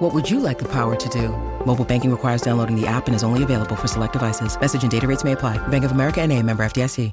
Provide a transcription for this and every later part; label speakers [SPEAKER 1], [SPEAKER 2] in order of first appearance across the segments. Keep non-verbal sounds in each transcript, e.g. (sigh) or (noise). [SPEAKER 1] What would you like the power to do? Mobile banking requires downloading the app and is only available for select devices. Message and data rates may apply. Bank of America and a member FDIC.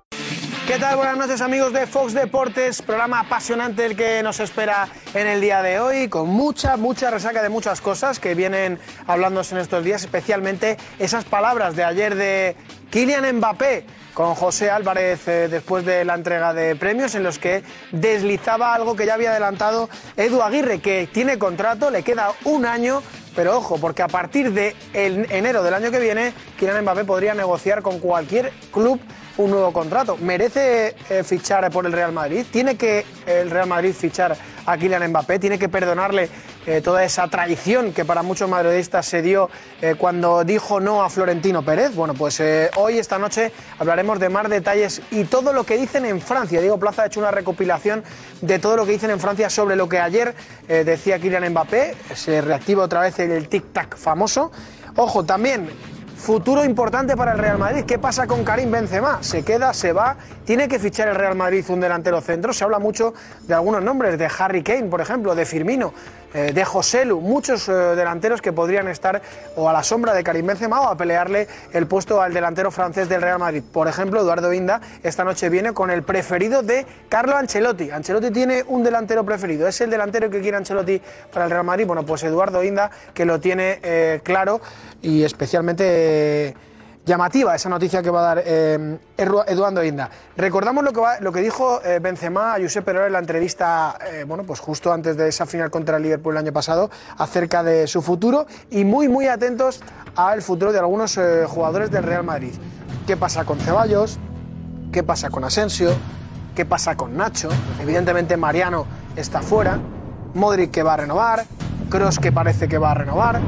[SPEAKER 2] ¿Qué tal? Buenas noches amigos de Fox Deportes, programa apasionante el que nos espera en el día de hoy, con mucha, mucha resaca de muchas cosas que vienen hablándose en estos días, especialmente esas palabras de ayer de Kylian Mbappé con José Álvarez eh, después de la entrega de premios en los que deslizaba algo que ya había adelantado Edu Aguirre, que tiene contrato, le queda un año, pero ojo, porque a partir de en- enero del año que viene, Kylian Mbappé podría negociar con cualquier club un nuevo contrato. ¿Merece eh, fichar por el Real Madrid? ¿Tiene que el Real Madrid fichar a Kylian Mbappé? ¿Tiene que perdonarle eh, toda esa traición que para muchos madridistas se dio eh, cuando dijo no a Florentino Pérez? Bueno, pues eh, hoy, esta noche, hablaremos de más detalles y todo lo que dicen en Francia. Diego Plaza ha hecho una recopilación de todo lo que dicen en Francia sobre lo que ayer eh, decía Kylian Mbappé. Se reactiva otra vez el tic-tac famoso. Ojo, también Futuro importante para el Real Madrid. ¿Qué pasa con Karim Benzema? ¿Se queda? ¿Se va? ¿Tiene que fichar el Real Madrid un delantero centro? Se habla mucho de algunos nombres, de Harry Kane, por ejemplo, de Firmino, eh, de Joselu, muchos eh, delanteros que podrían estar o a la sombra de Karim Benzema o a pelearle el puesto al delantero francés del Real Madrid. Por ejemplo, Eduardo Inda esta noche viene con el preferido de Carlo Ancelotti. Ancelotti tiene un delantero preferido. ¿Es el delantero que quiere Ancelotti para el Real Madrid? Bueno, pues Eduardo Inda, que lo tiene eh, claro y especialmente eh, llamativa esa noticia que va a dar eh, Erru- Eduardo Inda. Recordamos lo que, va- lo que dijo eh, Benzema a Josep Perol en la entrevista, eh, bueno, pues justo antes de esa final contra el Liverpool el año pasado, acerca de su futuro y muy, muy atentos al futuro de algunos eh, jugadores del Real Madrid. ¿Qué pasa con Ceballos? ¿Qué pasa con Asensio? ¿Qué pasa con Nacho? Evidentemente Mariano está fuera. Modric que va a renovar. Cross que parece que va a renovar.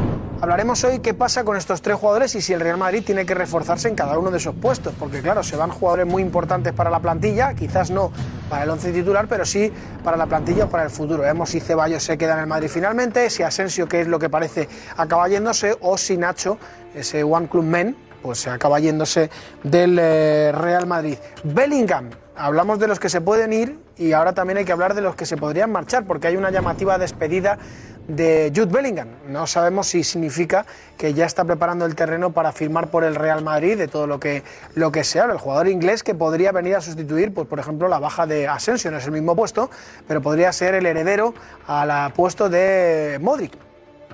[SPEAKER 2] Hablaremos hoy qué pasa con estos tres jugadores y si el Real Madrid tiene que reforzarse en cada uno de esos puestos, porque claro, se van jugadores muy importantes para la plantilla, quizás no para el once titular, pero sí para la plantilla o para el futuro. Vemos si Ceballos se queda en el Madrid finalmente, si Asensio, que es lo que parece, acaba yéndose, o si Nacho, ese One Club Men, pues se acaba yéndose del eh, Real Madrid. Bellingham, hablamos de los que se pueden ir y ahora también hay que hablar de los que se podrían marchar porque hay una llamativa despedida de Jude Bellingham. No sabemos si significa que ya está preparando el terreno para firmar por el Real Madrid de todo lo que, lo que sea. El jugador inglés que podría venir a sustituir, pues, por ejemplo, la baja de Asensio, no es el mismo puesto, pero podría ser el heredero al puesto de Modric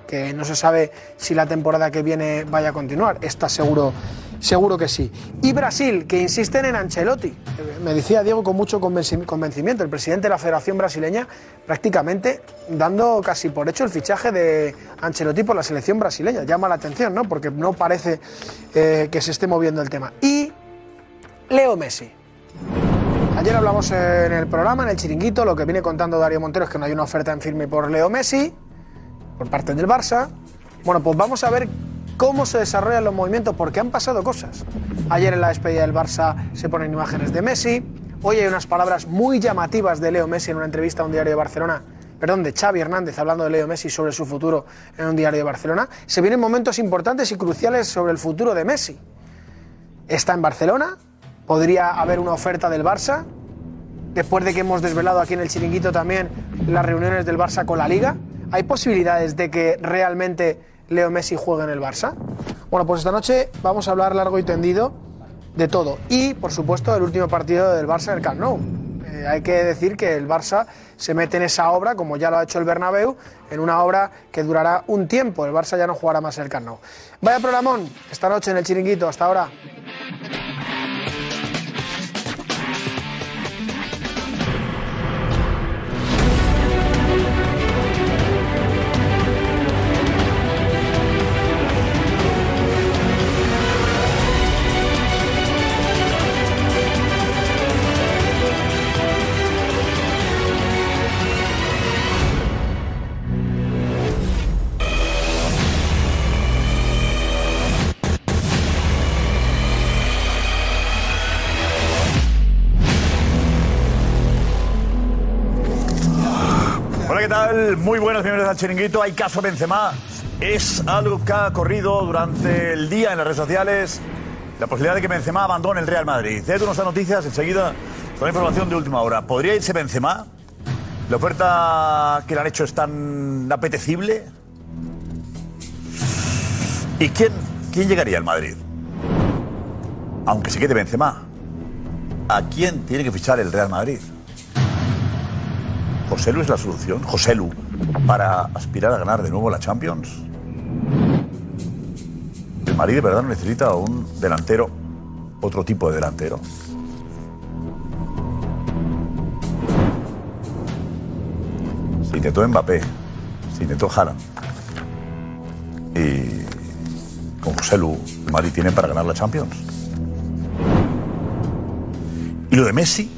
[SPEAKER 2] que no se sabe si la temporada que viene vaya a continuar. Está seguro, seguro que sí. Y Brasil, que insisten en Ancelotti. Eh, Me decía Diego con mucho convenci- convencimiento, el presidente de la Federación Brasileña, prácticamente dando casi por hecho el fichaje de Ancelotti por la selección brasileña. Llama la atención, ¿no? Porque no parece eh, que se esté moviendo el tema. Y Leo Messi. Ayer hablamos en el programa, en el chiringuito, lo que viene contando Darío Montero es que no hay una oferta en firme por Leo Messi por parte del Barça. Bueno, pues vamos a ver cómo se desarrollan los movimientos porque han pasado cosas. Ayer en la despedida del Barça se ponen imágenes de Messi. Hoy hay unas palabras muy llamativas de Leo Messi en una entrevista a un diario de Barcelona. Perdón, de Xavi Hernández hablando de Leo Messi sobre su futuro en un diario de Barcelona. Se vienen momentos importantes y cruciales sobre el futuro de Messi. Está en Barcelona, podría haber una oferta del Barça. Después de que hemos desvelado aquí en el chiringuito también las reuniones del Barça con la Liga, ¿hay posibilidades de que realmente Leo Messi juegue en el Barça? Bueno, pues esta noche vamos a hablar largo y tendido de todo. Y, por supuesto, del último partido del Barça en el Camp Nou. Eh, hay que decir que el Barça se mete en esa obra, como ya lo ha hecho el Bernabéu, en una obra que durará un tiempo. El Barça ya no jugará más en el Camp Nou. Vaya programón, esta noche en el chiringuito. Hasta ahora.
[SPEAKER 3] ¿qué tal? Muy buenos miembros del chiringuito. Hay caso Benzema. Es algo que ha corrido durante el día en las redes sociales. La posibilidad de que Benzema abandone el Real Madrid. Te unas noticias enseguida con información de última hora. ¿Podría irse Benzema? ¿La oferta que le han hecho es tan apetecible? ¿Y quién, quién llegaría al Madrid? Aunque se quede Benzema, ¿a quién tiene que fichar el Real Madrid? ¿José Lu es la solución? ¿José Lu para aspirar a ganar de nuevo la Champions? El Madrid de verdad no necesita un delantero, otro tipo de delantero. Se intentó Mbappé, se intentó Haaland. Y con José Lu, el Madrid tiene para ganar la Champions. Y lo de Messi,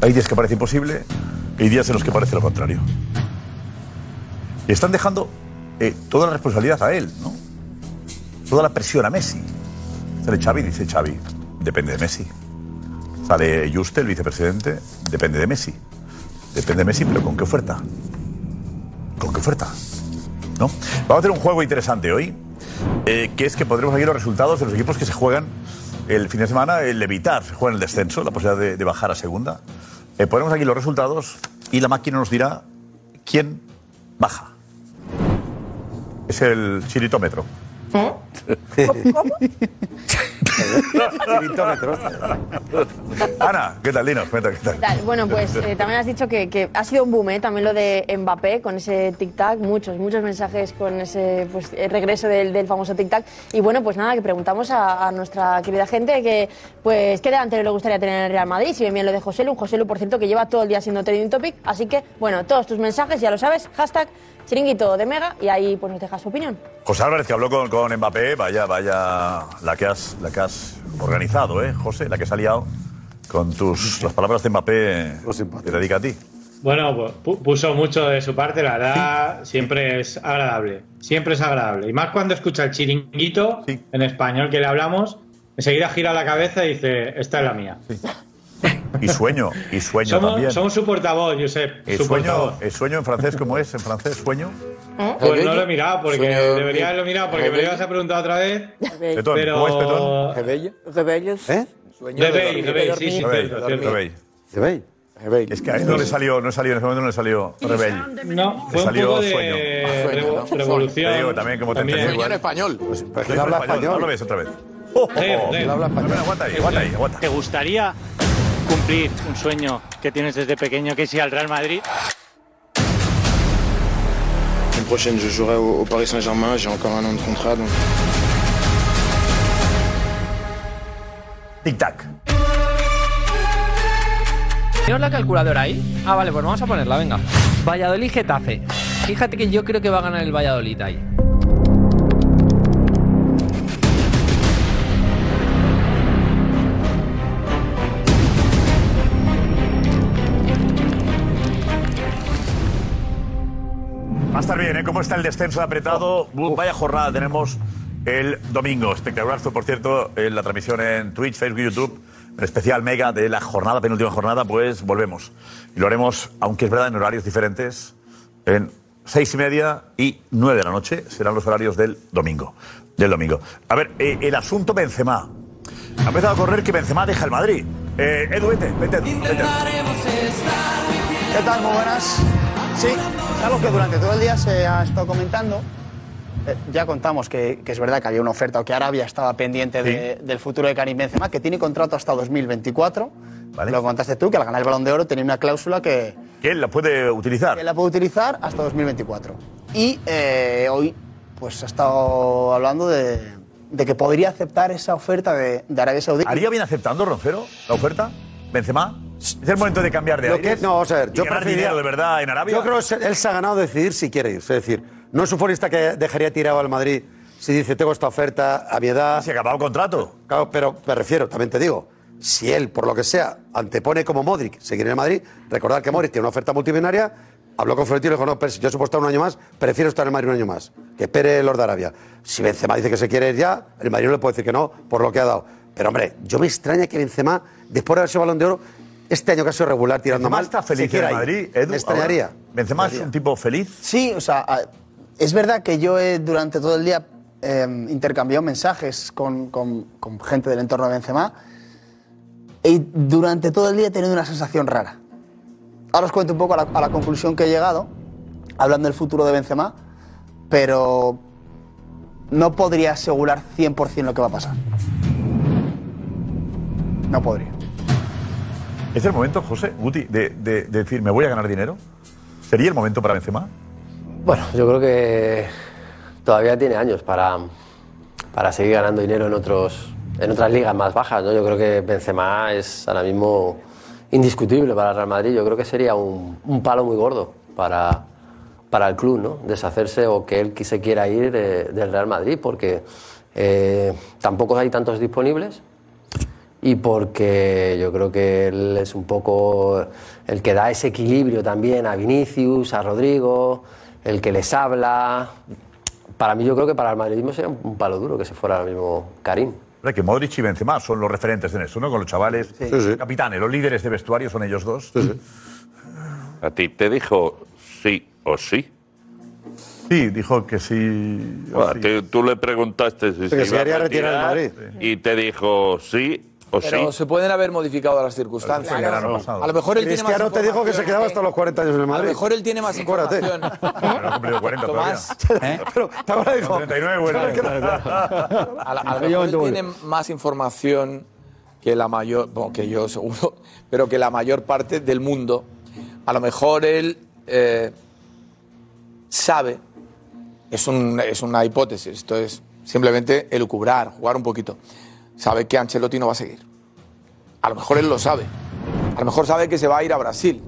[SPEAKER 3] hay días que parece imposible y hay días en los que parece lo contrario. Le están dejando eh, toda la responsabilidad a él, ¿no? Toda la presión a Messi. Sale Xavi, dice Xavi, depende de Messi. Sale Juste, el vicepresidente, depende de Messi. Depende de Messi, pero ¿con qué oferta? ¿Con qué oferta? ¿No? Vamos a hacer un juego interesante hoy, eh, que es que podremos aquí los resultados de los equipos que se juegan el fin de semana, el evitar, se juega en el descenso, la posibilidad de, de bajar a segunda. Eh, ponemos aquí los resultados y la máquina nos dirá quién baja. Es el chiritómetro. Ana, ¿qué tal, Dinos? Cuenta, ¿qué tal?
[SPEAKER 4] Tal, Bueno, pues eh, también has dicho que, que ha sido un boom, ¿eh? también lo de Mbappé con ese tic-tac, muchos, muchos mensajes con ese pues, eh, regreso del, del famoso tic-tac. Y bueno, pues nada, que preguntamos a, a nuestra querida gente que, pues, qué delantero le gustaría tener en el Real Madrid, si bien bien lo de José Lu, un José Lu, por cierto, que lleva todo el día siendo trending topic. Así que, bueno, todos tus mensajes, ya lo sabes, hashtag chiringuito de mega y ahí pues nos dejas su opinión.
[SPEAKER 3] José Álvarez que habló con, con Mbappé, vaya, vaya, la que has, la que has organizado, ¿eh, José? La que has liado con tus las palabras de Mbappé que te dedica a ti.
[SPEAKER 5] Bueno, pu- pu- puso mucho de su parte, la verdad, siempre es agradable, siempre es agradable. Y más cuando escucha el chiringuito en español que le hablamos, enseguida gira la cabeza y dice, esta es la mía.
[SPEAKER 3] Y sueño, y sueño también.
[SPEAKER 5] Somos, somos su portavoz, Josep.
[SPEAKER 3] el,
[SPEAKER 5] su
[SPEAKER 3] sueño,
[SPEAKER 5] portavoz.
[SPEAKER 3] el sueño en francés, ¿cómo es? ¿En francés sueño?
[SPEAKER 5] Pues no lo he mirado porque
[SPEAKER 3] Sueño-
[SPEAKER 5] debería haberlo mirado porque me lo ibas a preguntar otra vez.
[SPEAKER 3] Petón, ¿cómo es Petón?
[SPEAKER 5] Rebello.
[SPEAKER 6] Rebellos.
[SPEAKER 5] ¿Eh? Rebell, rebell, sí, sí,
[SPEAKER 3] Rebell,
[SPEAKER 5] cierto,
[SPEAKER 3] Rebell.
[SPEAKER 5] cierto.
[SPEAKER 3] Rebell. Es que a él no le salió, no le salió, en ese momento no le salió Rebell.
[SPEAKER 5] No,
[SPEAKER 3] Le
[SPEAKER 5] fue un
[SPEAKER 3] salió
[SPEAKER 5] poco de
[SPEAKER 3] sueño.
[SPEAKER 5] revo- revolución.
[SPEAKER 3] Te digo, también como te Pues,
[SPEAKER 5] También.
[SPEAKER 3] entendí.
[SPEAKER 5] Sueño en
[SPEAKER 3] español.
[SPEAKER 6] Él Pues habla español.
[SPEAKER 3] Habla vez, otra vez.
[SPEAKER 7] Oh, Él habla español.
[SPEAKER 3] Aguanta ahí, aguanta ahí, aguanta.
[SPEAKER 7] ¿Te gustaría cumplir un sueño que tienes desde pequeño, que es ir al Real Madrid?
[SPEAKER 8] L'année prochaine, je jouerai au, au Paris Saint-Germain. J'ai encore un an de contrat. Donc...
[SPEAKER 3] Tic-tac.
[SPEAKER 9] ¿Tenemos la calculadora ahí? Ah, vale, pues vamos a ponerla, venga. Valladolid Getafe. Fíjate que yo creo que va a ganar el Valladolid ahí.
[SPEAKER 3] Va a estar bien, ¿eh? ¿Cómo está el descenso apretado? Uf, vaya jornada tenemos el domingo. Espectacular fue, por cierto, en la transmisión en Twitch, Facebook y YouTube. El especial mega de la jornada, penúltima jornada, pues volvemos. Y lo haremos, aunque es verdad, en horarios diferentes, en seis y media y nueve de la noche serán los horarios del domingo. Del domingo. A ver, eh, el asunto Benzema. Ha empezado a correr que Benzema deja el Madrid. Eh, Edu, vete, vete, Edu, vete.
[SPEAKER 10] ¿Qué tal? Muy buenas. Sí, es algo que durante todo el día se ha estado comentando. Eh, ya contamos que, que es verdad que había una oferta o que Arabia estaba pendiente de- del futuro de Karim Benzema, que tiene contrato hasta 2024. Lo contaste tú, que al ganar el Balón de Oro tenía una cláusula que...
[SPEAKER 3] Que él la puede utilizar.
[SPEAKER 10] Que la puede utilizar hasta 2024. Y eh, hoy pues ha estado hablando de, de que podría aceptar esa oferta de, de Arabia Saudita.
[SPEAKER 3] ¿Haría bien aceptando, Roncero, la oferta? ¿Benzema? ¿Es el momento de cambiar de
[SPEAKER 6] Lo
[SPEAKER 3] aires?
[SPEAKER 6] que- no, vamos a ver,
[SPEAKER 3] ¿Y
[SPEAKER 6] yo
[SPEAKER 3] ganar
[SPEAKER 6] preferiría-
[SPEAKER 3] dinero de verdad en Arabia?
[SPEAKER 6] Yo creo que él se ha ganado decidir si quiere irse. Es decir, no es un futbolista que dejaría tirado al Madrid si dice tengo esta oferta a mi edad. Se
[SPEAKER 3] acabado el contrato.
[SPEAKER 6] Claro, pero me refiero, también te digo, si él, por lo que sea, antepone como Modric seguir en el Madrid, recordar que Modric tiene una oferta multimillonaria, habló con Florentino y le dijo, no, Pérez, yo supuesto estar un año más, prefiero estar en el Madrid un año más, que espere Lord de Arabia. Si Benzema dice que se quiere ir ya, el Madrid no le puede decir que no por lo que ha dado. Pero hombre, yo me extraña que Benzema, después de haberse balón de oro, este año que ha sido regular tirando
[SPEAKER 3] Benzema
[SPEAKER 6] mal.
[SPEAKER 3] está feliz
[SPEAKER 6] se quiera
[SPEAKER 3] en
[SPEAKER 6] ir.
[SPEAKER 3] Madrid, Edu,
[SPEAKER 6] Me extrañaría.
[SPEAKER 3] ahora. Benzema es un tipo feliz.
[SPEAKER 10] Sí, o sea, a- es verdad que yo he, durante todo el día eh, intercambiado mensajes con, con- con gente del entorno de Benzema y durante todo el día he tenido una sensación rara. Ahora os cuento un poco a la, a la conclusión que he llegado, hablando del futuro de Benzema, pero no podría asegurar 100% lo que va a pasar. No podría.
[SPEAKER 3] ¿Es el momento, José, Guti, de, de- de decir, me voy a ganar dinero? ¿Sería el momento para Benzema?
[SPEAKER 11] Bueno, yo creo que todavía tiene años para, para seguir ganando dinero en, otros, en otras ligas más bajas. ¿no? Yo creo que Benzema es ahora mismo indiscutible para el Real Madrid. Yo creo que sería un, un palo muy gordo para, para el club, ¿no? deshacerse o que él qui- se quiera ir de- del Real Madrid, porque eh, tampoco hay tantos disponibles y porque yo creo que él es un poco el que da ese equilibrio también a Vinicius, a Rodrigo, el que les habla. Para mí yo creo que para el madridismo sería un un palo duro que se fuera ahora mismo Karim.
[SPEAKER 3] Hombre, que Modric y Benzema son los referentes en eso, ¿no? Con los chavales,
[SPEAKER 11] Sí, sí.
[SPEAKER 3] capitanes, los líderes de vestuario son ellos dos.
[SPEAKER 12] ¿A ti te dijo sí o sí?
[SPEAKER 3] Sí, dijo que sí.
[SPEAKER 12] Bueno, Ah, te- tú le preguntaste si
[SPEAKER 13] Sí, que
[SPEAKER 12] se
[SPEAKER 13] se
[SPEAKER 12] iba a
[SPEAKER 13] quería retirar
[SPEAKER 12] retirar
[SPEAKER 13] el
[SPEAKER 12] y te dijo sí o
[SPEAKER 13] Pero
[SPEAKER 12] sí.
[SPEAKER 13] se pueden haber modificado las circunstancias.
[SPEAKER 12] Claro. Claro, pasado.
[SPEAKER 13] A lo mejor él tiene
[SPEAKER 6] Cristiano
[SPEAKER 13] más
[SPEAKER 6] te dijo que
[SPEAKER 13] información.
[SPEAKER 6] se quedaba hasta los 40 años en el
[SPEAKER 13] A
[SPEAKER 6] Madrid.
[SPEAKER 13] lo mejor él tiene más
[SPEAKER 6] Acuérdate.
[SPEAKER 13] información.
[SPEAKER 3] No ha cumplido
[SPEAKER 13] (laughs)
[SPEAKER 3] 40
[SPEAKER 13] Tomás.
[SPEAKER 3] todavía.
[SPEAKER 6] Pero te ahora dijo.
[SPEAKER 3] 39
[SPEAKER 13] (laughs)
[SPEAKER 3] vuelve.
[SPEAKER 13] A, la- a lo
[SPEAKER 3] Yo
[SPEAKER 13] mejor
[SPEAKER 3] te voy.
[SPEAKER 13] él tiene más información que la mayor, bueno, que yo seguro, (laughs) pero que la mayor parte del mundo. A lo mejor él eh, sabe, es, un- es una hipótesis, esto es simplemente elucubrar, jugar un poquito. Sabe que Ancelotti no va a seguir. A lo mejor él lo sabe. A lo mejor sabe que se va a ir a Brasil.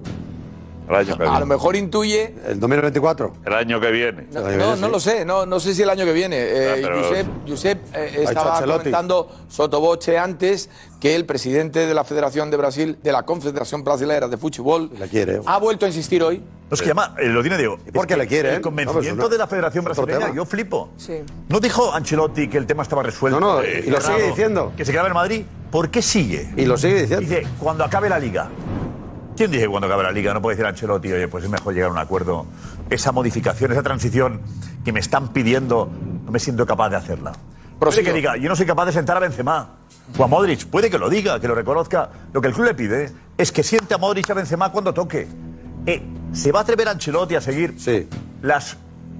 [SPEAKER 12] El año que
[SPEAKER 13] A lo
[SPEAKER 12] viene.
[SPEAKER 13] mejor intuye
[SPEAKER 6] El 2024.
[SPEAKER 12] El año que viene.
[SPEAKER 13] no, no lo sé, no, no sé si el año que viene. Eh,
[SPEAKER 12] Ah, pero-
[SPEAKER 13] Josep, Josep, eh,
[SPEAKER 12] dicho
[SPEAKER 13] estaba
[SPEAKER 12] Ancelotti.
[SPEAKER 13] comentando sotoboche antes que el presidente de la Federación de Brasil, de la Confederación Brasilera de Fútbol,
[SPEAKER 6] quiere.
[SPEAKER 13] ha vuelto a insistir hoy.
[SPEAKER 3] No, es que llama, lo tiene Diego.
[SPEAKER 13] Porque
[SPEAKER 3] Es que ¿eh?
[SPEAKER 13] le quieren.
[SPEAKER 6] eh?
[SPEAKER 3] El
[SPEAKER 13] No,
[SPEAKER 3] convencimiento
[SPEAKER 13] pues, no.
[SPEAKER 3] de la Federación
[SPEAKER 13] Otro
[SPEAKER 3] Brasileña,
[SPEAKER 13] tema.
[SPEAKER 3] yo flipo.
[SPEAKER 13] Sí.
[SPEAKER 3] ¿No dijo Ancelotti que el tema estaba resuelto?
[SPEAKER 6] No, no,
[SPEAKER 3] eh,
[SPEAKER 6] y lo sigue
[SPEAKER 3] cerrado,
[SPEAKER 6] diciendo.
[SPEAKER 3] Que se quedaba en Madrid. ¿Por qué sigue?
[SPEAKER 6] Y lo sigue diciendo.
[SPEAKER 3] Dice, cuando acabe la liga. ¿Quién dice cuando acabe la liga? No puede decir Ancelotti, oye, pues es mejor llegar a un acuerdo. Esa modificación, esa transición que me están pidiendo, no me siento capaz de hacerla. Puede que diga, yo no soy capaz de sentar a Benzema o a Modric. Puede que lo diga, que lo reconozca. Lo que el club le pide es que siente a Modric y a Benzema cuando toque. Eh, ¿Se va a atrever Ancelotti a seguir las,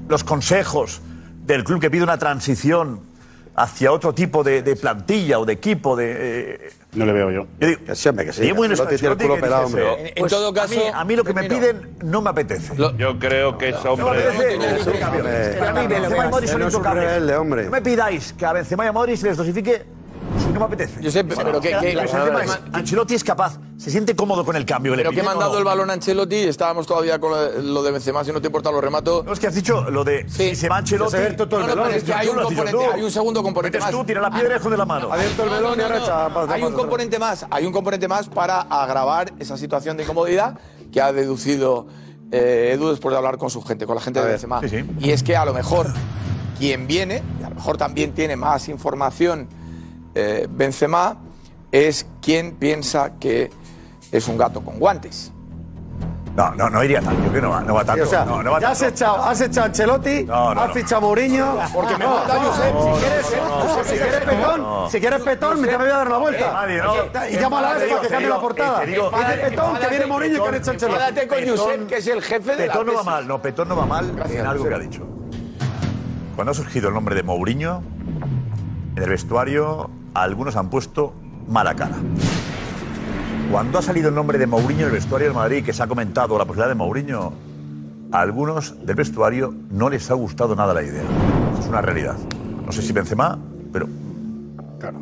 [SPEAKER 3] los consejos del club que pide una transición hacia otro tipo de, de plantilla o de equipo? De, eh,
[SPEAKER 14] No le veo yo.
[SPEAKER 3] que Sería muy honesto, Ancelotti, que dijese,
[SPEAKER 12] En- en
[SPEAKER 3] pues,
[SPEAKER 12] todo
[SPEAKER 3] a mí,
[SPEAKER 12] caso,
[SPEAKER 3] a mí lo que me piden no me apetece.
[SPEAKER 12] Yo creo que es hombre.
[SPEAKER 3] Pero a mí Benzema y Modric son intocables. No me pidáis que a Benzema y a Modric les dosifique si no me apetece.
[SPEAKER 13] Yo sé, pero que- que-
[SPEAKER 3] El tema es, Ancelotti es capaz, se siente cómodo con el cambio que le
[SPEAKER 13] Pero que
[SPEAKER 3] piden,
[SPEAKER 13] me han
[SPEAKER 3] ¿o no?
[SPEAKER 13] dado el balón a Ancelotti y estábamos todavía con lo de- lo de Benzema, si no te importa lo remato.
[SPEAKER 3] No, es que has dicho lo de si se va Ancelotti,
[SPEAKER 13] abierto todo el
[SPEAKER 3] No, no,
[SPEAKER 13] melón.
[SPEAKER 3] pero
[SPEAKER 13] es que hay
[SPEAKER 3] tú
[SPEAKER 13] un
[SPEAKER 3] lo has dicho
[SPEAKER 13] componente,
[SPEAKER 3] tú.
[SPEAKER 13] hay un segundo componente
[SPEAKER 3] Metes
[SPEAKER 13] más.
[SPEAKER 3] tú, tira la piedra y esconde la mano.
[SPEAKER 13] Abierto el melón y ahora Hay un componente más, hay un componente más para agravar esa situación de incomodidad que ha deducido eh, Edu después de hablar con su gente, con la gente de Benzema. Y es que a lo mejor quien viene, y a lo mejor también tiene más información eh, Benzema, es quien piensa que es un gato con guantes.
[SPEAKER 3] No, no, no iría tanto, que no va, no va tanto.
[SPEAKER 6] o sea,
[SPEAKER 3] no, no va
[SPEAKER 6] ya has
[SPEAKER 3] tanto.
[SPEAKER 6] echado, has echado a Ancelotti,
[SPEAKER 3] no,
[SPEAKER 6] has
[SPEAKER 3] no.
[SPEAKER 6] fichado a Mourinho.
[SPEAKER 3] Porque me falta Josep.
[SPEAKER 6] si quieres, eh, si quieres petón,
[SPEAKER 3] no.
[SPEAKER 6] si quieres petón, me te voy a dar la vuelta.
[SPEAKER 3] Nadie, no. Eh,
[SPEAKER 6] Y llama a la
[SPEAKER 3] Te
[SPEAKER 6] vez
[SPEAKER 3] digo,
[SPEAKER 6] para que
[SPEAKER 3] te
[SPEAKER 6] cambie la
[SPEAKER 3] digo,
[SPEAKER 6] portada.
[SPEAKER 3] te digo-
[SPEAKER 6] Dice petón, que viene Mourinho y que han hecho Ancelotti.
[SPEAKER 13] Enfádate con Josep, que es el jefe de la
[SPEAKER 3] Petón no va
[SPEAKER 13] tesis.
[SPEAKER 3] mal, no, Petón no va mal en algo que ha dicho. Cuando ha surgido el nombre de Mourinho, en el vestuario, algunos han puesto mala cara. Cuando ha salido el nombre de Mourinho en el vestuario del Madrid, que se ha comentado la posibilidad de Mourinho, a algunos del vestuario no les ha gustado nada la idea. Es una realidad. No sé si Benzema, pero...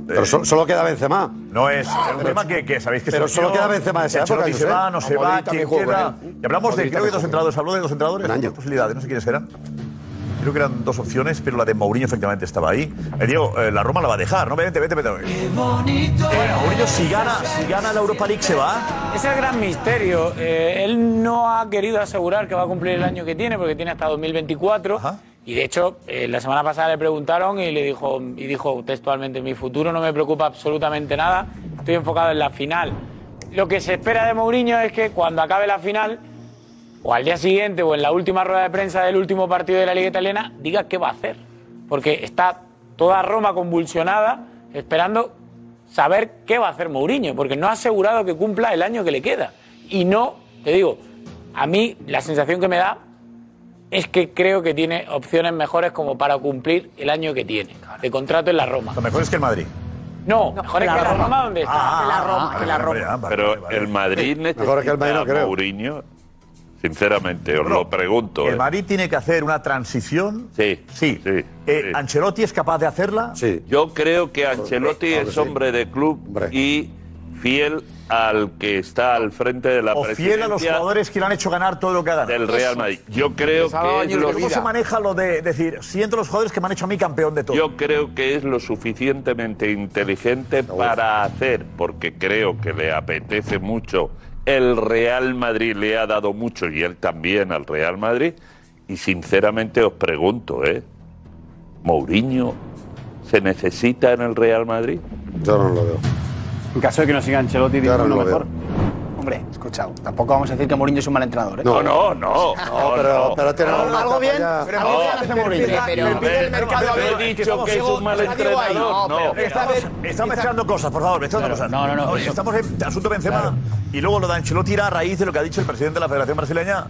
[SPEAKER 6] Pero so- solo queda Benzema.
[SPEAKER 3] No es, es un tema que, que sabéis que
[SPEAKER 6] Pero
[SPEAKER 3] surgió,
[SPEAKER 6] solo queda Benzema de esa
[SPEAKER 3] Ancelotti
[SPEAKER 6] época,
[SPEAKER 3] se
[SPEAKER 6] Josep.
[SPEAKER 3] va, no se va,
[SPEAKER 6] Modric
[SPEAKER 3] quién
[SPEAKER 6] también jugó con
[SPEAKER 3] queda.
[SPEAKER 6] él.
[SPEAKER 3] Y hablamos de,
[SPEAKER 6] Modric también
[SPEAKER 3] creo que dos
[SPEAKER 6] jugó.
[SPEAKER 3] entrenadores, habló de dos entrenadores, dos posibilidades, no sé quiénes eran. Creo que eran dos opciones, pero la de Mourinho efectivamente estaba ahí. Eh, Diego, eh, la Roma la va a dejar, ¿no? Vete, vete, vete. vete. Bueno, Mourinho si gana, si gana la Europa League se va.
[SPEAKER 15] Es el gran misterio. Eh, él no ha querido asegurar que va a cumplir el año que tiene, porque tiene hasta 2024. Y de hecho, eh, la semana pasada le preguntaron y le dijo, y dijo textualmente: Mi futuro no me preocupa absolutamente nada. Estoy enfocado en la final. lo que se espera de Mourinho es que cuando acabe la final, o al día siguiente, o en la última rueda de prensa del último partido de la Liga Italiana, diga qué va a hacer. Porque está toda Roma convulsionada, esperando saber qué va a hacer Mourinho, porque no ha asegurado que cumpla el año que le queda. Y no, te digo, a mí la sensación que me da es que creo que tiene opciones mejores como para cumplir el año que tiene de contrato en la Roma.
[SPEAKER 3] Lo mejor es que el Madrid.
[SPEAKER 15] No, mejor es que la Roma donde está. la Roma,
[SPEAKER 12] que
[SPEAKER 3] Ah,
[SPEAKER 12] la Pero el Madrid
[SPEAKER 3] Mejor
[SPEAKER 12] necesita
[SPEAKER 3] que el Madrid, no
[SPEAKER 12] a
[SPEAKER 3] creo.
[SPEAKER 12] Mourinho, sinceramente, os lo pregunto.
[SPEAKER 3] El
[SPEAKER 12] ¿eh?
[SPEAKER 3] Madrid tiene que hacer una transición.
[SPEAKER 12] Sí,
[SPEAKER 3] sí. Eh, ¿Ancelotti es capaz de hacerla?
[SPEAKER 6] Sí.
[SPEAKER 12] Yo creo que Ancelotti
[SPEAKER 3] Hombre,
[SPEAKER 12] es hombre de club y fiel al que está al frente de la
[SPEAKER 3] O fiel a los
[SPEAKER 12] presidencia
[SPEAKER 3] jugadores que le han hecho ganar todo lo que ha ganado.
[SPEAKER 12] del Real Madrid. Yo creo que es lo-
[SPEAKER 3] ¿Cómo se maneja lo de decir, siento los jugadores que me han hecho a mí campeón de todo?
[SPEAKER 12] Yo creo que es lo suficientemente inteligente para hacer, porque creo que le apetece mucho. El Real Madrid le ha dado mucho y él también al Real Madrid. Y sinceramente os pregunto, ¿eh? ¿Mourinho se necesita en el Real Madrid?
[SPEAKER 6] Yo no lo veo.
[SPEAKER 10] En caso de que no siga Ancelotti, dice
[SPEAKER 12] no
[SPEAKER 10] uno
[SPEAKER 12] lo veo.
[SPEAKER 10] mejor. Hombre, escuchado, tampoco vamos a decir que Mourinho es un mal entrenador. ¿eh?
[SPEAKER 12] No, no, no. No,
[SPEAKER 6] pero, pero tiene una
[SPEAKER 10] Algo bien,
[SPEAKER 6] etapa ya-
[SPEAKER 10] pero algo bien hace Mourinho.
[SPEAKER 12] pero-
[SPEAKER 3] Pide el
[SPEAKER 12] pero-
[SPEAKER 3] mercado
[SPEAKER 12] pero-
[SPEAKER 3] abierto,
[SPEAKER 12] he dicho
[SPEAKER 3] estamos
[SPEAKER 12] que es un
[SPEAKER 3] ciegos,
[SPEAKER 12] mal
[SPEAKER 3] está ciego ahí.
[SPEAKER 12] entrenador, no.
[SPEAKER 3] pero Estamos, estamos mezclando cosas, por favor, mezclando cosas.
[SPEAKER 12] no, no, no,
[SPEAKER 3] Oye,
[SPEAKER 12] eso-
[SPEAKER 3] Estamos en asunto Benzema y luego lo de Ancelotti irá a raíz de lo que ha dicho el presidente de la Federación Brasileña.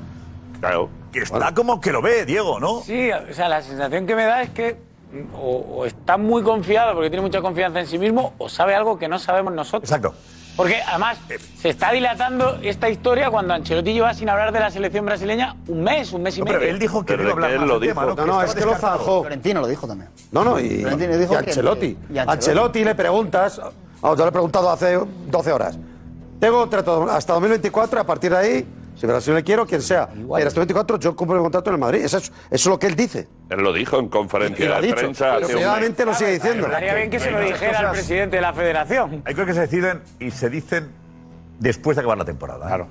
[SPEAKER 12] Claro.
[SPEAKER 3] Que está como que lo ve, Diego, ¿no?
[SPEAKER 15] Sí, o sea, la sensación que me da es que mm, o, o está muy confiado porque tiene mucha confianza en sí mismo o sabe algo que no sabemos nosotros.
[SPEAKER 3] Exacto.
[SPEAKER 15] Porque además
[SPEAKER 6] Eh.
[SPEAKER 15] se está dilatando esta historia cuando Ancelotti lleva sin hablar de la selección brasileña un mes, un mes y medio.
[SPEAKER 6] Pero es que él lo dijo. No, no, es que lo zanjó.
[SPEAKER 10] Florentino lo dijo también.
[SPEAKER 6] No, no, y,
[SPEAKER 10] Florentino dijo
[SPEAKER 6] y
[SPEAKER 10] que-
[SPEAKER 6] Ancelotti.
[SPEAKER 10] y
[SPEAKER 6] Ancelotti.
[SPEAKER 10] Ancelotti.
[SPEAKER 6] le preguntas, vamos, yo le he preguntado hace 12 horas. Tengo contrato hasta 2024, a partir de ahí, si Brasil le quiero, quien sea. Y hasta 2024 yo cumplo el contrato en el Madrid. Eso es, eso es lo que él dice.
[SPEAKER 12] Él lo dijo en conferencia
[SPEAKER 6] Y lo ha
[SPEAKER 12] de
[SPEAKER 6] dicho.
[SPEAKER 12] prensa. hace un mes.
[SPEAKER 6] Desgraciadamente lo
[SPEAKER 3] Ah,
[SPEAKER 6] sigue diciendo.
[SPEAKER 15] Estaría bien que se lo
[SPEAKER 3] Venga.
[SPEAKER 15] dijera al
[SPEAKER 3] Cosas-
[SPEAKER 15] presidente de la federación.
[SPEAKER 3] Hay cosas que se deciden y se dicen después de acabar la temporada. Claro.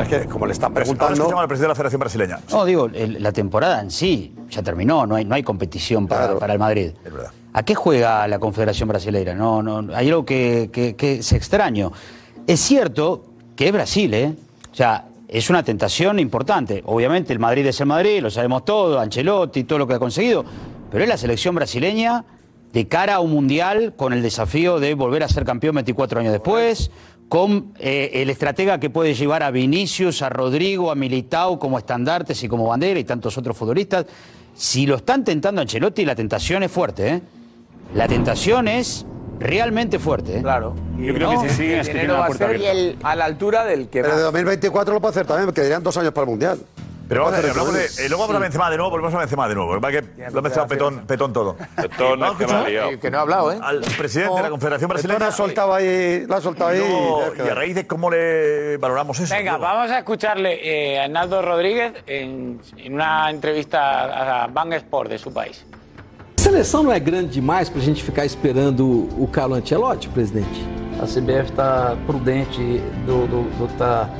[SPEAKER 6] es que como le están
[SPEAKER 3] Ahora
[SPEAKER 14] preguntando-
[SPEAKER 3] escuchamos al presidente de la Federación Brasileña.
[SPEAKER 14] No, digo, el- la temporada en sí ya terminó, no hay, no hay competición para, para el Madrid. ¿A qué juega la Confederación Brasileira? No, no, hay algo que, que- que es extraño. Es cierto que es Brasil, ¿eh? O sea, es una tentación importante. Obviamente el Madrid es el Madrid, lo sabemos todo, Ancelotti, todo lo que ha conseguido, pero es la selección brasileña de cara a un mundial con el desafío de volver a ser campeón 24 años después, con eh, el estratega que puede llevar a Vinicius, a Rodrigo, a Militao como estandartes y como bandera y tantos otros futbolistas. Si lo están tentando a Ancelotti, la tentación es fuerte, ¿eh? La tentación es realmente fuerte. Claro.
[SPEAKER 13] Yo creo que si sigue es que tiene la puerta abierta. A la altura del que
[SPEAKER 6] Pero
[SPEAKER 13] va.
[SPEAKER 6] de 2024 lo puede hacer también, porque dirían dos años para el Mundial.
[SPEAKER 3] Pero vamos a ver,
[SPEAKER 6] Entonces,
[SPEAKER 3] hablamos de, eh, luego hablamos de Benzema de nuevo, volvemos a Benzema de nuevo. Va que lo ha mezclado Petón, Petón todo.
[SPEAKER 12] Petón
[SPEAKER 3] Vamos a
[SPEAKER 12] es que la ha
[SPEAKER 3] escuchar
[SPEAKER 12] liado. Eh, que
[SPEAKER 6] no ha hablado, ¿eh?
[SPEAKER 3] Al presidente de la Confederación
[SPEAKER 6] Petón
[SPEAKER 3] Brasileña.
[SPEAKER 6] ha soltado ahí, la ha soltado
[SPEAKER 3] Y
[SPEAKER 6] ahí.
[SPEAKER 3] luego, y a raíz de cómo le valoramos eso.
[SPEAKER 15] Venga, vamos a escucharle eh, a Arnaldo Rodríguez en, en una entrevista a Bang Sport de su país.
[SPEAKER 16] Seleção não é grande demais para a gente ficar esperando o Carlo Ancelotti, presidente?
[SPEAKER 17] A CBF está tá prudente do, do, do que está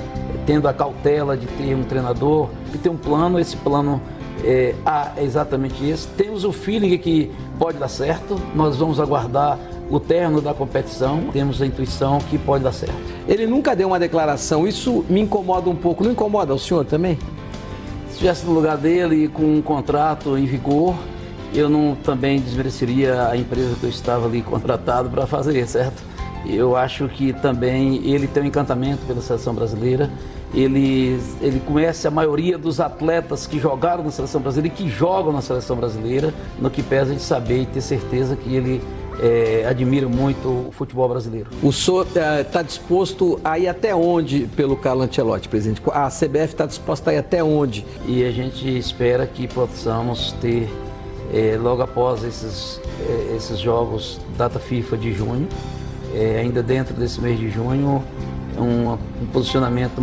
[SPEAKER 17] tendo a cautela de ter um treinador que tem um plano, esse plano é, A é exatamente esse. Temos o feeling que pode dar certo, nós vamos aguardar o término da competição, temos a intuição que pode dar certo.
[SPEAKER 16] Ele nunca deu uma declaração, isso me incomoda um pouco. Não incomoda o senhor também?
[SPEAKER 17] Se estivesse no lugar dele com um contrato em vigor, eu não também desmereceria a empresa que eu estava ali (laughs) contratado para fazer, certo? Eu acho que também ele tem um encantamento pela seleção brasileira. Ele, ele conhece a maioria dos atletas que jogaram na seleção brasileira e que jogam na seleção brasileira, no que pesa de saber e ter certeza que ele eh, admira muito o futebol brasileiro.
[SPEAKER 16] O senhor
[SPEAKER 11] eh,
[SPEAKER 16] está eh, tá disposto a ir até onde pelo Carlo Ancelotti, presidente? A CBF está tá disposta a ir até onde?
[SPEAKER 17] E a gente espera que possamos ter, eh, logo após esses, eh, esses jogos, data FIFA de junho, eh, ainda dentro desse mês de junho, um, um posicionamento.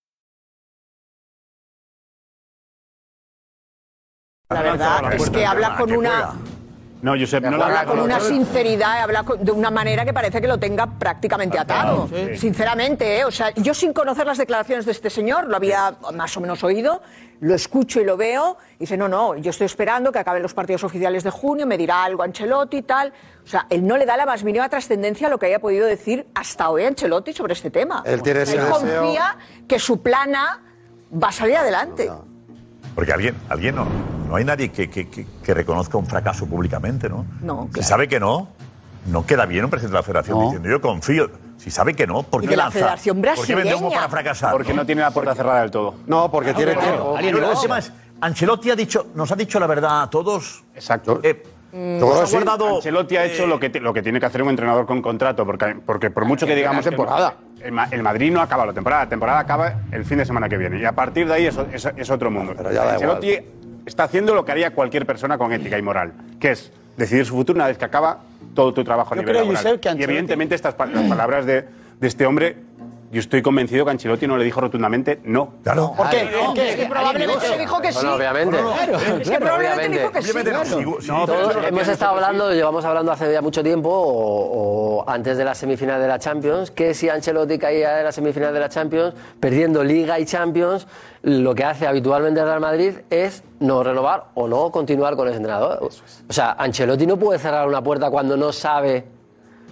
[SPEAKER 4] La verdad es que habla con una,
[SPEAKER 18] Ah, No, Josep, no la
[SPEAKER 4] habla con una
[SPEAKER 18] no-
[SPEAKER 4] sinceridad, habla con- de una manera que parece que lo tenga prácticamente atado.
[SPEAKER 18] Ah, sí.
[SPEAKER 4] Sinceramente, ¿eh? o sea, yo sin conocer las declaraciones de este señor, lo había más o menos oído, lo escucho y lo veo, y dice, no, no, yo estoy esperando que acaben los partidos oficiales de junio, me dirá algo Ancelotti y tal. O sea, él no le da la más mínima trascendencia a lo que haya podido decir hasta hoy Ancelotti sobre este tema.
[SPEAKER 6] Él tiene ese deseo.
[SPEAKER 4] confía que su plana va a salir adelante.
[SPEAKER 3] Porque alguien, alguien no. No hay nadie que, que- que- que reconozca un fracaso públicamente, ¿no?
[SPEAKER 4] No,
[SPEAKER 3] Si sabe que no, no queda bien un presidente de la federación
[SPEAKER 18] No.
[SPEAKER 3] diciendo yo confío. Si sabe que no, ¿por
[SPEAKER 18] Y
[SPEAKER 3] qué
[SPEAKER 18] de la
[SPEAKER 3] lanza?
[SPEAKER 18] Federación
[SPEAKER 3] ¿Por qué vende humo
[SPEAKER 18] Brasileña.
[SPEAKER 3] para fracasar?
[SPEAKER 18] Porque no tiene la puerta cerrada del todo. Ah,
[SPEAKER 6] No, porque
[SPEAKER 18] tiene
[SPEAKER 3] Pero,
[SPEAKER 18] tiempo.
[SPEAKER 3] pero,
[SPEAKER 18] Alguien
[SPEAKER 3] pero
[SPEAKER 18] lo
[SPEAKER 3] el tema es, Ancelotti ha dicho, nos ha dicho la verdad a todos. Eh,
[SPEAKER 18] Exacto. Mm.
[SPEAKER 3] nos ha guardado- eh,
[SPEAKER 18] Ancelotti ha hecho lo que, ti- lo que tiene que hacer un entrenador con contrato, porque, porque por mucho que digamos. el-
[SPEAKER 6] Temporada.
[SPEAKER 18] El, Ma- el Madrid no acaba la temporada, la temporada acaba el fin de semana que viene. Y a partir de ahí es, o- es- es otro mundo.
[SPEAKER 6] ya da
[SPEAKER 18] Ancelotti está haciendo lo que haría cualquier persona con ética y moral, que es decidir su futuro una vez que acaba todo tu trabajo a
[SPEAKER 10] Yo
[SPEAKER 18] nivel
[SPEAKER 10] creo,
[SPEAKER 18] laboral.
[SPEAKER 10] Josep, que
[SPEAKER 18] Y
[SPEAKER 10] Ancelotti-
[SPEAKER 18] evidentemente estas pa- las palabras de, de este hombre, yo estoy convencido que Ancelotti no le dijo rotundamente no. Claro.
[SPEAKER 10] ¿Por qué? ¿Por qué?
[SPEAKER 11] probablemente
[SPEAKER 10] Adiós.
[SPEAKER 11] le dijo que sí. No, no, obviamente. Claro, Es que claro, probablemente obviamente. dijo que sí.
[SPEAKER 3] Obviamente no,
[SPEAKER 11] Claro.
[SPEAKER 3] sigo- sigo-
[SPEAKER 11] No,
[SPEAKER 3] sigo-
[SPEAKER 11] todos
[SPEAKER 3] sigo-
[SPEAKER 11] hemos
[SPEAKER 3] sigo-
[SPEAKER 11] estado hablando, llevamos hablando hace ya mucho tiempo, o, o antes de la semifinal de la Champions, que si Ancelotti caía de la semifinal de la Champions, perdiendo Liga y Champions, lo que hace habitualmente el Real Madrid es no renovar o no continuar con el entrenador. O sea, Ancelotti no puede cerrar una puerta cuando no sabe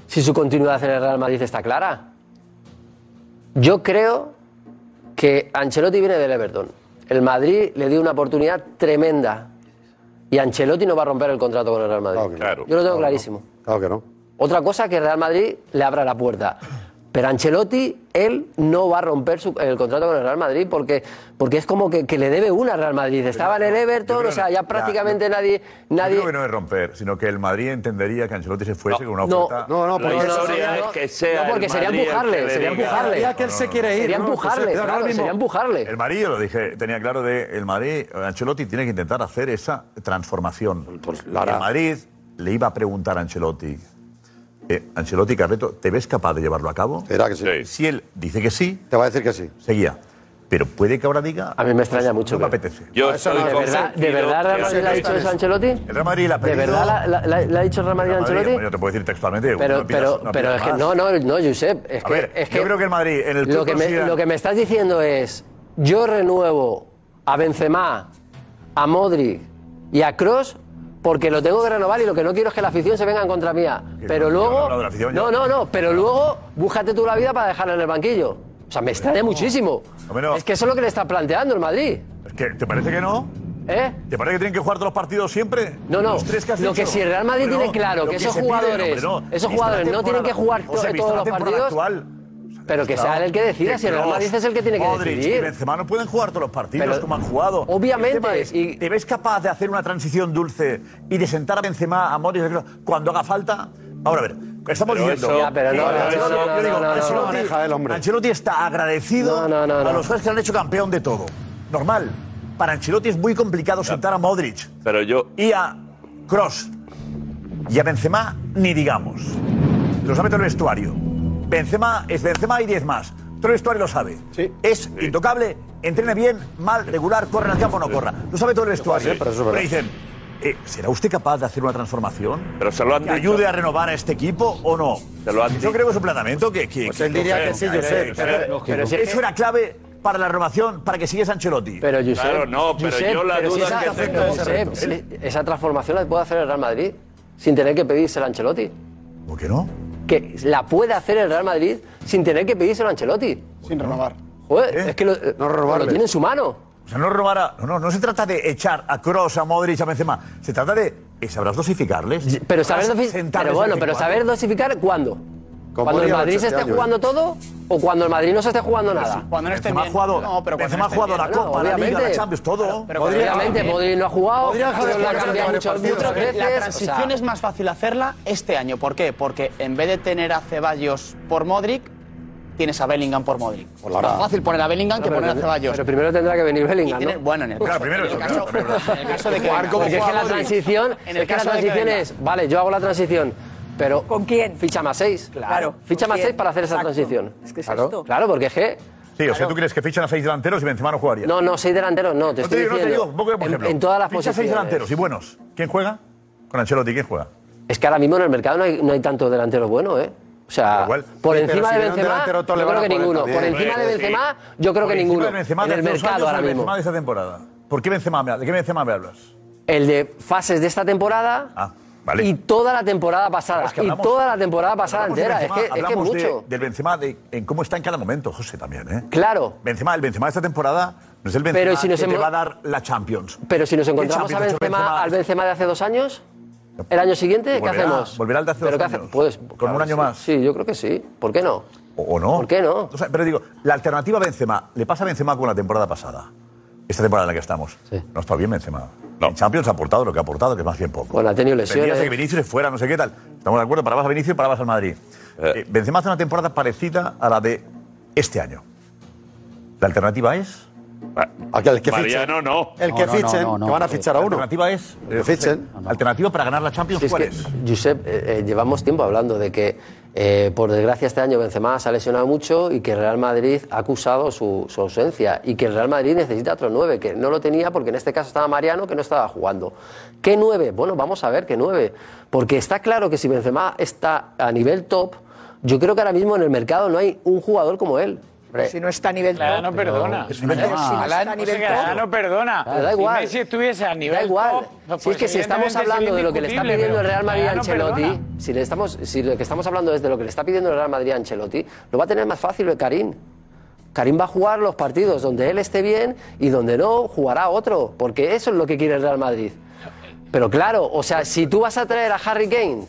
[SPEAKER 11] si su continuidad en el Real Madrid está clara. Yo creo que Ancelotti viene del Everton. El Madrid le dio una oportunidad tremenda. Y Ancelotti no va a romper el contrato con el Real Madrid. Yo lo tengo clarísimo.
[SPEAKER 6] Claro que no.
[SPEAKER 11] Otra cosa que Real Madrid le abra la puerta. Pero Ancelotti, él no va a romper su- el contrato con el Real Madrid porque, porque es como que, que le debe una al Real Madrid. Estaba en el Everton, o sea, ya prácticamente nadie... nadie...
[SPEAKER 3] Yo creo que no es romper, sino que el Madrid entendería que Ancelotti se fuese con una
[SPEAKER 11] no,
[SPEAKER 3] oferta.
[SPEAKER 11] no, no,
[SPEAKER 3] La
[SPEAKER 11] porque- no,
[SPEAKER 3] historia
[SPEAKER 11] no,
[SPEAKER 3] es
[SPEAKER 11] no,
[SPEAKER 3] que sea
[SPEAKER 11] no, porque
[SPEAKER 3] el
[SPEAKER 11] sería
[SPEAKER 3] Madrid el que
[SPEAKER 11] empujarle,
[SPEAKER 3] le
[SPEAKER 11] sería
[SPEAKER 3] diga-
[SPEAKER 11] empujarle. Ya que él se quiere ir, Sería ¿no? empujarle, Entonces, claro, ahora mismo- sería empujarle.
[SPEAKER 3] El Madrid, yo lo dije, tenía claro de el Madrid, Ancelotti tiene que intentar hacer esa transformación.
[SPEAKER 6] hará.
[SPEAKER 3] el Madrid le iba a preguntar a Ancelotti, eh, Ancelotti Carreto, ¿te ves capaz de llevarlo a cabo?
[SPEAKER 6] ¿Será que sí?
[SPEAKER 3] Si él dice que sí,
[SPEAKER 6] te va a decir que sí.
[SPEAKER 3] Seguía. Pero puede que ahora diga. A mí
[SPEAKER 11] me extraña mucho.
[SPEAKER 3] No me apetece.
[SPEAKER 11] Yo Eso estoy no. ¿De verdad- de verdad Real Madrid le ha dicho eso a Ancelotti?
[SPEAKER 3] El Real Madrid le ha
[SPEAKER 11] ¿De verdad la- la- la- le ha dicho el Real Madrid a Ancelotti?
[SPEAKER 3] Yo te puedo decir textualmente.
[SPEAKER 11] Pero,
[SPEAKER 3] no pidas-
[SPEAKER 11] pero,
[SPEAKER 3] no
[SPEAKER 11] pero es
[SPEAKER 3] pidas
[SPEAKER 11] que
[SPEAKER 3] más.
[SPEAKER 11] no, no, no, Josep. Es
[SPEAKER 3] A
[SPEAKER 11] que,
[SPEAKER 3] ver,
[SPEAKER 11] es
[SPEAKER 3] yo creo que el Madrid en el
[SPEAKER 11] lo
[SPEAKER 3] club
[SPEAKER 11] que, me,
[SPEAKER 3] considera-
[SPEAKER 11] lo que me estás diciendo es: yo renuevo a Benzema, a Modric y a Cross porque lo tengo que renovar y lo que no quiero es que la afición se venga en contra mía. Pero
[SPEAKER 3] no, yo no he
[SPEAKER 11] luego.
[SPEAKER 3] hablado de la afición,
[SPEAKER 11] No,
[SPEAKER 3] yo-
[SPEAKER 11] no, no, pero luego búscate tú la vida para dejarlo en el banquillo. O sea, me extraña muchísimo. Es que eso es lo que le está planteando el Madrid.
[SPEAKER 3] Es que, ¿Te parece que no?
[SPEAKER 11] ¿Eh?
[SPEAKER 3] ¿Te parece que tienen que jugar todos los partidos siempre?
[SPEAKER 11] No, no.
[SPEAKER 3] Los tres que has
[SPEAKER 11] lo
[SPEAKER 3] dicho.
[SPEAKER 11] que si el Real Madrid
[SPEAKER 3] Hombre,
[SPEAKER 11] tiene
[SPEAKER 3] no,
[SPEAKER 11] claro
[SPEAKER 3] lo
[SPEAKER 11] que esos
[SPEAKER 3] se pide,
[SPEAKER 11] jugadores,
[SPEAKER 3] hombre, no.
[SPEAKER 11] esos
[SPEAKER 3] Vista
[SPEAKER 11] jugadores
[SPEAKER 3] la
[SPEAKER 11] no tienen que jugar
[SPEAKER 3] temporada- José,
[SPEAKER 11] to-
[SPEAKER 3] vista
[SPEAKER 11] todos
[SPEAKER 3] la
[SPEAKER 11] los
[SPEAKER 3] temporada
[SPEAKER 11] partidos.
[SPEAKER 3] actual.
[SPEAKER 11] Pero que sea él el que decida, si el Real Madrid es el que tiene que
[SPEAKER 3] Modric Y
[SPEAKER 11] decidir.
[SPEAKER 3] Benzema no pueden jugar todos los partidos
[SPEAKER 11] Pero-
[SPEAKER 3] como han jugado.
[SPEAKER 11] Obviamente,
[SPEAKER 3] El tema es, ¿Te ves capaz de hacer una transición dulce y de sentar a Benzema, a Modric, cuando haga falta? Ahora, a ver, estamos
[SPEAKER 11] Pero
[SPEAKER 3] diciendo...
[SPEAKER 11] eso- Ya, pero no,
[SPEAKER 3] Ancelotti-
[SPEAKER 11] no, no, no,
[SPEAKER 3] yo digo,
[SPEAKER 11] no, no, no.
[SPEAKER 3] Ancelotti-
[SPEAKER 11] Maneja el hombre.
[SPEAKER 3] Ancelotti está agradecido
[SPEAKER 11] No, no, no,
[SPEAKER 3] a
[SPEAKER 11] no.
[SPEAKER 3] los jugadores que lo han hecho campeón de todo. Normal. Para Ancelotti es muy complicado sentar a Modric
[SPEAKER 12] Pero yo.
[SPEAKER 3] y a Cross y a Benzema ni digamos. Lo sabe todo el vestuario. Benzema es Benzema y 10 más. Todo el vestuario lo sabe. Es intocable, entrene bien, mal, regular, corre al campo o no corra. Lo sabe todo el vestuario.
[SPEAKER 12] Sí, pero eso es
[SPEAKER 3] Le
[SPEAKER 12] verdad.
[SPEAKER 3] dicen, eh, ¿será usted capaz de hacer una transformación?
[SPEAKER 12] Pero se lo han
[SPEAKER 3] ¿Que
[SPEAKER 12] dicho.
[SPEAKER 3] ayude a renovar a este equipo o no? Yo creo que es un planteamiento que... que,
[SPEAKER 12] Pues él diría que sí, yo sé.
[SPEAKER 3] Pero,
[SPEAKER 12] eh, Pero si-
[SPEAKER 3] eso era clave para la renovación, para que siguiese Ancelotti.
[SPEAKER 11] Pero Josep,
[SPEAKER 12] Claro, no, pero
[SPEAKER 11] Josep,
[SPEAKER 12] yo la
[SPEAKER 11] pero si
[SPEAKER 12] duda
[SPEAKER 11] esa, ¿Eh?
[SPEAKER 12] que tengo-
[SPEAKER 11] Josep,
[SPEAKER 12] Correcto.
[SPEAKER 11] si esa transformación la puede hacer el Real Madrid sin tener que pedírsela a Ancelotti.
[SPEAKER 3] ¿Por qué no?
[SPEAKER 11] Que la puede hacer el Real Madrid sin tener que pedírsela a Ancelotti.
[SPEAKER 10] Sin renovar.
[SPEAKER 11] Joder, es que lo, eh,
[SPEAKER 3] renovarle.
[SPEAKER 11] lo tiene en su mano.
[SPEAKER 3] ¿Eh? O sea, no robar a- No, no, no se trata de echar a Kroos, a Modric, a Benzema. Se trata de... eh, ¿Sabrás dosificarles?
[SPEAKER 11] Pero saber,
[SPEAKER 3] ¿Sabrás
[SPEAKER 11] dosi-
[SPEAKER 3] sentarles
[SPEAKER 11] pero
[SPEAKER 3] de
[SPEAKER 11] bueno,
[SPEAKER 3] vez en ¿eh?
[SPEAKER 11] pero
[SPEAKER 3] cuando?
[SPEAKER 11] saber dosificar cuándo. Cuando el Madrid se esté jugando todo o cuando el Madrid no se esté jugando nada.
[SPEAKER 10] Cuando no esté
[SPEAKER 11] Benzema
[SPEAKER 10] bien.
[SPEAKER 11] ha jugado-
[SPEAKER 10] no, pero cuando
[SPEAKER 11] Benzema
[SPEAKER 10] no
[SPEAKER 11] ha jugado
[SPEAKER 10] esté
[SPEAKER 11] la
[SPEAKER 10] bien.
[SPEAKER 11] Copa, la Liga, la Champions, todo. Podría- obviamente, Modric no ha jugado,
[SPEAKER 10] Podría
[SPEAKER 11] pero
[SPEAKER 10] haber
[SPEAKER 11] lo ha
[SPEAKER 10] jugado
[SPEAKER 11] cambiado
[SPEAKER 10] varios
[SPEAKER 11] mucho-
[SPEAKER 10] partidos.
[SPEAKER 11] muchas
[SPEAKER 10] Yo creo que La
[SPEAKER 11] veces,
[SPEAKER 10] transición
[SPEAKER 11] o sea-
[SPEAKER 10] es más fácil hacerla este año. ¿Por qué? Porque en vez de tener a Ceballos por Modric, tienes a Bellingham por Modric.
[SPEAKER 11] Pues la
[SPEAKER 10] es más
[SPEAKER 11] verdad.
[SPEAKER 10] fácil poner a Bellingham
[SPEAKER 11] No,
[SPEAKER 10] que
[SPEAKER 11] pero
[SPEAKER 10] poner a
[SPEAKER 11] primero-
[SPEAKER 10] Ceballos.
[SPEAKER 11] pero primero tendrá que venir Bellingham,
[SPEAKER 10] Y tiene-
[SPEAKER 11] ¿no?
[SPEAKER 10] Bueno, en el caso,
[SPEAKER 11] Claro, primero
[SPEAKER 10] en el
[SPEAKER 11] eso,
[SPEAKER 10] caso-
[SPEAKER 11] claro, primero.
[SPEAKER 10] en el caso de que
[SPEAKER 11] Jugar
[SPEAKER 10] venga.
[SPEAKER 11] como Porque es que la
[SPEAKER 10] Modric.
[SPEAKER 11] transición,
[SPEAKER 10] En el
[SPEAKER 11] es que la
[SPEAKER 10] caso de que
[SPEAKER 11] transición
[SPEAKER 10] venga.
[SPEAKER 11] es, vale, yo hago la transición, pero ¿con quién? Ficha más seis. Claro. Ficha
[SPEAKER 19] ¿con
[SPEAKER 11] más
[SPEAKER 19] quién?
[SPEAKER 11] seis para hacer esa
[SPEAKER 19] Exacto.
[SPEAKER 11] transición.
[SPEAKER 19] Es que es
[SPEAKER 11] claro.
[SPEAKER 19] esto.
[SPEAKER 11] Claro, porque es que
[SPEAKER 3] Sí, o sea, ¿tú crees que fichan a seis delanteros y Benzema no jugaría?
[SPEAKER 11] no, no, seis delanteros no, te
[SPEAKER 3] No te
[SPEAKER 11] estoy
[SPEAKER 3] digo, no te
[SPEAKER 11] diciendo.
[SPEAKER 3] digo, porque, por
[SPEAKER 11] en-
[SPEAKER 3] ejemplo,
[SPEAKER 11] en, todas las
[SPEAKER 3] ficha
[SPEAKER 11] posiciones.
[SPEAKER 3] seis delanteros y buenos. ¿Quién juega? Con Ancelotti, ¿quién juega?
[SPEAKER 11] Es que ahora mismo en el mercado no hay, no hay tanto delantero bueno, ¿eh? O sea, por
[SPEAKER 3] Sí, pero
[SPEAKER 11] encima
[SPEAKER 3] si
[SPEAKER 11] de
[SPEAKER 3] viene un
[SPEAKER 11] Benzema,
[SPEAKER 3] delantero,
[SPEAKER 11] yo
[SPEAKER 3] todo le
[SPEAKER 11] creo
[SPEAKER 3] van a
[SPEAKER 11] que
[SPEAKER 3] poner
[SPEAKER 11] ninguno.
[SPEAKER 3] también.
[SPEAKER 11] Por encima de
[SPEAKER 3] Sí.
[SPEAKER 11] Benzema, yo creo
[SPEAKER 3] Por
[SPEAKER 11] que
[SPEAKER 3] encima
[SPEAKER 11] ninguno.
[SPEAKER 3] de Benzema
[SPEAKER 11] En
[SPEAKER 3] de
[SPEAKER 11] el
[SPEAKER 3] hace dos años,
[SPEAKER 11] mercado ahora
[SPEAKER 3] el
[SPEAKER 11] mismo.
[SPEAKER 3] Benzema de esta temporada. ¿Por qué Benzema me, ¿De qué Benzema me hablas?
[SPEAKER 11] El de fases de esta temporada y toda la temporada pasada.
[SPEAKER 3] Ah, que hablamos-
[SPEAKER 11] y toda la temporada pasada
[SPEAKER 3] Hablamos de
[SPEAKER 11] entera. Ah, Es
[SPEAKER 3] Benzema,
[SPEAKER 11] que, es que
[SPEAKER 3] hablamos de-
[SPEAKER 11] mucho.
[SPEAKER 3] del Benzema de, en cómo está en cada momento, José, también, ¿eh?
[SPEAKER 11] Claro.
[SPEAKER 3] Benzema, el Benzema de esta temporada no es el Benzema
[SPEAKER 11] Pero si nos
[SPEAKER 3] que te
[SPEAKER 11] hemos-
[SPEAKER 3] va a dar la Champions.
[SPEAKER 11] Pero si nos
[SPEAKER 3] ¿Qué
[SPEAKER 11] encontramos a
[SPEAKER 3] Champions ha hecho
[SPEAKER 11] Benzema, al Benzema de hace dos años, el año siguiente, ¿qué
[SPEAKER 3] Volverá,
[SPEAKER 11] hacemos?
[SPEAKER 3] Volverá al de hace
[SPEAKER 11] ¿Pero
[SPEAKER 3] dos
[SPEAKER 11] qué hace-
[SPEAKER 3] años.
[SPEAKER 11] puedes-
[SPEAKER 3] ¿Con
[SPEAKER 11] claro,
[SPEAKER 3] un año
[SPEAKER 11] sí.
[SPEAKER 3] más?
[SPEAKER 11] Sí, yo creo que sí. ¿Por qué no?
[SPEAKER 3] ¿O, o no?
[SPEAKER 11] ¿Por qué no?
[SPEAKER 3] O sea, pero digo, la alternativa a Benzema, ¿le pasa a Benzema con la temporada pasada? Esta temporada en la que estamos. No está bien Benzema. En Champions ha aportado lo que ha aportado, que es más bien poco.
[SPEAKER 11] Bueno, ha tenido lesiones.
[SPEAKER 3] Dependías de que Vinicius es fuera, no sé qué tal. Estamos de acuerdo, parabas a Vinicius y parabas al Madrid. Eh, Benzema hace una temporada parecida a la de este año. ¿La alternativa es?
[SPEAKER 6] Aquel Ah, que fichen. Mariano, no. El que No, no, no, fichen, no, no. eh, que van a fichar a uno.
[SPEAKER 3] ¿La alternativa es?
[SPEAKER 6] que fichen.
[SPEAKER 3] ¿Alternativa para ganar la Champions
[SPEAKER 11] Si es
[SPEAKER 3] cuál
[SPEAKER 11] que,
[SPEAKER 3] es?
[SPEAKER 11] Josep, eh, eh, llevamos tiempo hablando de que, eh, por desgracia, este año Benzema se ha lesionado mucho y que el Real Madrid ha acusado su, su ausencia y que el Real Madrid necesita otro 9, que no lo tenía porque en este caso estaba Mariano, que no estaba jugando. ¿Qué 9? Bueno, vamos a ver qué 9, porque está claro que si Benzema está a nivel top, yo creo que ahora mismo en el mercado no hay un jugador como él. Eh,
[SPEAKER 19] Si no está a nivel
[SPEAKER 11] Claro,
[SPEAKER 19] top.
[SPEAKER 11] no perdona.
[SPEAKER 19] Pero si no está a
[SPEAKER 11] Alan,
[SPEAKER 19] nivel
[SPEAKER 11] o sea,
[SPEAKER 19] top.
[SPEAKER 15] No perdona.
[SPEAKER 11] Pero da igual.
[SPEAKER 15] Si Messi estuviese a nivel
[SPEAKER 11] Da igual.
[SPEAKER 15] top, no,
[SPEAKER 11] si
[SPEAKER 15] pues
[SPEAKER 11] es que si estamos
[SPEAKER 15] evidentemente
[SPEAKER 11] hablando
[SPEAKER 15] sería
[SPEAKER 11] de lo que le está
[SPEAKER 15] indiscutible,
[SPEAKER 11] pidiendo el
[SPEAKER 15] pero
[SPEAKER 11] Real Madrid a
[SPEAKER 15] ya no
[SPEAKER 11] Ancelotti, pues
[SPEAKER 15] perdona.
[SPEAKER 11] si, le estamos, si lo que estamos hablando es de lo que le está pidiendo el Real Madrid a Ancelotti, lo va a tener más fácil el Karim. Karim va a jugar los partidos donde él esté bien y donde no, jugará otro, porque eso es lo que quiere el Real Madrid. Pero claro, o sea, si tú vas a traer a Harry Kane,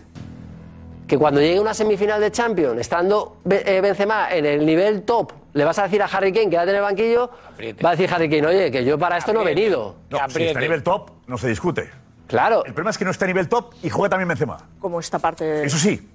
[SPEAKER 11] que cuando llegue una semifinal de Champions, estando Be- eh, Benzema en el nivel top, le vas a decir a Harry Kane que va a tener banquillo, va a decir Harry Kane, oye, que yo para esto no he venido.
[SPEAKER 3] No, si está a nivel top, no se discute.
[SPEAKER 11] Claro.
[SPEAKER 3] El problema es que no está a nivel top y juega también Benzema.
[SPEAKER 19] Como esta parte de...
[SPEAKER 3] Eso sí.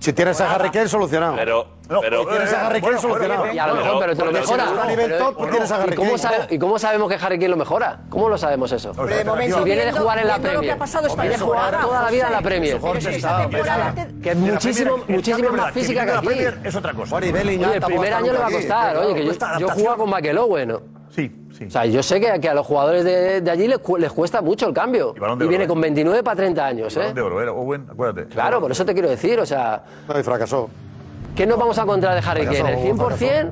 [SPEAKER 6] Si tienes a Harry Kane, solucionado.
[SPEAKER 12] Pero,
[SPEAKER 6] si tienes a Harry Kane, solucionado.
[SPEAKER 11] Y a lo mejor, pero te lo
[SPEAKER 6] Porque si
[SPEAKER 11] mejora.
[SPEAKER 6] no está a nivel
[SPEAKER 11] Pero-
[SPEAKER 6] top, pues tienes a Harry
[SPEAKER 11] ¿Y cómo,
[SPEAKER 6] Kane.
[SPEAKER 11] sabe- ¿Y cómo sabemos que Harry Kane lo mejora? ¿Cómo lo sabemos eso?
[SPEAKER 19] Hombre, de momento,
[SPEAKER 11] si viene de
[SPEAKER 19] viendo-
[SPEAKER 11] jugar en la
[SPEAKER 19] viendo lo que
[SPEAKER 11] Premier.
[SPEAKER 19] ha pasado esta
[SPEAKER 11] viene de jugar
[SPEAKER 19] temporada,
[SPEAKER 11] toda la vida en la
[SPEAKER 19] José.
[SPEAKER 11] Premier.
[SPEAKER 19] Pero es que esta temporada te-
[SPEAKER 11] Que es
[SPEAKER 3] De la
[SPEAKER 11] muchísimo,
[SPEAKER 3] Premier, el
[SPEAKER 11] muchísimo
[SPEAKER 3] cambio,
[SPEAKER 11] más
[SPEAKER 3] ¿verdad? Que
[SPEAKER 11] física que
[SPEAKER 3] viene de la
[SPEAKER 11] aquí.
[SPEAKER 3] Premier es otra cosa.
[SPEAKER 11] Oye, el primer año le va a costar. Oye, que yo,
[SPEAKER 3] Cuesta
[SPEAKER 11] yo
[SPEAKER 3] adaptación.
[SPEAKER 11] jugaba con McElrowen. ¿no?
[SPEAKER 3] Sí, sí.
[SPEAKER 11] O sea, yo sé que, que a los jugadores de, de allí les, cu- les cuesta mucho el cambio.
[SPEAKER 3] Balón
[SPEAKER 11] Y,
[SPEAKER 3] de Oro,
[SPEAKER 11] viene
[SPEAKER 3] ¿eh?
[SPEAKER 11] con 29 para 30 años, ¿eh?
[SPEAKER 3] Balón de oro, era Owen, acuérdate.
[SPEAKER 11] Claro, por eso te quiero decir, o sea...
[SPEAKER 6] fracasó.
[SPEAKER 11] ¿Qué nos vamos a encontrar de Harry
[SPEAKER 6] Fracasó,
[SPEAKER 11] Kane? ¿El 100%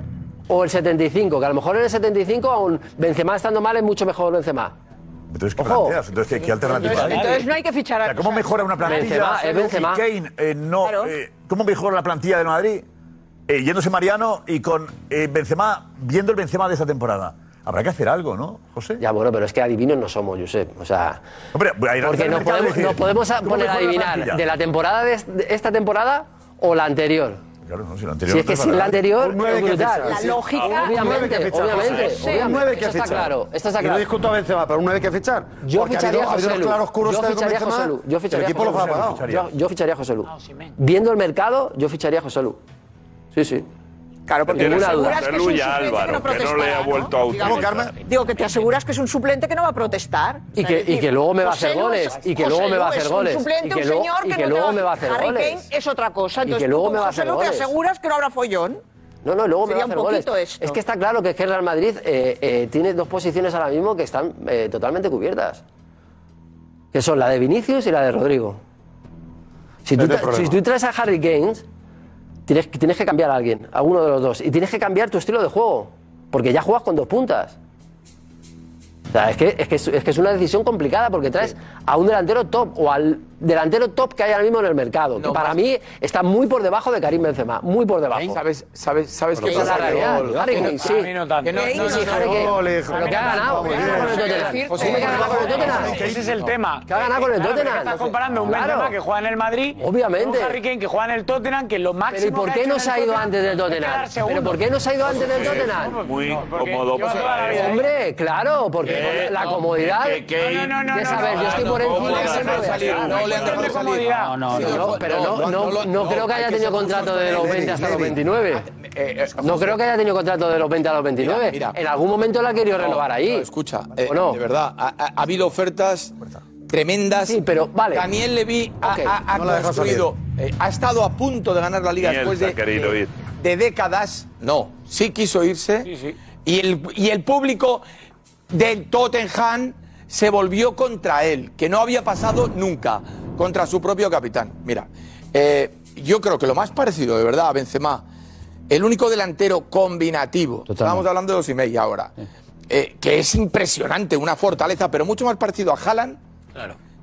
[SPEAKER 11] o el 75%? Que a lo mejor en el 75% aún Benzema estando mal es mucho mejor Benzema.
[SPEAKER 3] Entonces, ¿qué planteas? Entonces, ¿qué, qué alternativa hay?
[SPEAKER 19] Entonces no hay que fichar
[SPEAKER 3] O
[SPEAKER 19] a...
[SPEAKER 3] sea, ¿Cómo mejora una plantilla?
[SPEAKER 11] Benzema, es Benzema.
[SPEAKER 3] Kane, eh, no, eh, ¿Cómo mejora la plantilla de Madrid? Eh, yéndose Mariano y con eh, Benzema, viendo el Benzema de esta temporada. Habrá que hacer algo, ¿no, José?
[SPEAKER 11] Ya, bueno, pero es que adivinos no somos, Josep. O sea,
[SPEAKER 3] Hombre, hay
[SPEAKER 11] Porque nos podemos, nos podemos a-
[SPEAKER 3] ¿cómo
[SPEAKER 11] poner a
[SPEAKER 3] mejora la
[SPEAKER 11] adivinar
[SPEAKER 3] plantilla?
[SPEAKER 11] de la temporada de, de esta temporada o la anterior.
[SPEAKER 3] Claro, no, si la
[SPEAKER 11] Si es que sin la anterior, es brutal.
[SPEAKER 19] fichar, La sí. lógica,
[SPEAKER 11] obviamente,
[SPEAKER 19] un
[SPEAKER 6] nueve que fichar,
[SPEAKER 11] obviamente,
[SPEAKER 6] José.
[SPEAKER 11] obviamente.
[SPEAKER 6] Un nueve que
[SPEAKER 11] Esto está
[SPEAKER 6] fichar.
[SPEAKER 11] claro, esto está
[SPEAKER 6] Y no
[SPEAKER 11] claro.
[SPEAKER 6] discuto a Benzema, pero un 9 que fichar.
[SPEAKER 11] Yo
[SPEAKER 6] Porque ha habido-
[SPEAKER 11] ficharía a
[SPEAKER 6] ha habido
[SPEAKER 11] José
[SPEAKER 6] unos
[SPEAKER 11] Lu.
[SPEAKER 6] claroscuros
[SPEAKER 11] Yo
[SPEAKER 6] que ha habido con
[SPEAKER 11] ficharía a José
[SPEAKER 6] Benzema.
[SPEAKER 11] Lu. Yo
[SPEAKER 6] El
[SPEAKER 11] ficharía a
[SPEAKER 6] equipo lo
[SPEAKER 11] José
[SPEAKER 6] ha
[SPEAKER 11] Lu.
[SPEAKER 6] pagado.
[SPEAKER 11] Yo- Yo ficharía a José Lu. Viendo el mercado, yo ficharía a José Lu. Sí, sí.
[SPEAKER 19] Claro,
[SPEAKER 12] porque
[SPEAKER 11] ninguna
[SPEAKER 12] tienes a
[SPEAKER 11] duda.
[SPEAKER 12] José Lu y a Álvaro, que no le ha vuelto a
[SPEAKER 19] Digamos,
[SPEAKER 12] utilizar.
[SPEAKER 19] Digo que te aseguras que es un suplente que no va a protestar.
[SPEAKER 11] Y
[SPEAKER 19] O sea,
[SPEAKER 11] que-
[SPEAKER 19] es decir,
[SPEAKER 11] y que luego me va a hacer
[SPEAKER 19] Joselu
[SPEAKER 11] goles,
[SPEAKER 19] es-
[SPEAKER 11] y que luego me va a hacer
[SPEAKER 19] Joselu es
[SPEAKER 11] goles,
[SPEAKER 19] Un
[SPEAKER 11] y
[SPEAKER 19] suplente,
[SPEAKER 11] que
[SPEAKER 19] un
[SPEAKER 11] luego-
[SPEAKER 19] señor
[SPEAKER 11] y
[SPEAKER 19] que,
[SPEAKER 11] que
[SPEAKER 19] no te
[SPEAKER 11] luego
[SPEAKER 19] va-
[SPEAKER 11] me va a hacer
[SPEAKER 19] Harry
[SPEAKER 11] goles.
[SPEAKER 19] Kane es otra cosa.
[SPEAKER 11] Y
[SPEAKER 19] Entonces,
[SPEAKER 11] que luego
[SPEAKER 19] tú
[SPEAKER 11] me va a
[SPEAKER 19] con
[SPEAKER 11] hacer
[SPEAKER 19] Joselu te
[SPEAKER 11] goles.
[SPEAKER 19] aseguras que no habrá follón.
[SPEAKER 11] No, no, luego
[SPEAKER 19] Sería
[SPEAKER 11] Oh, me
[SPEAKER 19] un
[SPEAKER 11] va a hacer
[SPEAKER 19] poquito
[SPEAKER 11] goles.
[SPEAKER 19] esto.
[SPEAKER 11] Es que está claro que es que el Real Madrid eh, eh, tiene dos posiciones ahora mismo que están eh, totalmente cubiertas. Que son la de Vinicius y la de Rodrigo. Si tú,
[SPEAKER 6] No hay
[SPEAKER 11] tra-
[SPEAKER 6] problema.
[SPEAKER 11] si tú traes a Harry Kane, tienes, que- tienes que cambiar a alguien, a uno de los dos. Y tienes que cambiar tu estilo de juego. Porque ya juegas con dos puntas. O sea, es que es, que es, es que es una decisión complicada porque traes a un delantero top o al delantero top que hay ahora mismo en el mercado. que para mí está muy por debajo de Karim Benzema, muy por debajo.
[SPEAKER 13] ¿Sabes, sabes, sabes
[SPEAKER 11] que es la realidad? Harry Kane, sí.
[SPEAKER 13] Que no tanto.
[SPEAKER 11] Que no- no, no, no, no, Pero que ha ganado, que ha ganado con el Tottenham.
[SPEAKER 15] Pues
[SPEAKER 11] ¿Cómo que ha ganado con el Tottenham?
[SPEAKER 15] Ese es el tema.
[SPEAKER 11] Que ha ganado con el
[SPEAKER 15] Claro, pero
[SPEAKER 11] Tottenham.
[SPEAKER 15] Estás
[SPEAKER 11] Entonces,
[SPEAKER 15] comparando un
[SPEAKER 11] claro.
[SPEAKER 15] Benzema que juega en el Madrid,
[SPEAKER 11] Obviamente.
[SPEAKER 15] un Harry Kane que juega en el Tottenham, que lo máximo.
[SPEAKER 11] Pero ¿y por
[SPEAKER 15] que
[SPEAKER 11] qué
[SPEAKER 15] hecho
[SPEAKER 11] no
[SPEAKER 15] en
[SPEAKER 11] se
[SPEAKER 15] el
[SPEAKER 11] ha ido
[SPEAKER 15] Tottenham
[SPEAKER 11] antes del
[SPEAKER 15] es quedar
[SPEAKER 11] Tottenham?
[SPEAKER 15] segundo.
[SPEAKER 11] ¿Pero por qué no se ha ido antes del
[SPEAKER 12] Porque es
[SPEAKER 11] Tottenham?
[SPEAKER 12] Muy cómodo pues,
[SPEAKER 11] Yo
[SPEAKER 12] para
[SPEAKER 11] toda la
[SPEAKER 12] él.
[SPEAKER 11] vida, "Eh, Hombre, claro, porque
[SPEAKER 12] ¿Qué?
[SPEAKER 11] la comodidad
[SPEAKER 12] ¿Qué, qué, qué?
[SPEAKER 11] no, de saber, yo estoy por
[SPEAKER 12] No,
[SPEAKER 11] encima
[SPEAKER 12] no,
[SPEAKER 11] y siempre
[SPEAKER 12] no,
[SPEAKER 11] voy a
[SPEAKER 12] salir.
[SPEAKER 11] estar.
[SPEAKER 12] No le han dejado salir.
[SPEAKER 11] No, no,
[SPEAKER 12] Sí,
[SPEAKER 11] no,
[SPEAKER 12] no,
[SPEAKER 11] pero no,
[SPEAKER 12] no,
[SPEAKER 11] no,
[SPEAKER 12] no,
[SPEAKER 11] no creo que haya
[SPEAKER 12] hay que
[SPEAKER 11] tenido
[SPEAKER 12] ser
[SPEAKER 11] contrato
[SPEAKER 12] justo.
[SPEAKER 11] de los
[SPEAKER 12] Lady,
[SPEAKER 11] 20 hasta los
[SPEAKER 12] Lady.
[SPEAKER 11] 29.
[SPEAKER 13] Eh,
[SPEAKER 11] No creo que haya tenido contrato de los 20 a los 29.
[SPEAKER 13] mira.
[SPEAKER 11] En algún momento la ha querido
[SPEAKER 13] No,
[SPEAKER 11] renovar ahí.
[SPEAKER 13] no, escucha, eh, de verdad, ha, ha- ha habido ofertas tremendas. Sí, pero vale. Daniel Levy ha,
[SPEAKER 11] Ok.
[SPEAKER 13] ha- ha
[SPEAKER 11] No la dejó
[SPEAKER 13] construido, eh, ha estado a punto de ganar la liga
[SPEAKER 12] Ni él
[SPEAKER 13] después
[SPEAKER 12] se ha
[SPEAKER 13] de,
[SPEAKER 12] querido
[SPEAKER 13] de-
[SPEAKER 12] ir.
[SPEAKER 13] de décadas. No, sí quiso irse. Y, el, y el público del Tottenham se volvió contra él, que no había pasado nunca, contra su propio capitán. Mira, eh, yo creo que lo más parecido, de verdad, a Benzema, el único delantero combinativo, estábamos hablando de los y media ahora, eh, que es impresionante, una fortaleza, pero mucho más parecido a Haaland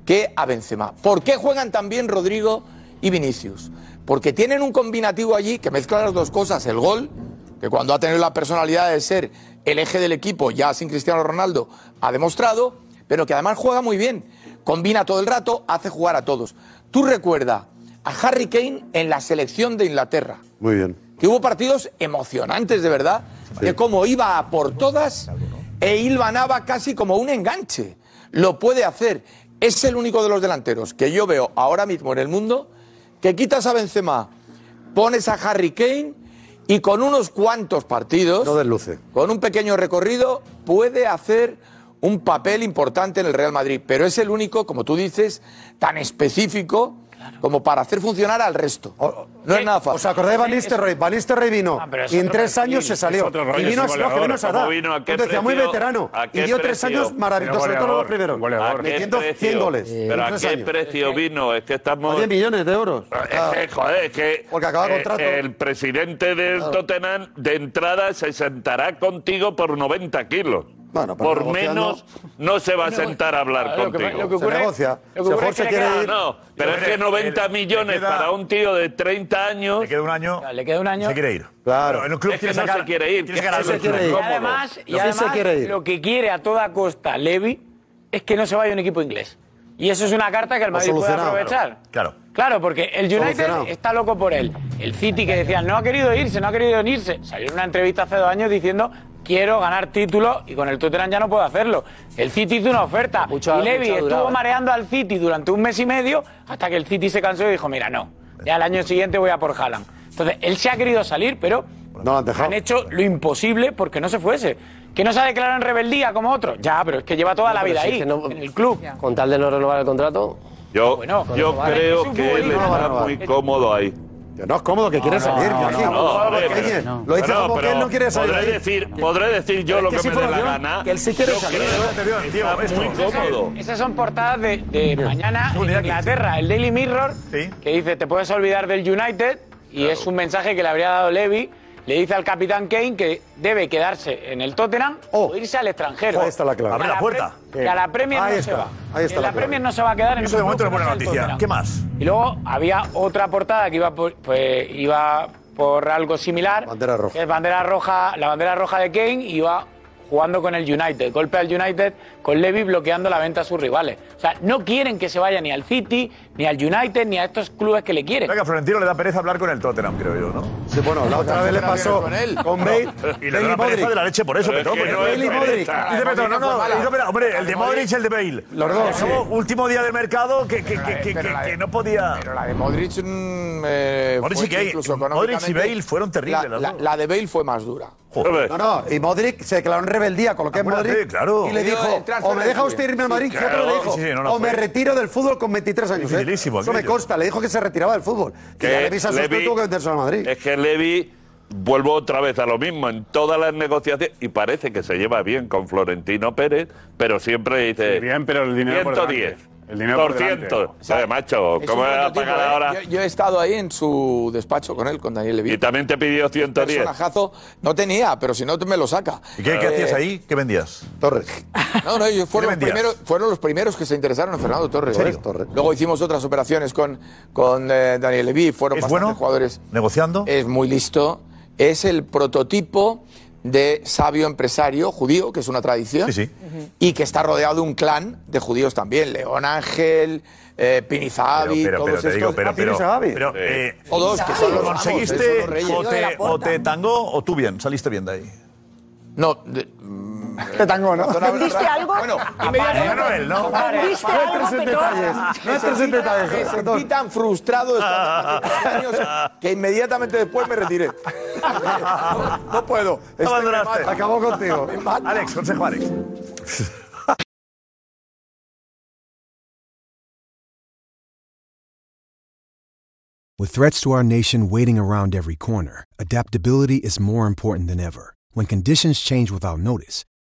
[SPEAKER 13] que a Benzema. ¿Por qué juegan también Rodrigo y Vinicius? Porque tienen un combinativo allí que mezcla las dos cosas, el gol, que cuando ha tenido la personalidad de ser el eje del equipo, ya sin Cristiano Ronaldo, ha demostrado, pero que además juega muy bien, combina todo el rato, hace jugar a todos. Tú recuerda a Harry Kane en la selección de Inglaterra
[SPEAKER 6] Muy bien.
[SPEAKER 13] que hubo partidos emocionantes de verdad, de cómo iba a por todas e hilvanaba casi como un enganche. Lo puede hacer. Es el único de los delanteros que yo veo ahora mismo en el mundo que quitas a Benzema, pones a Harry Kane y con unos cuantos partidos,
[SPEAKER 6] No desluce.
[SPEAKER 13] con un pequeño recorrido, puede hacer un papel importante en el Real Madrid. Pero es el único, como tú dices, tan específico como para hacer funcionar al resto. No
[SPEAKER 6] eh,
[SPEAKER 13] es nada fácil.
[SPEAKER 6] ¿Os acordáis de Van Nistelrooy? Van Nistelrooy vino
[SPEAKER 13] Ah, es
[SPEAKER 6] y en
[SPEAKER 13] otro
[SPEAKER 6] tres
[SPEAKER 13] perfil,
[SPEAKER 6] años se
[SPEAKER 13] es
[SPEAKER 6] salió.
[SPEAKER 13] otro rollo,
[SPEAKER 6] Y vino a
[SPEAKER 13] es un
[SPEAKER 6] lo que vino a
[SPEAKER 13] goleador.
[SPEAKER 6] Sadar.
[SPEAKER 13] ¿Cómo vino? ¿A qué
[SPEAKER 6] Entonces, ya muy
[SPEAKER 13] precio?
[SPEAKER 6] veterano.
[SPEAKER 12] ¿A
[SPEAKER 6] Y
[SPEAKER 12] qué
[SPEAKER 6] dio tres
[SPEAKER 12] precio?
[SPEAKER 6] años maravillosos, sobre todo los primeros.
[SPEAKER 12] Goleador.
[SPEAKER 6] Metiendo
[SPEAKER 12] ¿A qué
[SPEAKER 6] 100
[SPEAKER 12] precio?
[SPEAKER 6] goles. en
[SPEAKER 12] ¿Pero a
[SPEAKER 6] tres
[SPEAKER 12] qué
[SPEAKER 6] años.
[SPEAKER 12] precio vino? Es que estamos...
[SPEAKER 6] 10 millones de euros.
[SPEAKER 12] Es que, joder, es que
[SPEAKER 6] Porque acaba
[SPEAKER 12] eh,
[SPEAKER 6] contrato.
[SPEAKER 12] el presidente del
[SPEAKER 6] Claro.
[SPEAKER 12] Tottenham de entrada se sentará contigo por 90 kilos.
[SPEAKER 6] pero
[SPEAKER 12] por
[SPEAKER 6] negociando-
[SPEAKER 12] menos no se va a sentar a hablar
[SPEAKER 6] Claro, lo que-
[SPEAKER 12] contigo.
[SPEAKER 6] lo que ocurre Se negocia. es- lo que Si ocurre Jorge es que le quiere queda- ir-
[SPEAKER 12] No, pero es que 90 millones para un tío de 30 años. Le
[SPEAKER 3] queda un año.
[SPEAKER 12] Le queda un año.
[SPEAKER 3] Se quiere ir.
[SPEAKER 6] Claro.
[SPEAKER 3] Pero en el club
[SPEAKER 12] Es que
[SPEAKER 3] quiere
[SPEAKER 12] no
[SPEAKER 3] sacar-
[SPEAKER 12] se quiere ir.
[SPEAKER 3] Quiere
[SPEAKER 12] que
[SPEAKER 3] ganar
[SPEAKER 12] no se
[SPEAKER 3] el
[SPEAKER 12] quiere
[SPEAKER 3] club.
[SPEAKER 12] ir.
[SPEAKER 15] Y además, y
[SPEAKER 12] Lo que se
[SPEAKER 15] además,
[SPEAKER 12] quiere ir.
[SPEAKER 15] lo que quiere a toda costa Levy es que no se vaya un equipo inglés. Y eso es una carta que el
[SPEAKER 3] O
[SPEAKER 15] Madrid puede
[SPEAKER 3] solucionado.
[SPEAKER 15] aprovechar.
[SPEAKER 3] Claro.
[SPEAKER 15] Claro, porque el
[SPEAKER 3] Solucionado.
[SPEAKER 15] United está loco por él. El City que decían, no ha querido irse, no ha querido unirse. Salió en una entrevista hace dos años diciendo, quiero ganar título y con el Tottenham ya no puedo hacerlo. El City hizo una oferta y Levy
[SPEAKER 13] mucho ha
[SPEAKER 15] estuvo
[SPEAKER 13] durado, ¿eh?
[SPEAKER 15] mareando al City durante un mes y medio hasta que el City se cansó y dijo, mira, no, ya el año siguiente voy a por Haaland. Entonces, él se ha querido salir, pero
[SPEAKER 6] han,
[SPEAKER 15] hecho lo imposible porque no se fuese. Que no se ha declarado en rebeldía como otro. Ya, pero es que lleva toda
[SPEAKER 11] No,
[SPEAKER 15] la
[SPEAKER 11] pero
[SPEAKER 15] vida
[SPEAKER 11] si es
[SPEAKER 15] ahí,
[SPEAKER 11] que no-
[SPEAKER 15] en el club.
[SPEAKER 11] Con tal de no renovar el contrato.
[SPEAKER 12] Yo,
[SPEAKER 11] Bueno,
[SPEAKER 12] yo
[SPEAKER 11] vale,
[SPEAKER 12] creo
[SPEAKER 11] es un
[SPEAKER 12] que él
[SPEAKER 11] futbolista. No lo va a
[SPEAKER 12] está
[SPEAKER 11] renovar.
[SPEAKER 12] muy cómodo ahí.
[SPEAKER 6] No es cómodo que quiere salir.
[SPEAKER 12] no,
[SPEAKER 6] Joaquín.
[SPEAKER 12] no, hombre,
[SPEAKER 6] Joaquín, ¿eh?
[SPEAKER 12] pero-
[SPEAKER 6] Lo dice
[SPEAKER 12] pero-
[SPEAKER 6] como que él no quiere salir.
[SPEAKER 12] Podré
[SPEAKER 6] ahí.
[SPEAKER 12] decir, podré decir yo
[SPEAKER 6] Es
[SPEAKER 12] lo
[SPEAKER 6] que
[SPEAKER 12] que,
[SPEAKER 6] es
[SPEAKER 12] me dé la
[SPEAKER 6] información
[SPEAKER 12] gana.
[SPEAKER 6] que él sí quiere
[SPEAKER 12] Yo
[SPEAKER 6] salir.
[SPEAKER 12] creo
[SPEAKER 6] Te veo,
[SPEAKER 12] que
[SPEAKER 6] tío,
[SPEAKER 12] está
[SPEAKER 6] esto.
[SPEAKER 12] muy cómodo.
[SPEAKER 15] Esas son portadas de, de mañana en Inglaterra, el Daily Mirror, que dice, te puedes olvidar del United, y es un mensaje que le habría dado Levy, le dice al capitán Kane que debe quedarse en el Tottenham o irse al extranjero.
[SPEAKER 6] Oh. Ahí está la clave.
[SPEAKER 15] Que
[SPEAKER 6] Abre la
[SPEAKER 15] pre-
[SPEAKER 6] puerta.
[SPEAKER 15] Que a la Premier
[SPEAKER 6] Ahí
[SPEAKER 15] no se
[SPEAKER 6] está,
[SPEAKER 15] va.
[SPEAKER 6] ahí
[SPEAKER 15] Que
[SPEAKER 6] está la
[SPEAKER 15] la
[SPEAKER 6] clave.
[SPEAKER 15] Premier no se va a quedar en
[SPEAKER 3] Eso de
[SPEAKER 15] un
[SPEAKER 3] momento
[SPEAKER 15] club
[SPEAKER 3] es buena
[SPEAKER 15] que no sea el
[SPEAKER 3] noticia.
[SPEAKER 15] Tottenham.
[SPEAKER 3] ¿Qué más?
[SPEAKER 15] Y luego había otra portada que iba por, pues, iba por algo similar.
[SPEAKER 6] Bandera roja.
[SPEAKER 15] que es bandera roja. La bandera roja de Kane iba jugando con el United. Golpe al United con Levy bloqueando la venta a sus rivales. O sea, no quieren que se vaya ni al City, ni al United, ni a estos clubes que le quieren.
[SPEAKER 3] Venga, Florentino le da pereza hablar con el Tottenham, creo yo, ¿no?
[SPEAKER 6] Sí, bueno, la otra vez le pasó con él. Con Bale. Bale
[SPEAKER 3] Y le da
[SPEAKER 6] y
[SPEAKER 3] la pereza
[SPEAKER 6] Modric.
[SPEAKER 3] de la leche por eso,
[SPEAKER 6] Pero
[SPEAKER 3] Petón.
[SPEAKER 6] es que
[SPEAKER 3] pero
[SPEAKER 6] no
[SPEAKER 3] no
[SPEAKER 6] es pereza.
[SPEAKER 3] Dice Petón, no,
[SPEAKER 6] La de
[SPEAKER 3] no,
[SPEAKER 6] Modric
[SPEAKER 3] dice Petón,
[SPEAKER 6] fue
[SPEAKER 3] hombre,
[SPEAKER 6] mala.
[SPEAKER 3] el de Modric y el de Bale.
[SPEAKER 13] Los dos,
[SPEAKER 3] Que acabó
[SPEAKER 13] sí.
[SPEAKER 3] Último día del mercado que, que, que, que, que- que no podía.
[SPEAKER 13] La de Modric. mm, eh,
[SPEAKER 3] Modric
[SPEAKER 13] fue
[SPEAKER 3] y Gay-
[SPEAKER 13] incluso
[SPEAKER 3] Modric
[SPEAKER 13] económicamente-
[SPEAKER 3] y Bale fueron terribles
[SPEAKER 13] La,
[SPEAKER 3] las
[SPEAKER 13] la-
[SPEAKER 3] dos.
[SPEAKER 13] la de Bale fue más dura.
[SPEAKER 6] No, no, y Modric se declaró en rebeldía con lo que es
[SPEAKER 13] Acuérdate,
[SPEAKER 6] Modric.
[SPEAKER 13] claro.
[SPEAKER 6] Y le dijo,
[SPEAKER 13] Pidió el transfer
[SPEAKER 6] o me
[SPEAKER 13] del
[SPEAKER 6] deja
[SPEAKER 13] Madrid.
[SPEAKER 6] usted irme a
[SPEAKER 13] Sí,
[SPEAKER 6] Madrid, que otro
[SPEAKER 13] claro.
[SPEAKER 6] le dijo,
[SPEAKER 13] Sí, sí, no, no
[SPEAKER 6] o me
[SPEAKER 13] fue.
[SPEAKER 6] retiro del fútbol con 23 años. ¿eh? Eso
[SPEAKER 12] Dificilísimo
[SPEAKER 6] me
[SPEAKER 12] aquello.
[SPEAKER 6] consta, le dijo que se retiraba del fútbol. Que
[SPEAKER 12] Que
[SPEAKER 6] ya le pisa susto y
[SPEAKER 12] Levy-
[SPEAKER 6] tuvo que venderse al Madrid.
[SPEAKER 12] Es que Levi, vuelvo otra vez a lo mismo, en todas las negociaciones, y parece que se lleva bien con Florentino Pérez, pero siempre dice...
[SPEAKER 18] Bien, pero el dinero por
[SPEAKER 12] 110.
[SPEAKER 18] delante. El dinero por delante.
[SPEAKER 12] 200. Joder, macho,
[SPEAKER 13] Es un
[SPEAKER 12] ¿cómo me va a
[SPEAKER 13] buen tipo,
[SPEAKER 12] pagar
[SPEAKER 13] ¿eh?
[SPEAKER 12] ahora?
[SPEAKER 13] Yo, yo he estado ahí en su despacho con él, con Daniel Levy.
[SPEAKER 12] Y también te pidió 110.
[SPEAKER 13] Personajazo no tenía, pero si no te- me lo saca.
[SPEAKER 3] ¿Y qué, qué
[SPEAKER 13] Eh,
[SPEAKER 3] hacías ahí? ¿Qué vendías?
[SPEAKER 13] Torres. (laughs) No, no, ellos fueron, los
[SPEAKER 3] vendías?
[SPEAKER 13] primeros, fueron los primeros que se interesaron en Fernando Torres.
[SPEAKER 3] ¿En serio?
[SPEAKER 13] Torres. Luego hicimos otras operaciones con, con eh, Daniel Levy, fueron
[SPEAKER 3] ¿Es
[SPEAKER 13] bastantes
[SPEAKER 3] bueno?
[SPEAKER 13] jugadores.
[SPEAKER 3] ¿Negociando?
[SPEAKER 13] Es muy listo. Es el prototipo de sabio empresario judío, que es una tradición, y que está rodeado de un clan de judíos también. León Ángel, eh, Pinizabi,
[SPEAKER 3] Pero, pero, pero,
[SPEAKER 13] todos
[SPEAKER 3] te digo,
[SPEAKER 13] estos.
[SPEAKER 3] pero, pero, pero, eh,
[SPEAKER 13] Todos, que son los amos,
[SPEAKER 3] ¿Conseguiste
[SPEAKER 13] son los reyes.
[SPEAKER 3] o te, o te tangó o tú bien? ¿Saliste bien de ahí?
[SPEAKER 13] No.
[SPEAKER 10] Este
[SPEAKER 3] te tangó, ¿no?
[SPEAKER 19] ¿Vendiste algo? Bueno,
[SPEAKER 3] inmediatamente- no él, ¿no?
[SPEAKER 19] ¿Vendiste algo, Petón?
[SPEAKER 13] Que sentí tan frustrado estando hace años que inmediatamente después me retiré. No, no puedo. Esto me
[SPEAKER 3] (laughs) Abandonaste.
[SPEAKER 13] mata.
[SPEAKER 3] Acabó contigo.
[SPEAKER 13] Me mata.
[SPEAKER 3] (laughs) Alex, consejo Alex.
[SPEAKER 20] With threats to our nation waiting around every corner, adaptability is more important than ever. When conditions change without notice,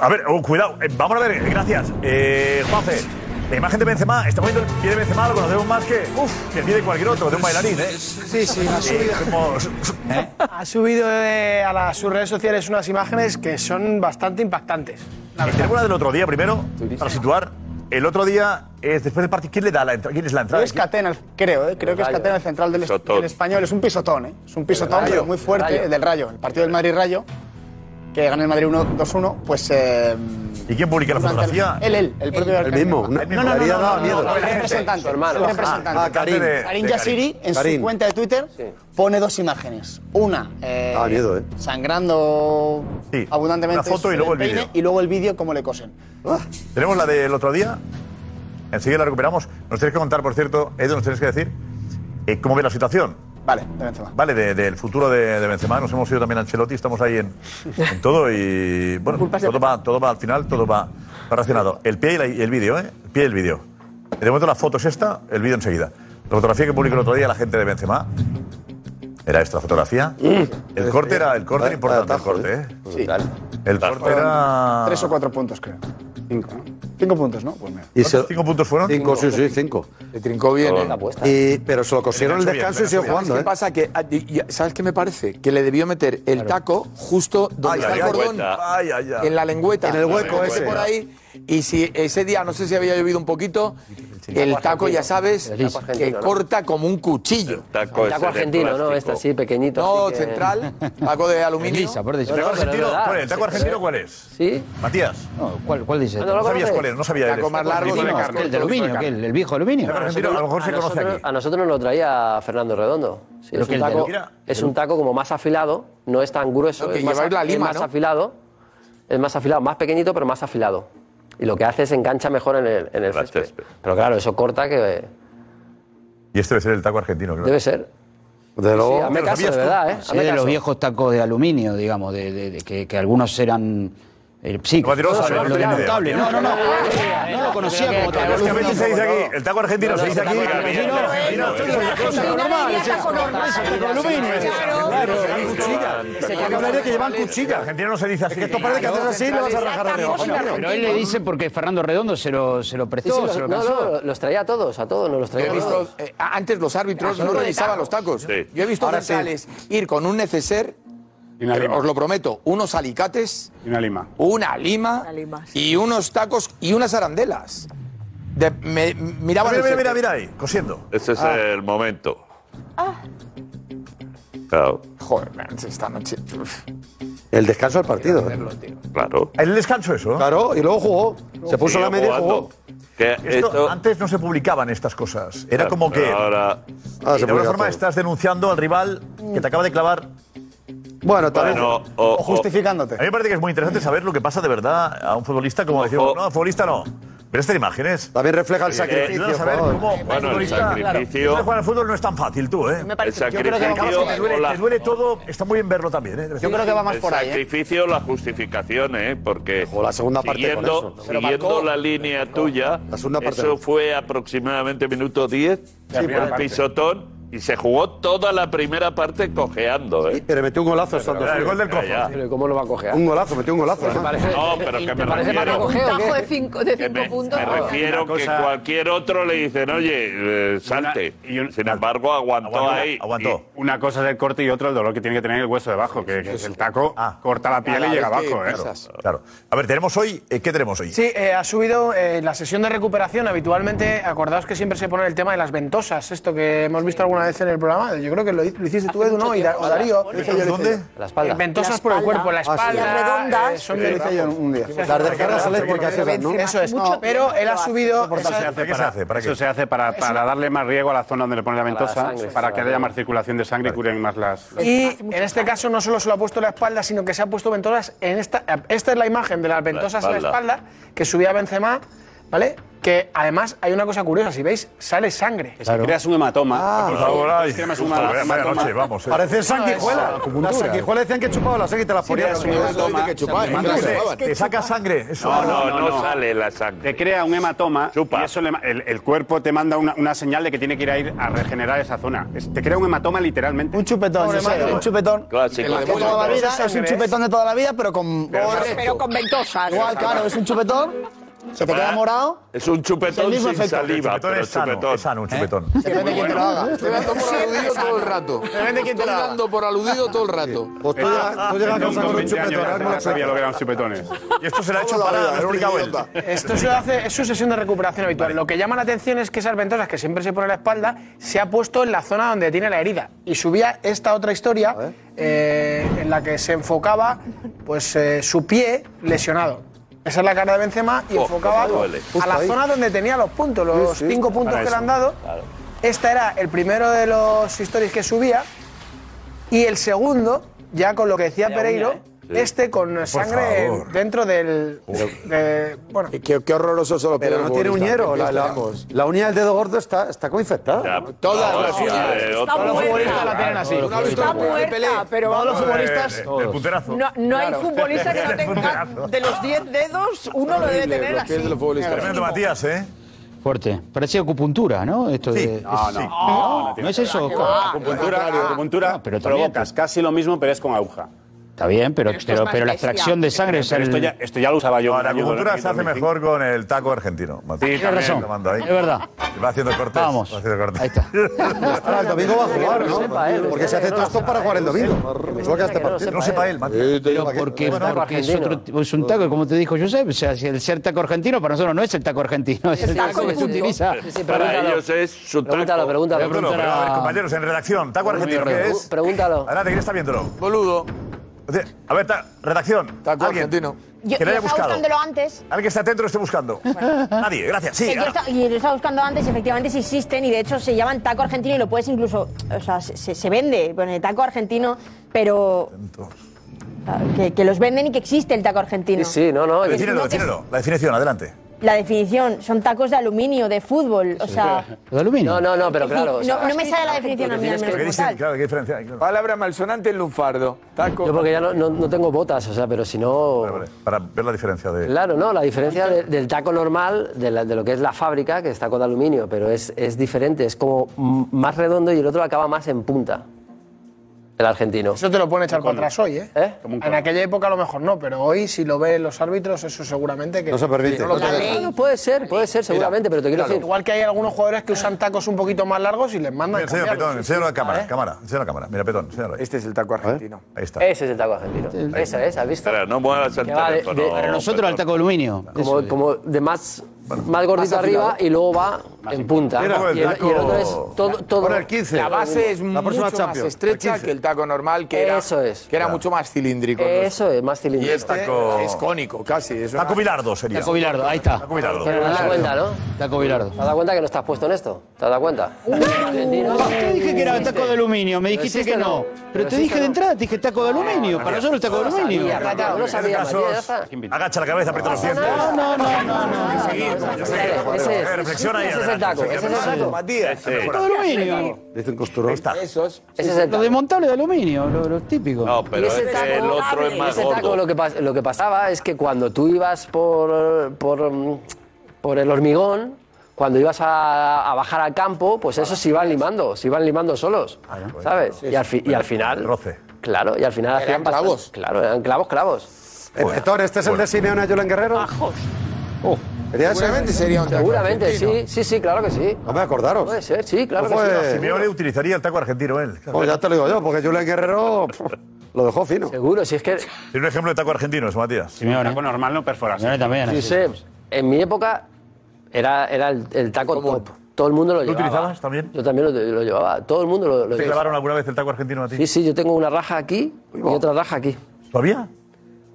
[SPEAKER 3] A ver, oh, cuidado. Eh, (laughs) vamos a ver, gracias. Eh, Juanfe, la imagen de Benzema, estamos viendo el pie de Benzema, lo conocemos más que, que el pie de cualquier otro, de un bailarín, ¿eh?
[SPEAKER 2] Sí, sí, ha
[SPEAKER 3] Eh,
[SPEAKER 2] subido.
[SPEAKER 3] como-
[SPEAKER 2] Ha subido eh, a las- sus redes sociales unas imágenes que son bastante impactantes.
[SPEAKER 3] Y eh, tenemos la del otro día primero, para situar. El otro día, es después del partido, ¿quién le da la entrada? ¿Quién es la entrada?
[SPEAKER 10] Es Catena, creo, eh, creo que es
[SPEAKER 3] Rayo.
[SPEAKER 10] Catena el central del,
[SPEAKER 3] Pisotón.
[SPEAKER 10] del español. Es un pisotón, eh, es un pisotón,
[SPEAKER 3] Rayo.
[SPEAKER 10] pero muy fuerte,
[SPEAKER 3] Rayo.
[SPEAKER 10] eh, del Rayo. El partido del Madrid-Rayo, que gana el Madrid 1 2-1, pues. eh,
[SPEAKER 3] ¿Y quién publica la
[SPEAKER 10] durante el-
[SPEAKER 3] fotografía?
[SPEAKER 10] Él, él, el propio
[SPEAKER 3] El
[SPEAKER 10] No,
[SPEAKER 3] mismo.
[SPEAKER 10] no, no, no,
[SPEAKER 3] Daría nada
[SPEAKER 10] no,
[SPEAKER 3] miedo.
[SPEAKER 10] no, el representante.
[SPEAKER 3] Su hermano.
[SPEAKER 10] el representante.
[SPEAKER 3] Ah, ah, Karim. De-
[SPEAKER 10] Karim
[SPEAKER 3] de
[SPEAKER 10] Yassiri,
[SPEAKER 3] Karim.
[SPEAKER 10] en
[SPEAKER 3] Karim.
[SPEAKER 10] su cuenta de Twitter, pone dos imágenes. Una, eh,
[SPEAKER 6] Ah, miedo, eh.
[SPEAKER 10] sangrando abundantemente.
[SPEAKER 3] una foto y luego el
[SPEAKER 10] peine,
[SPEAKER 3] vídeo.
[SPEAKER 10] Y luego el vídeo, cómo le cosen.
[SPEAKER 3] Ah. Tenemos la del otro día. Enseguida la recuperamos. Nos tenéis que contar, por cierto, Edu, nos tenéis que decir eh, cómo ve la situación.
[SPEAKER 10] Vale, de Benzema.
[SPEAKER 3] Vale, de- del futuro de, de Benzema. Nos hemos ido también a Ancelotti, estamos ahí en, en todo y bueno, todo va, todo va al final, todo va, va relacionado. El pie y, la- y el vídeo, ¿eh? El pie y el vídeo. De momento la foto es esta, el vídeo enseguida. La fotografía que publicó el otro día la gente de Benzema era esta fotografía. El corte era, el corte era importante, el corte, ¿eh? El corte era...
[SPEAKER 10] Tres o cuatro puntos, creo. Cinco. Cinco puntos, ¿no? Pues mira.
[SPEAKER 3] ¿Cinco puntos fueron?
[SPEAKER 6] Cinco, sí, sí, cinco.
[SPEAKER 13] Le trincó bien.
[SPEAKER 6] Con
[SPEAKER 13] ¿eh?
[SPEAKER 6] la apuesta. Y- pero se lo cosieron en el descanso y siguió jugando,
[SPEAKER 13] ¿Sabes
[SPEAKER 6] ¿eh?
[SPEAKER 13] qué pasa? Que, ah, y- y- ¿Sabes qué me parece? Que le debió meter el taco justo donde está
[SPEAKER 6] Ay, ay,
[SPEAKER 13] el
[SPEAKER 6] ay.
[SPEAKER 13] cordón.
[SPEAKER 6] Lengüeta. Ay, ay, ay.
[SPEAKER 13] En la lengüeta.
[SPEAKER 6] En el hueco
[SPEAKER 13] Lo mete
[SPEAKER 6] ese.
[SPEAKER 13] por ahí. Y si ese día, no sé si había llovido un poquito, el taco, ya sabes,
[SPEAKER 11] El taco
[SPEAKER 13] que
[SPEAKER 11] argentino, ¿no?
[SPEAKER 13] corta como un cuchillo.
[SPEAKER 11] taco El taco ese de argentino, ¿no? plástico. Este así, pequeñito,
[SPEAKER 13] No,
[SPEAKER 11] así que-
[SPEAKER 13] central, taco de aluminio.
[SPEAKER 14] Lisa, por decir.
[SPEAKER 3] ¿El taco
[SPEAKER 14] No, no, pero
[SPEAKER 3] argentino,
[SPEAKER 14] es verdad.
[SPEAKER 3] ¿cuál, es? ¿El taco
[SPEAKER 14] Sí,
[SPEAKER 3] argentino
[SPEAKER 14] sí.
[SPEAKER 3] cuál es?
[SPEAKER 14] ¿Sí?
[SPEAKER 3] Matías.
[SPEAKER 14] No, ¿cuál, cuál dice?
[SPEAKER 3] No, no lo sabías cuál es, no sabía él. este.
[SPEAKER 14] Taco más largo
[SPEAKER 3] Tipo de
[SPEAKER 14] de
[SPEAKER 3] carne.
[SPEAKER 14] El de aluminio,
[SPEAKER 3] Tipo de
[SPEAKER 14] aquel, el viejo aluminio.
[SPEAKER 11] nosotros, a nosotros nos lo traía Fernando Redondo. Sí,
[SPEAKER 14] Pero
[SPEAKER 11] es,
[SPEAKER 14] que
[SPEAKER 11] un
[SPEAKER 14] el de
[SPEAKER 11] taco,
[SPEAKER 14] Lira-
[SPEAKER 11] es un taco como más afilado, no es tan grueso.
[SPEAKER 13] No, que
[SPEAKER 11] es más,
[SPEAKER 13] lleváis la
[SPEAKER 11] es
[SPEAKER 13] lima,
[SPEAKER 11] más
[SPEAKER 13] ¿no?
[SPEAKER 11] afilado. Es más afilado, más pequeñito, pero más afilado. Y lo que hace es engancha mejor en el, en el césped. Pero claro, eso corta que
[SPEAKER 3] Y este debe ser el taco argentino, creo.
[SPEAKER 11] debe ser.
[SPEAKER 6] De
[SPEAKER 11] luego- Sí, hazme caso, de verdad, ¿eh?
[SPEAKER 14] Sí,
[SPEAKER 11] Hazme
[SPEAKER 14] de los
[SPEAKER 11] caso.
[SPEAKER 14] viejos tacos de aluminio, digamos, de, de- de- que, que algunos eran. eh, sí, que-
[SPEAKER 3] Matirosa,
[SPEAKER 14] lo-
[SPEAKER 3] no
[SPEAKER 14] lo
[SPEAKER 3] tenía ni idea.
[SPEAKER 14] lamentable. No, no, no. No lo conocía
[SPEAKER 3] Pero
[SPEAKER 14] como
[SPEAKER 3] que- pero
[SPEAKER 14] taco.
[SPEAKER 3] es que a veces se dice aquí, el taco argentino se dice aquí.
[SPEAKER 14] cuchilla.
[SPEAKER 3] Argentina no se dice así.
[SPEAKER 14] esto parece que haces así y le vas a rajar a Leo. Pero él le dice porque Fernando Redondo se lo, se lo
[SPEAKER 11] Sí, sí,
[SPEAKER 14] prestó,
[SPEAKER 11] los-
[SPEAKER 14] se lo
[SPEAKER 11] no,
[SPEAKER 14] casó.
[SPEAKER 11] no, los traía a todos, a todos, nos los traía
[SPEAKER 13] Yo
[SPEAKER 11] a
[SPEAKER 13] he
[SPEAKER 11] todos.
[SPEAKER 13] visto, eh, a- antes los árbitros
[SPEAKER 11] Claro,
[SPEAKER 13] no
[SPEAKER 11] de
[SPEAKER 13] revisaban los tacos. Yo he visto
[SPEAKER 11] Ahora
[SPEAKER 13] centrales ir con un neceser, eh, os lo prometo, unos alicates,
[SPEAKER 18] Y una lima.
[SPEAKER 13] una lima, y unos tacos y unas arandelas. De- me- miraban
[SPEAKER 3] Mira,
[SPEAKER 13] el
[SPEAKER 3] mira, mira,
[SPEAKER 13] césped.
[SPEAKER 3] mira ahí, cosiendo.
[SPEAKER 12] Ese es
[SPEAKER 13] Ah.
[SPEAKER 12] el momento. Claro,
[SPEAKER 13] Joder, man, esta noche. uf,
[SPEAKER 6] El descanso del partido. ¿eh?
[SPEAKER 13] verlo, tío.
[SPEAKER 12] claro.
[SPEAKER 3] ¿El descanso eso?
[SPEAKER 6] Claro, y luego jugó. Se puso
[SPEAKER 12] Sigue
[SPEAKER 6] la media y
[SPEAKER 12] jugando.
[SPEAKER 6] jugó.
[SPEAKER 12] Que
[SPEAKER 3] Esto,
[SPEAKER 12] esto-
[SPEAKER 3] antes no se publicaban estas cosas. Era
[SPEAKER 12] Claro,
[SPEAKER 3] como que.
[SPEAKER 12] pero ahora-
[SPEAKER 3] de alguna forma estás denunciando al rival que te acaba de clavar.
[SPEAKER 10] Bueno,
[SPEAKER 12] tal vez- Bueno, o- o justificándote.
[SPEAKER 3] A mí me parece que es muy interesante saber lo que pasa de verdad a un futbolista, como decimos, no, futbolista no. Pero estas imágenes.
[SPEAKER 6] También refleja el
[SPEAKER 3] Eh,
[SPEAKER 6] sacrificio,
[SPEAKER 3] no, a ver,
[SPEAKER 6] joder.
[SPEAKER 3] cómo-
[SPEAKER 6] Bueno, el
[SPEAKER 3] futbolista-
[SPEAKER 6] sacrificio-
[SPEAKER 3] Eso de jugar al fútbol no es tan fácil, tú, ¿eh?
[SPEAKER 12] Me parece El
[SPEAKER 3] Yo creo que
[SPEAKER 12] sacrificio,
[SPEAKER 3] acabas- te duele,
[SPEAKER 12] hola.
[SPEAKER 3] te duele todo. Está muy bien verlo también, ¿eh?
[SPEAKER 12] El sacrificio, la justificación, ¿eh? Porque
[SPEAKER 6] la segunda parte con
[SPEAKER 12] siguiendo,
[SPEAKER 6] eso. Pero
[SPEAKER 12] siguiendo
[SPEAKER 6] marcó.
[SPEAKER 12] la línea tuya,
[SPEAKER 6] La segunda parte.
[SPEAKER 12] eso fue aproximadamente minuto 10,
[SPEAKER 6] la primera
[SPEAKER 12] el
[SPEAKER 6] parte.
[SPEAKER 12] pisotón, y se jugó toda la primera parte cojeando, ¿eh?
[SPEAKER 6] Pero metió un golazo Santos.
[SPEAKER 12] el gol del
[SPEAKER 6] Pero
[SPEAKER 12] cojo.
[SPEAKER 6] ya.
[SPEAKER 12] ¿Cómo lo va a cojear?
[SPEAKER 6] Un golazo, metió un golazo.
[SPEAKER 12] No, pero que me refiero,
[SPEAKER 1] Un tajo de cinco, de cinco puntos.
[SPEAKER 12] me refiero
[SPEAKER 1] Una
[SPEAKER 12] que
[SPEAKER 1] cosa-
[SPEAKER 12] cualquier otro le dicen, oye, eh, salte. Sin embargo, aguantó, ahí.
[SPEAKER 18] Aguantó. Una cosa es el corte y otra el dolor que tiene que tener el hueso debajo, que, que es el taco corta la piel
[SPEAKER 3] Cada
[SPEAKER 18] y llega
[SPEAKER 3] vez que
[SPEAKER 18] abajo. ¿eh?
[SPEAKER 3] pisas. Ah. Claro. A ver, tenemos hoy. eh, ¿Qué tenemos hoy?
[SPEAKER 2] Sí, eh, ha subido eh, la sesión de recuperación. Habitualmente, acordaos que siempre se pone el tema de las ventosas, esto que hemos visto alguna vez en el programa. Yo creo que lo, lo hiciste tú, Edu, ¿no? Y Da- o Darío.
[SPEAKER 6] ¿Dónde?
[SPEAKER 11] La
[SPEAKER 2] Eh, Ventosas por el cuerpo, la espalda. eh, son
[SPEAKER 6] Lo hice yo un día. Las descargas eléctricas esas, ¿no?
[SPEAKER 2] Eso es. Pero él ha subido.
[SPEAKER 18] Eso se
[SPEAKER 2] esa-
[SPEAKER 18] hace para, eso se hace para, para darle más riego a la zona donde le pone la
[SPEAKER 2] la
[SPEAKER 18] ventosa,
[SPEAKER 2] sangre,
[SPEAKER 18] para
[SPEAKER 2] sí,
[SPEAKER 18] que
[SPEAKER 2] vale.
[SPEAKER 18] haya más circulación de sangre y curen más las...
[SPEAKER 2] Y en este caso no solo se lo ha puesto en la espalda, sino que se ha puesto ventosas en esta. eh, Esta es la imagen de las ventosas en la
[SPEAKER 18] espalda.
[SPEAKER 2] espalda que subía Benzema, ¿vale? Que además hay una cosa curiosa, si veis, sale sangre.
[SPEAKER 18] Que si creas un hematoma.
[SPEAKER 2] Ah.
[SPEAKER 3] Por favor, ay.
[SPEAKER 18] Si Pues creas un
[SPEAKER 3] Uf, vaya
[SPEAKER 18] hematoma-
[SPEAKER 3] noche, vamos,
[SPEAKER 18] Parece
[SPEAKER 3] eh.
[SPEAKER 6] Parecen
[SPEAKER 18] sanguijuela.
[SPEAKER 6] sanguijuelas. Las sanguijuelas decían que chupaba la sangre y te la
[SPEAKER 18] Sí,
[SPEAKER 6] ponían.
[SPEAKER 18] pero es un hematoma.
[SPEAKER 6] Te
[SPEAKER 18] Te-
[SPEAKER 6] mandas-
[SPEAKER 18] te- te saca
[SPEAKER 3] sangre. Eso.
[SPEAKER 12] No, no, no, sale la sangre.
[SPEAKER 18] Te crea un hematoma y eso le ma- el, el cuerpo te manda una, una señal de que tiene que ir a, ir a regenerar esa zona. Es- te crea un hematoma literalmente. Un
[SPEAKER 10] chupetón, José, un chupetón.
[SPEAKER 12] Clásico.
[SPEAKER 10] de toda la vida, es un
[SPEAKER 14] ¿eh?
[SPEAKER 10] chupetón de toda la vida, pero con.
[SPEAKER 1] Pero con ventosas.
[SPEAKER 10] Igual, claro, es un chupetón. Se te queda morado.
[SPEAKER 12] Es un
[SPEAKER 10] Es el
[SPEAKER 12] chupetón
[SPEAKER 10] mismo
[SPEAKER 12] sin
[SPEAKER 10] efecto.
[SPEAKER 12] saliva,
[SPEAKER 3] El chupetón
[SPEAKER 12] pero
[SPEAKER 3] es sano,
[SPEAKER 12] chupetón.
[SPEAKER 3] es sano, un chupetón.
[SPEAKER 12] Depende
[SPEAKER 21] quién te lo haga. Estoy dando por
[SPEAKER 10] Siempre
[SPEAKER 21] aludido
[SPEAKER 10] sano.
[SPEAKER 21] todo el rato.
[SPEAKER 10] Depende quién te
[SPEAKER 21] Estoy
[SPEAKER 10] lo haga.
[SPEAKER 21] dando por aludido todo el
[SPEAKER 13] (laughs)
[SPEAKER 21] rato.
[SPEAKER 18] Pues tú llegas- tú llegas a casa con un chupetón, ahora me lo explico. Sabía lo que eran chupetones.
[SPEAKER 3] Y esto se lo ha hecho
[SPEAKER 18] Toda la
[SPEAKER 3] para.
[SPEAKER 18] vida,
[SPEAKER 3] lo ha
[SPEAKER 18] era un
[SPEAKER 3] explicado él.
[SPEAKER 18] idiota.
[SPEAKER 2] Esto se hace, es su sesión de recuperación habitual. Lo que llama la atención es que esas ventosas que siempre se pone en la espalda se ha puesto en la zona donde tiene la herida. Y subía esta otra historia eh, en la que se enfocaba pues, eh, su pie lesionado. Esa es la cara de Benzema y
[SPEAKER 12] Oh,
[SPEAKER 2] enfocaba
[SPEAKER 12] cómo duele.
[SPEAKER 2] a la
[SPEAKER 12] Justo ahí.
[SPEAKER 2] zona donde tenía los puntos, los
[SPEAKER 12] Sí, sí.
[SPEAKER 2] cinco puntos
[SPEAKER 12] Para
[SPEAKER 2] que le
[SPEAKER 12] eso.
[SPEAKER 2] han dado.
[SPEAKER 12] Claro.
[SPEAKER 2] Esta era el primero de los stories que subía. Y el segundo, ya con lo que decía
[SPEAKER 10] Vaya uña,
[SPEAKER 2] Pereiro,
[SPEAKER 10] ¿eh?
[SPEAKER 6] Sí.
[SPEAKER 2] este con sangre
[SPEAKER 6] favor.
[SPEAKER 2] dentro del. de- bueno.
[SPEAKER 6] Qué, qué horroroso solo
[SPEAKER 2] Pero
[SPEAKER 6] Pero
[SPEAKER 2] no
[SPEAKER 6] no
[SPEAKER 2] tiene
[SPEAKER 6] tiene uñero.
[SPEAKER 2] uñero,
[SPEAKER 6] La,
[SPEAKER 2] la-
[SPEAKER 6] la, la uña del dedo gordo está, está como infectada.
[SPEAKER 14] pues,
[SPEAKER 21] Todas
[SPEAKER 6] No,
[SPEAKER 21] las
[SPEAKER 6] sí,
[SPEAKER 21] uñas.
[SPEAKER 6] eh,
[SPEAKER 21] Está
[SPEAKER 6] otro-
[SPEAKER 21] muerta.
[SPEAKER 6] futbolistas la tienen así.
[SPEAKER 21] ¿No has visto
[SPEAKER 1] Está
[SPEAKER 21] el jugador de
[SPEAKER 1] muerta,
[SPEAKER 21] Pelé?
[SPEAKER 1] pero
[SPEAKER 21] Todos
[SPEAKER 1] vamos-
[SPEAKER 22] eh,
[SPEAKER 3] Eh,
[SPEAKER 21] Todos.
[SPEAKER 1] No, no hay
[SPEAKER 21] Claro.
[SPEAKER 1] futbolista
[SPEAKER 11] (laughs)
[SPEAKER 8] (laughs)
[SPEAKER 1] que no tenga de los 10 dedos, uno lo debe
[SPEAKER 21] Horrible,
[SPEAKER 1] tener
[SPEAKER 21] los
[SPEAKER 1] así.
[SPEAKER 21] pies de los futbolistas.
[SPEAKER 3] Tremendo, Matías, ¿eh?
[SPEAKER 14] Fuerte. Parece acupuntura, ¿no? Esto de,
[SPEAKER 18] Ah,
[SPEAKER 14] es- sí. no, no es eso. Oscar.
[SPEAKER 21] Acupuntura,
[SPEAKER 18] acupuntura
[SPEAKER 14] pero también,
[SPEAKER 18] provocas casi lo mismo, pero es con aguja.
[SPEAKER 14] Está bien, pero,
[SPEAKER 18] esto es
[SPEAKER 14] pero,
[SPEAKER 18] más
[SPEAKER 14] pero la
[SPEAKER 18] bestia.
[SPEAKER 14] extracción de sangre es
[SPEAKER 18] Pero esto
[SPEAKER 14] el-
[SPEAKER 18] ya- esto ya lo usaba yo.
[SPEAKER 3] No, la
[SPEAKER 18] en el año
[SPEAKER 3] acupuntura se hace
[SPEAKER 18] 2005.
[SPEAKER 3] mejor con el taco argentino. Matías,
[SPEAKER 14] Tienes razón. Es verdad.
[SPEAKER 3] Va haciendo cortes. Vamos. Va haciendo cortes. Ahí (laughs) está.
[SPEAKER 6] Ahora, el domingo va a jugar, ¿no? Porque se hace todo esto para jugar el domingo. Que se va a quedar este partido.
[SPEAKER 3] No sepa él, Matías.
[SPEAKER 14] Pero porque, porque es, otro, tipo- es un taco, como te dijo Josep, o sea, si el ser taco argentino para nosotros no es el taco argentino, es el taco que se utiliza.
[SPEAKER 12] Para ellos es su
[SPEAKER 14] Pregúntalo, pregúntalo.
[SPEAKER 12] taco.
[SPEAKER 14] Voy
[SPEAKER 3] Pregúntalo,
[SPEAKER 14] a preguntar
[SPEAKER 3] pero, a ver,
[SPEAKER 14] a-
[SPEAKER 3] compañeros, en redacción, ¿taco argentino qué es? Pregúntalo. Adelante, ¿quién está viéndolo?
[SPEAKER 21] Boludo.
[SPEAKER 3] A ver, ta- redacción. Taco
[SPEAKER 21] argentino.
[SPEAKER 4] Yo,
[SPEAKER 3] Que
[SPEAKER 4] yo
[SPEAKER 3] lo haya
[SPEAKER 4] estaba
[SPEAKER 3] buscado.
[SPEAKER 4] buscándolo antes.
[SPEAKER 3] Alguien que esté atento lo esté buscando. Nadie, gracias. Sí, ah.
[SPEAKER 4] Que ¿Ah? Eh, yo,
[SPEAKER 3] ahora.
[SPEAKER 4] esta- y lo estaba buscando antes, efectivamente, si existen y de hecho se llaman taco argentino y lo puedes incluso, o sea, se, se- se vende, pone taco argentino, pero Ah, que, que los venden y que existe el taco argentino. Que es
[SPEAKER 3] Defínelo,
[SPEAKER 4] uno que es-
[SPEAKER 3] defínelo. La definición, adelante.
[SPEAKER 4] La definición son tacos de aluminio, de fútbol, o sea,
[SPEAKER 3] ¿De aluminio?
[SPEAKER 11] No, no, no, pero claro. o
[SPEAKER 4] no,
[SPEAKER 11] sea,
[SPEAKER 4] no me sale la definición a mí al menos como tal.
[SPEAKER 21] Palabra malsonante en lunfardo. Taco.
[SPEAKER 11] Yo porque ya no, no- no tengo botas, o sea, pero si no...
[SPEAKER 3] Para ver la diferencia de...
[SPEAKER 11] Claro, no, la diferencia de- del taco normal, de, la- de lo que es la fábrica, que es taco de aluminio, pero es, es diferente, es como m- más redondo y el otro acaba más en punta, el argentino.
[SPEAKER 2] Eso te lo pueden echar para atrás hoy, ¿eh?
[SPEAKER 11] un
[SPEAKER 2] En aquella época a lo mejor no, pero hoy si lo ven los árbitros, eso seguramente que.
[SPEAKER 6] No se permite.
[SPEAKER 2] lo
[SPEAKER 6] La
[SPEAKER 2] tocan.
[SPEAKER 6] ley.
[SPEAKER 11] Puede ser, puede ser, seguramente, pero te quiero decir...
[SPEAKER 2] Igual que hay algunos jugadores que usan tacos un poquito más largos y les mandan.
[SPEAKER 3] Mira, enséñalo,
[SPEAKER 2] cambiarlos.
[SPEAKER 3] Petón, enséñalo a la cámara, cámara, enséñalo a la cámara. Mira, Petón, enséñalo ahí.
[SPEAKER 21] Este es el taco argentino.
[SPEAKER 3] Ahí está.
[SPEAKER 11] Ese es el taco argentino. Esa es, ¿has visto?
[SPEAKER 12] Espera, no muevas el
[SPEAKER 11] Que va de- de-
[SPEAKER 12] teléfono.
[SPEAKER 11] para nosotros
[SPEAKER 12] Pedro.
[SPEAKER 11] el taco de aluminio. Como, como de más, más gordito
[SPEAKER 21] Más afinado.
[SPEAKER 11] arriba y luego va en punta.
[SPEAKER 21] Mira,
[SPEAKER 11] y, el, y el otro es todo... todo
[SPEAKER 21] La base es mucho más estrecha que el taco normal, que era,
[SPEAKER 11] Eso es.
[SPEAKER 21] que era
[SPEAKER 11] Claro.
[SPEAKER 21] mucho más cilíndrico. ¿no?
[SPEAKER 11] Eso es, más cilíndrico.
[SPEAKER 21] Y este
[SPEAKER 11] Taco-
[SPEAKER 21] es cónico, casi. Es una-
[SPEAKER 11] Taco bilardo sería. Taco bilardo, ahí está. Taco bilardo. Pero te has dado cuenta, ¿no? Taco bilardo. ¿Te has dado cuenta que no estás puesto en esto? ¿Te has dado cuenta?
[SPEAKER 14] Uh, Ah,
[SPEAKER 1] Uh,
[SPEAKER 14] Te dije que era taco de aluminio, me
[SPEAKER 11] Pero
[SPEAKER 14] dijiste
[SPEAKER 11] existe,
[SPEAKER 14] que
[SPEAKER 11] no.
[SPEAKER 14] no.
[SPEAKER 11] Pero
[SPEAKER 14] Pero te
[SPEAKER 11] existe,
[SPEAKER 14] dije de
[SPEAKER 11] no. Ah,
[SPEAKER 14] entrada, te dije taco de aluminio. Para nosotros el taco de aluminio.
[SPEAKER 11] sabía, no lo sabía, Matías, ya está.
[SPEAKER 3] Agacha la cabeza, aprieta los dientes.
[SPEAKER 14] No, no, no, no.
[SPEAKER 3] Seguir, Ese es. Reflexiona ahí,
[SPEAKER 21] Ese es el
[SPEAKER 3] adelante.
[SPEAKER 21] taco, ese es el
[SPEAKER 3] Reflexiona.
[SPEAKER 21] taco.
[SPEAKER 3] Matías.
[SPEAKER 21] Ese.
[SPEAKER 3] mejora.
[SPEAKER 21] Todo aluminio.
[SPEAKER 6] Dice un costurón.
[SPEAKER 21] Esos.
[SPEAKER 11] Ese es el
[SPEAKER 14] Lo
[SPEAKER 11] taco.
[SPEAKER 14] desmontable de aluminio, lo, lo típico.
[SPEAKER 11] No,
[SPEAKER 12] pero es- el otro es más
[SPEAKER 11] ese taco
[SPEAKER 12] gordo.
[SPEAKER 11] Lo, que pas- lo que pasaba es que cuando tú ibas por, por, mm, por el hormigón, cuando ibas a, a bajar al campo, pues esos se iban limando, se iban limando solos, ¿sabes? y, al fi- y al final... Claro, y al final
[SPEAKER 6] Eran
[SPEAKER 11] hacían pasar-
[SPEAKER 6] clavos.
[SPEAKER 11] Claro, eran clavos, clavos.
[SPEAKER 6] Eh, Héctor, ¿este es el de Simeone Ayuela en Guerrero? Ajos.
[SPEAKER 11] Seguramente sería un Pues, taco Seguramente, sí, sí, sí, claro que sí.
[SPEAKER 6] No me acordaros.
[SPEAKER 11] Puede ser, sí, claro que
[SPEAKER 6] Ojo,
[SPEAKER 11] sí.
[SPEAKER 6] eh,
[SPEAKER 11] Seguro.
[SPEAKER 3] Simeone utilizaría el taco argentino él.
[SPEAKER 6] Pues ya te lo digo yo, porque Julen Guerrero pf, lo dejó fino.
[SPEAKER 11] Seguro, si es que...
[SPEAKER 3] Tiene un ejemplo de taco argentino, es Matías.
[SPEAKER 6] Simeone. Taco normal no perforas.
[SPEAKER 3] Simeone también, así.
[SPEAKER 11] Josep, en mi época era, era el, el taco top. Todo el mundo lo
[SPEAKER 3] ¿Lo
[SPEAKER 11] llevaba.
[SPEAKER 3] utilizabas también?
[SPEAKER 11] Yo también lo, lo llevaba. Todo el mundo lo, lo
[SPEAKER 3] ¿Te clavaron
[SPEAKER 11] llevaba.
[SPEAKER 3] alguna vez el taco argentino a ti?
[SPEAKER 11] Sí, sí, yo tengo una raja aquí y otra raja aquí.
[SPEAKER 3] ¿Todavía?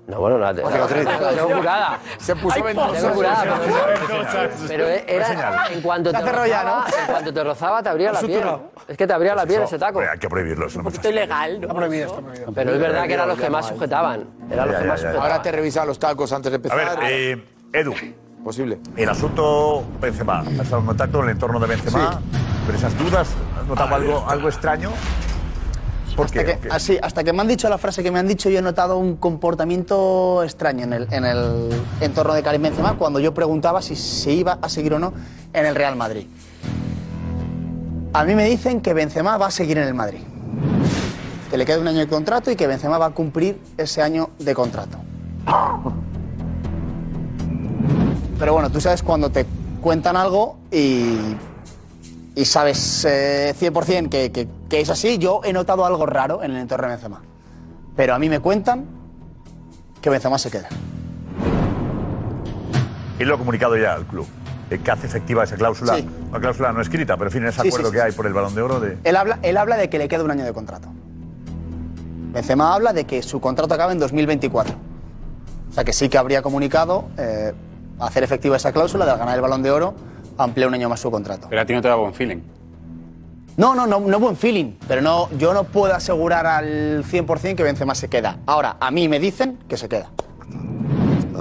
[SPEAKER 11] No, bueno, la,
[SPEAKER 3] Oye,
[SPEAKER 11] la-
[SPEAKER 3] otra vez.
[SPEAKER 11] la
[SPEAKER 21] (laughs)
[SPEAKER 11] tengo curada.
[SPEAKER 21] Se puso
[SPEAKER 11] Ay,
[SPEAKER 21] ventosa.
[SPEAKER 11] tengo curada,
[SPEAKER 21] Se
[SPEAKER 11] pero-
[SPEAKER 21] puso
[SPEAKER 3] pues,
[SPEAKER 21] ventosa.
[SPEAKER 11] Pero
[SPEAKER 21] Enseñalo.
[SPEAKER 11] era, en cuanto
[SPEAKER 21] Se
[SPEAKER 11] te
[SPEAKER 21] hace rolla,
[SPEAKER 11] rozaba,
[SPEAKER 21] ¿no?
[SPEAKER 11] en cuanto te rozaba te abría la piel.
[SPEAKER 21] Suturado.
[SPEAKER 11] Es que te abría la
[SPEAKER 3] Pues
[SPEAKER 11] piel
[SPEAKER 3] eso,
[SPEAKER 11] ese taco.
[SPEAKER 3] hombre, hay que prohibirlo. eso no pasa.
[SPEAKER 21] Esto es legal. Está prohibido, está
[SPEAKER 11] prohibido. Pero es verdad que eran los que más sujetaban. Eran los
[SPEAKER 3] Ya,
[SPEAKER 11] que
[SPEAKER 3] ya,
[SPEAKER 11] más
[SPEAKER 3] ya, ya.
[SPEAKER 11] sujetaban.
[SPEAKER 3] Ahora
[SPEAKER 13] Te revisan los tacos antes de
[SPEAKER 3] A
[SPEAKER 13] empezar.
[SPEAKER 3] ver, eh, Edu.
[SPEAKER 13] Posible.
[SPEAKER 3] El asunto Benzema. Has estado en contacto con el entorno de Benzema. Pero esas dudas, ¿has notado algo, algo extraño? ¿Por qué?
[SPEAKER 10] Ah, eh, Hasta
[SPEAKER 3] ¿O
[SPEAKER 10] que,
[SPEAKER 3] qué?
[SPEAKER 10] así, hasta que me han dicho la frase que me han dicho, yo he notado un comportamiento extraño en el, en el entorno de Karim Benzema cuando yo preguntaba si se iba a seguir o no en el Real Madrid. A mí me dicen que Benzema va a seguir en el Madrid, que le queda un año de contrato y que Benzema va a cumplir ese año de contrato. Pero bueno, tú sabes cuando te cuentan algo y y sabes eh, 100% que, que- que es así, yo he notado algo raro en el entorno de Benzema. Pero a mí me cuentan que Benzema se queda.
[SPEAKER 3] Él lo ha comunicado ya al club. eh, que hace efectiva esa cláusula.
[SPEAKER 10] Sí.
[SPEAKER 3] Una cláusula no escrita, pero en fin, en ese
[SPEAKER 10] Sí,
[SPEAKER 3] acuerdo
[SPEAKER 10] sí, sí,
[SPEAKER 3] que
[SPEAKER 10] sí.
[SPEAKER 3] hay por el balón de oro de.
[SPEAKER 10] Él habla, él habla de que le queda un año de contrato. Benzema habla de que su contrato acaba en 2024. O sea que sí que habría comunicado eh, hacer efectiva esa cláusula de al ganar el balón de oro, ampliar un año más su contrato.
[SPEAKER 18] Pero a ti no te da buen feeling.
[SPEAKER 10] No, no, no, no buen feeling, pero no, yo no puedo asegurar al 100% que Benzema se queda. Ahora, a mí me dicen que se queda.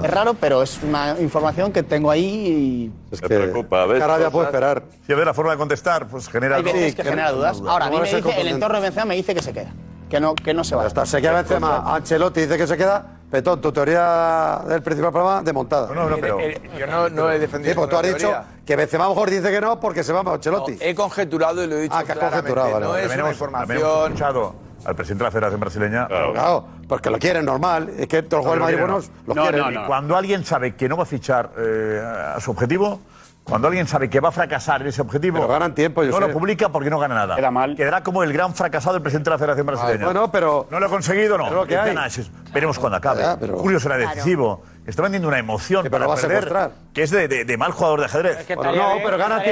[SPEAKER 10] Es raro, pero es una información que tengo ahí y...
[SPEAKER 3] Es preocupa, a
[SPEAKER 10] ¿qué rabia puede esperar?
[SPEAKER 3] Si a ver la forma de contestar, pues genera.
[SPEAKER 10] Hay
[SPEAKER 3] algo-
[SPEAKER 10] veces que genera dudas. Ahora, a mí me
[SPEAKER 3] No va
[SPEAKER 10] dice,
[SPEAKER 3] ser
[SPEAKER 10] el
[SPEAKER 3] contundente.
[SPEAKER 10] entorno de Benzema me dice que se queda, que no, que no se va.
[SPEAKER 6] Hasta se queda Benzema. Ancelotti dice que se queda. Petón, tu teoría del principal problema desmontada. No,
[SPEAKER 3] no, pero...
[SPEAKER 13] Yo no, Eh, no he defendido.
[SPEAKER 6] pues tú has
[SPEAKER 13] ninguna
[SPEAKER 6] dicho
[SPEAKER 13] teoría.
[SPEAKER 6] que Benzema a lo mejor dice que no porque se va a Ancelotti.
[SPEAKER 13] No, he conjeturado y lo he dicho.
[SPEAKER 6] Ah, que has
[SPEAKER 13] claramente.
[SPEAKER 6] conjeturado, vale,
[SPEAKER 13] No
[SPEAKER 6] vale.
[SPEAKER 13] es
[SPEAKER 6] También
[SPEAKER 13] una
[SPEAKER 6] hemos- también
[SPEAKER 13] información.
[SPEAKER 6] hemos
[SPEAKER 3] escuchado al presidente de la Federación Brasileña.
[SPEAKER 6] Claro, porque lo quieren, normal. Es que todos los jugadores
[SPEAKER 3] No,
[SPEAKER 6] Madrid
[SPEAKER 3] no,
[SPEAKER 6] buenos
[SPEAKER 3] no.
[SPEAKER 6] los
[SPEAKER 3] No,
[SPEAKER 6] quieren.
[SPEAKER 3] no, no. Cuando alguien sabe que no va a fichar eh, a su objetivo, cuando alguien sabe que va a fracasar en ese objetivo,
[SPEAKER 6] Pero ganan tiempo, yo
[SPEAKER 3] no
[SPEAKER 6] sé.
[SPEAKER 3] lo publica porque no gana nada.
[SPEAKER 6] Queda mal.
[SPEAKER 3] Quedará como el gran fracasado del presidente de la Federación Brasileña.
[SPEAKER 6] Ah, bueno, pero-
[SPEAKER 3] No lo ha conseguido, no.
[SPEAKER 6] Es lo que
[SPEAKER 3] Ya
[SPEAKER 6] hay.
[SPEAKER 3] nada, es- Veremos cuando acabe.
[SPEAKER 6] Ya, pero-
[SPEAKER 3] Julio será decisivo. Está vendiendo una emoción para
[SPEAKER 6] lo va a
[SPEAKER 3] perder,
[SPEAKER 6] secuestrar.
[SPEAKER 3] que es de, de- de mal jugador de ajedrez.
[SPEAKER 15] Estaría bien- estaría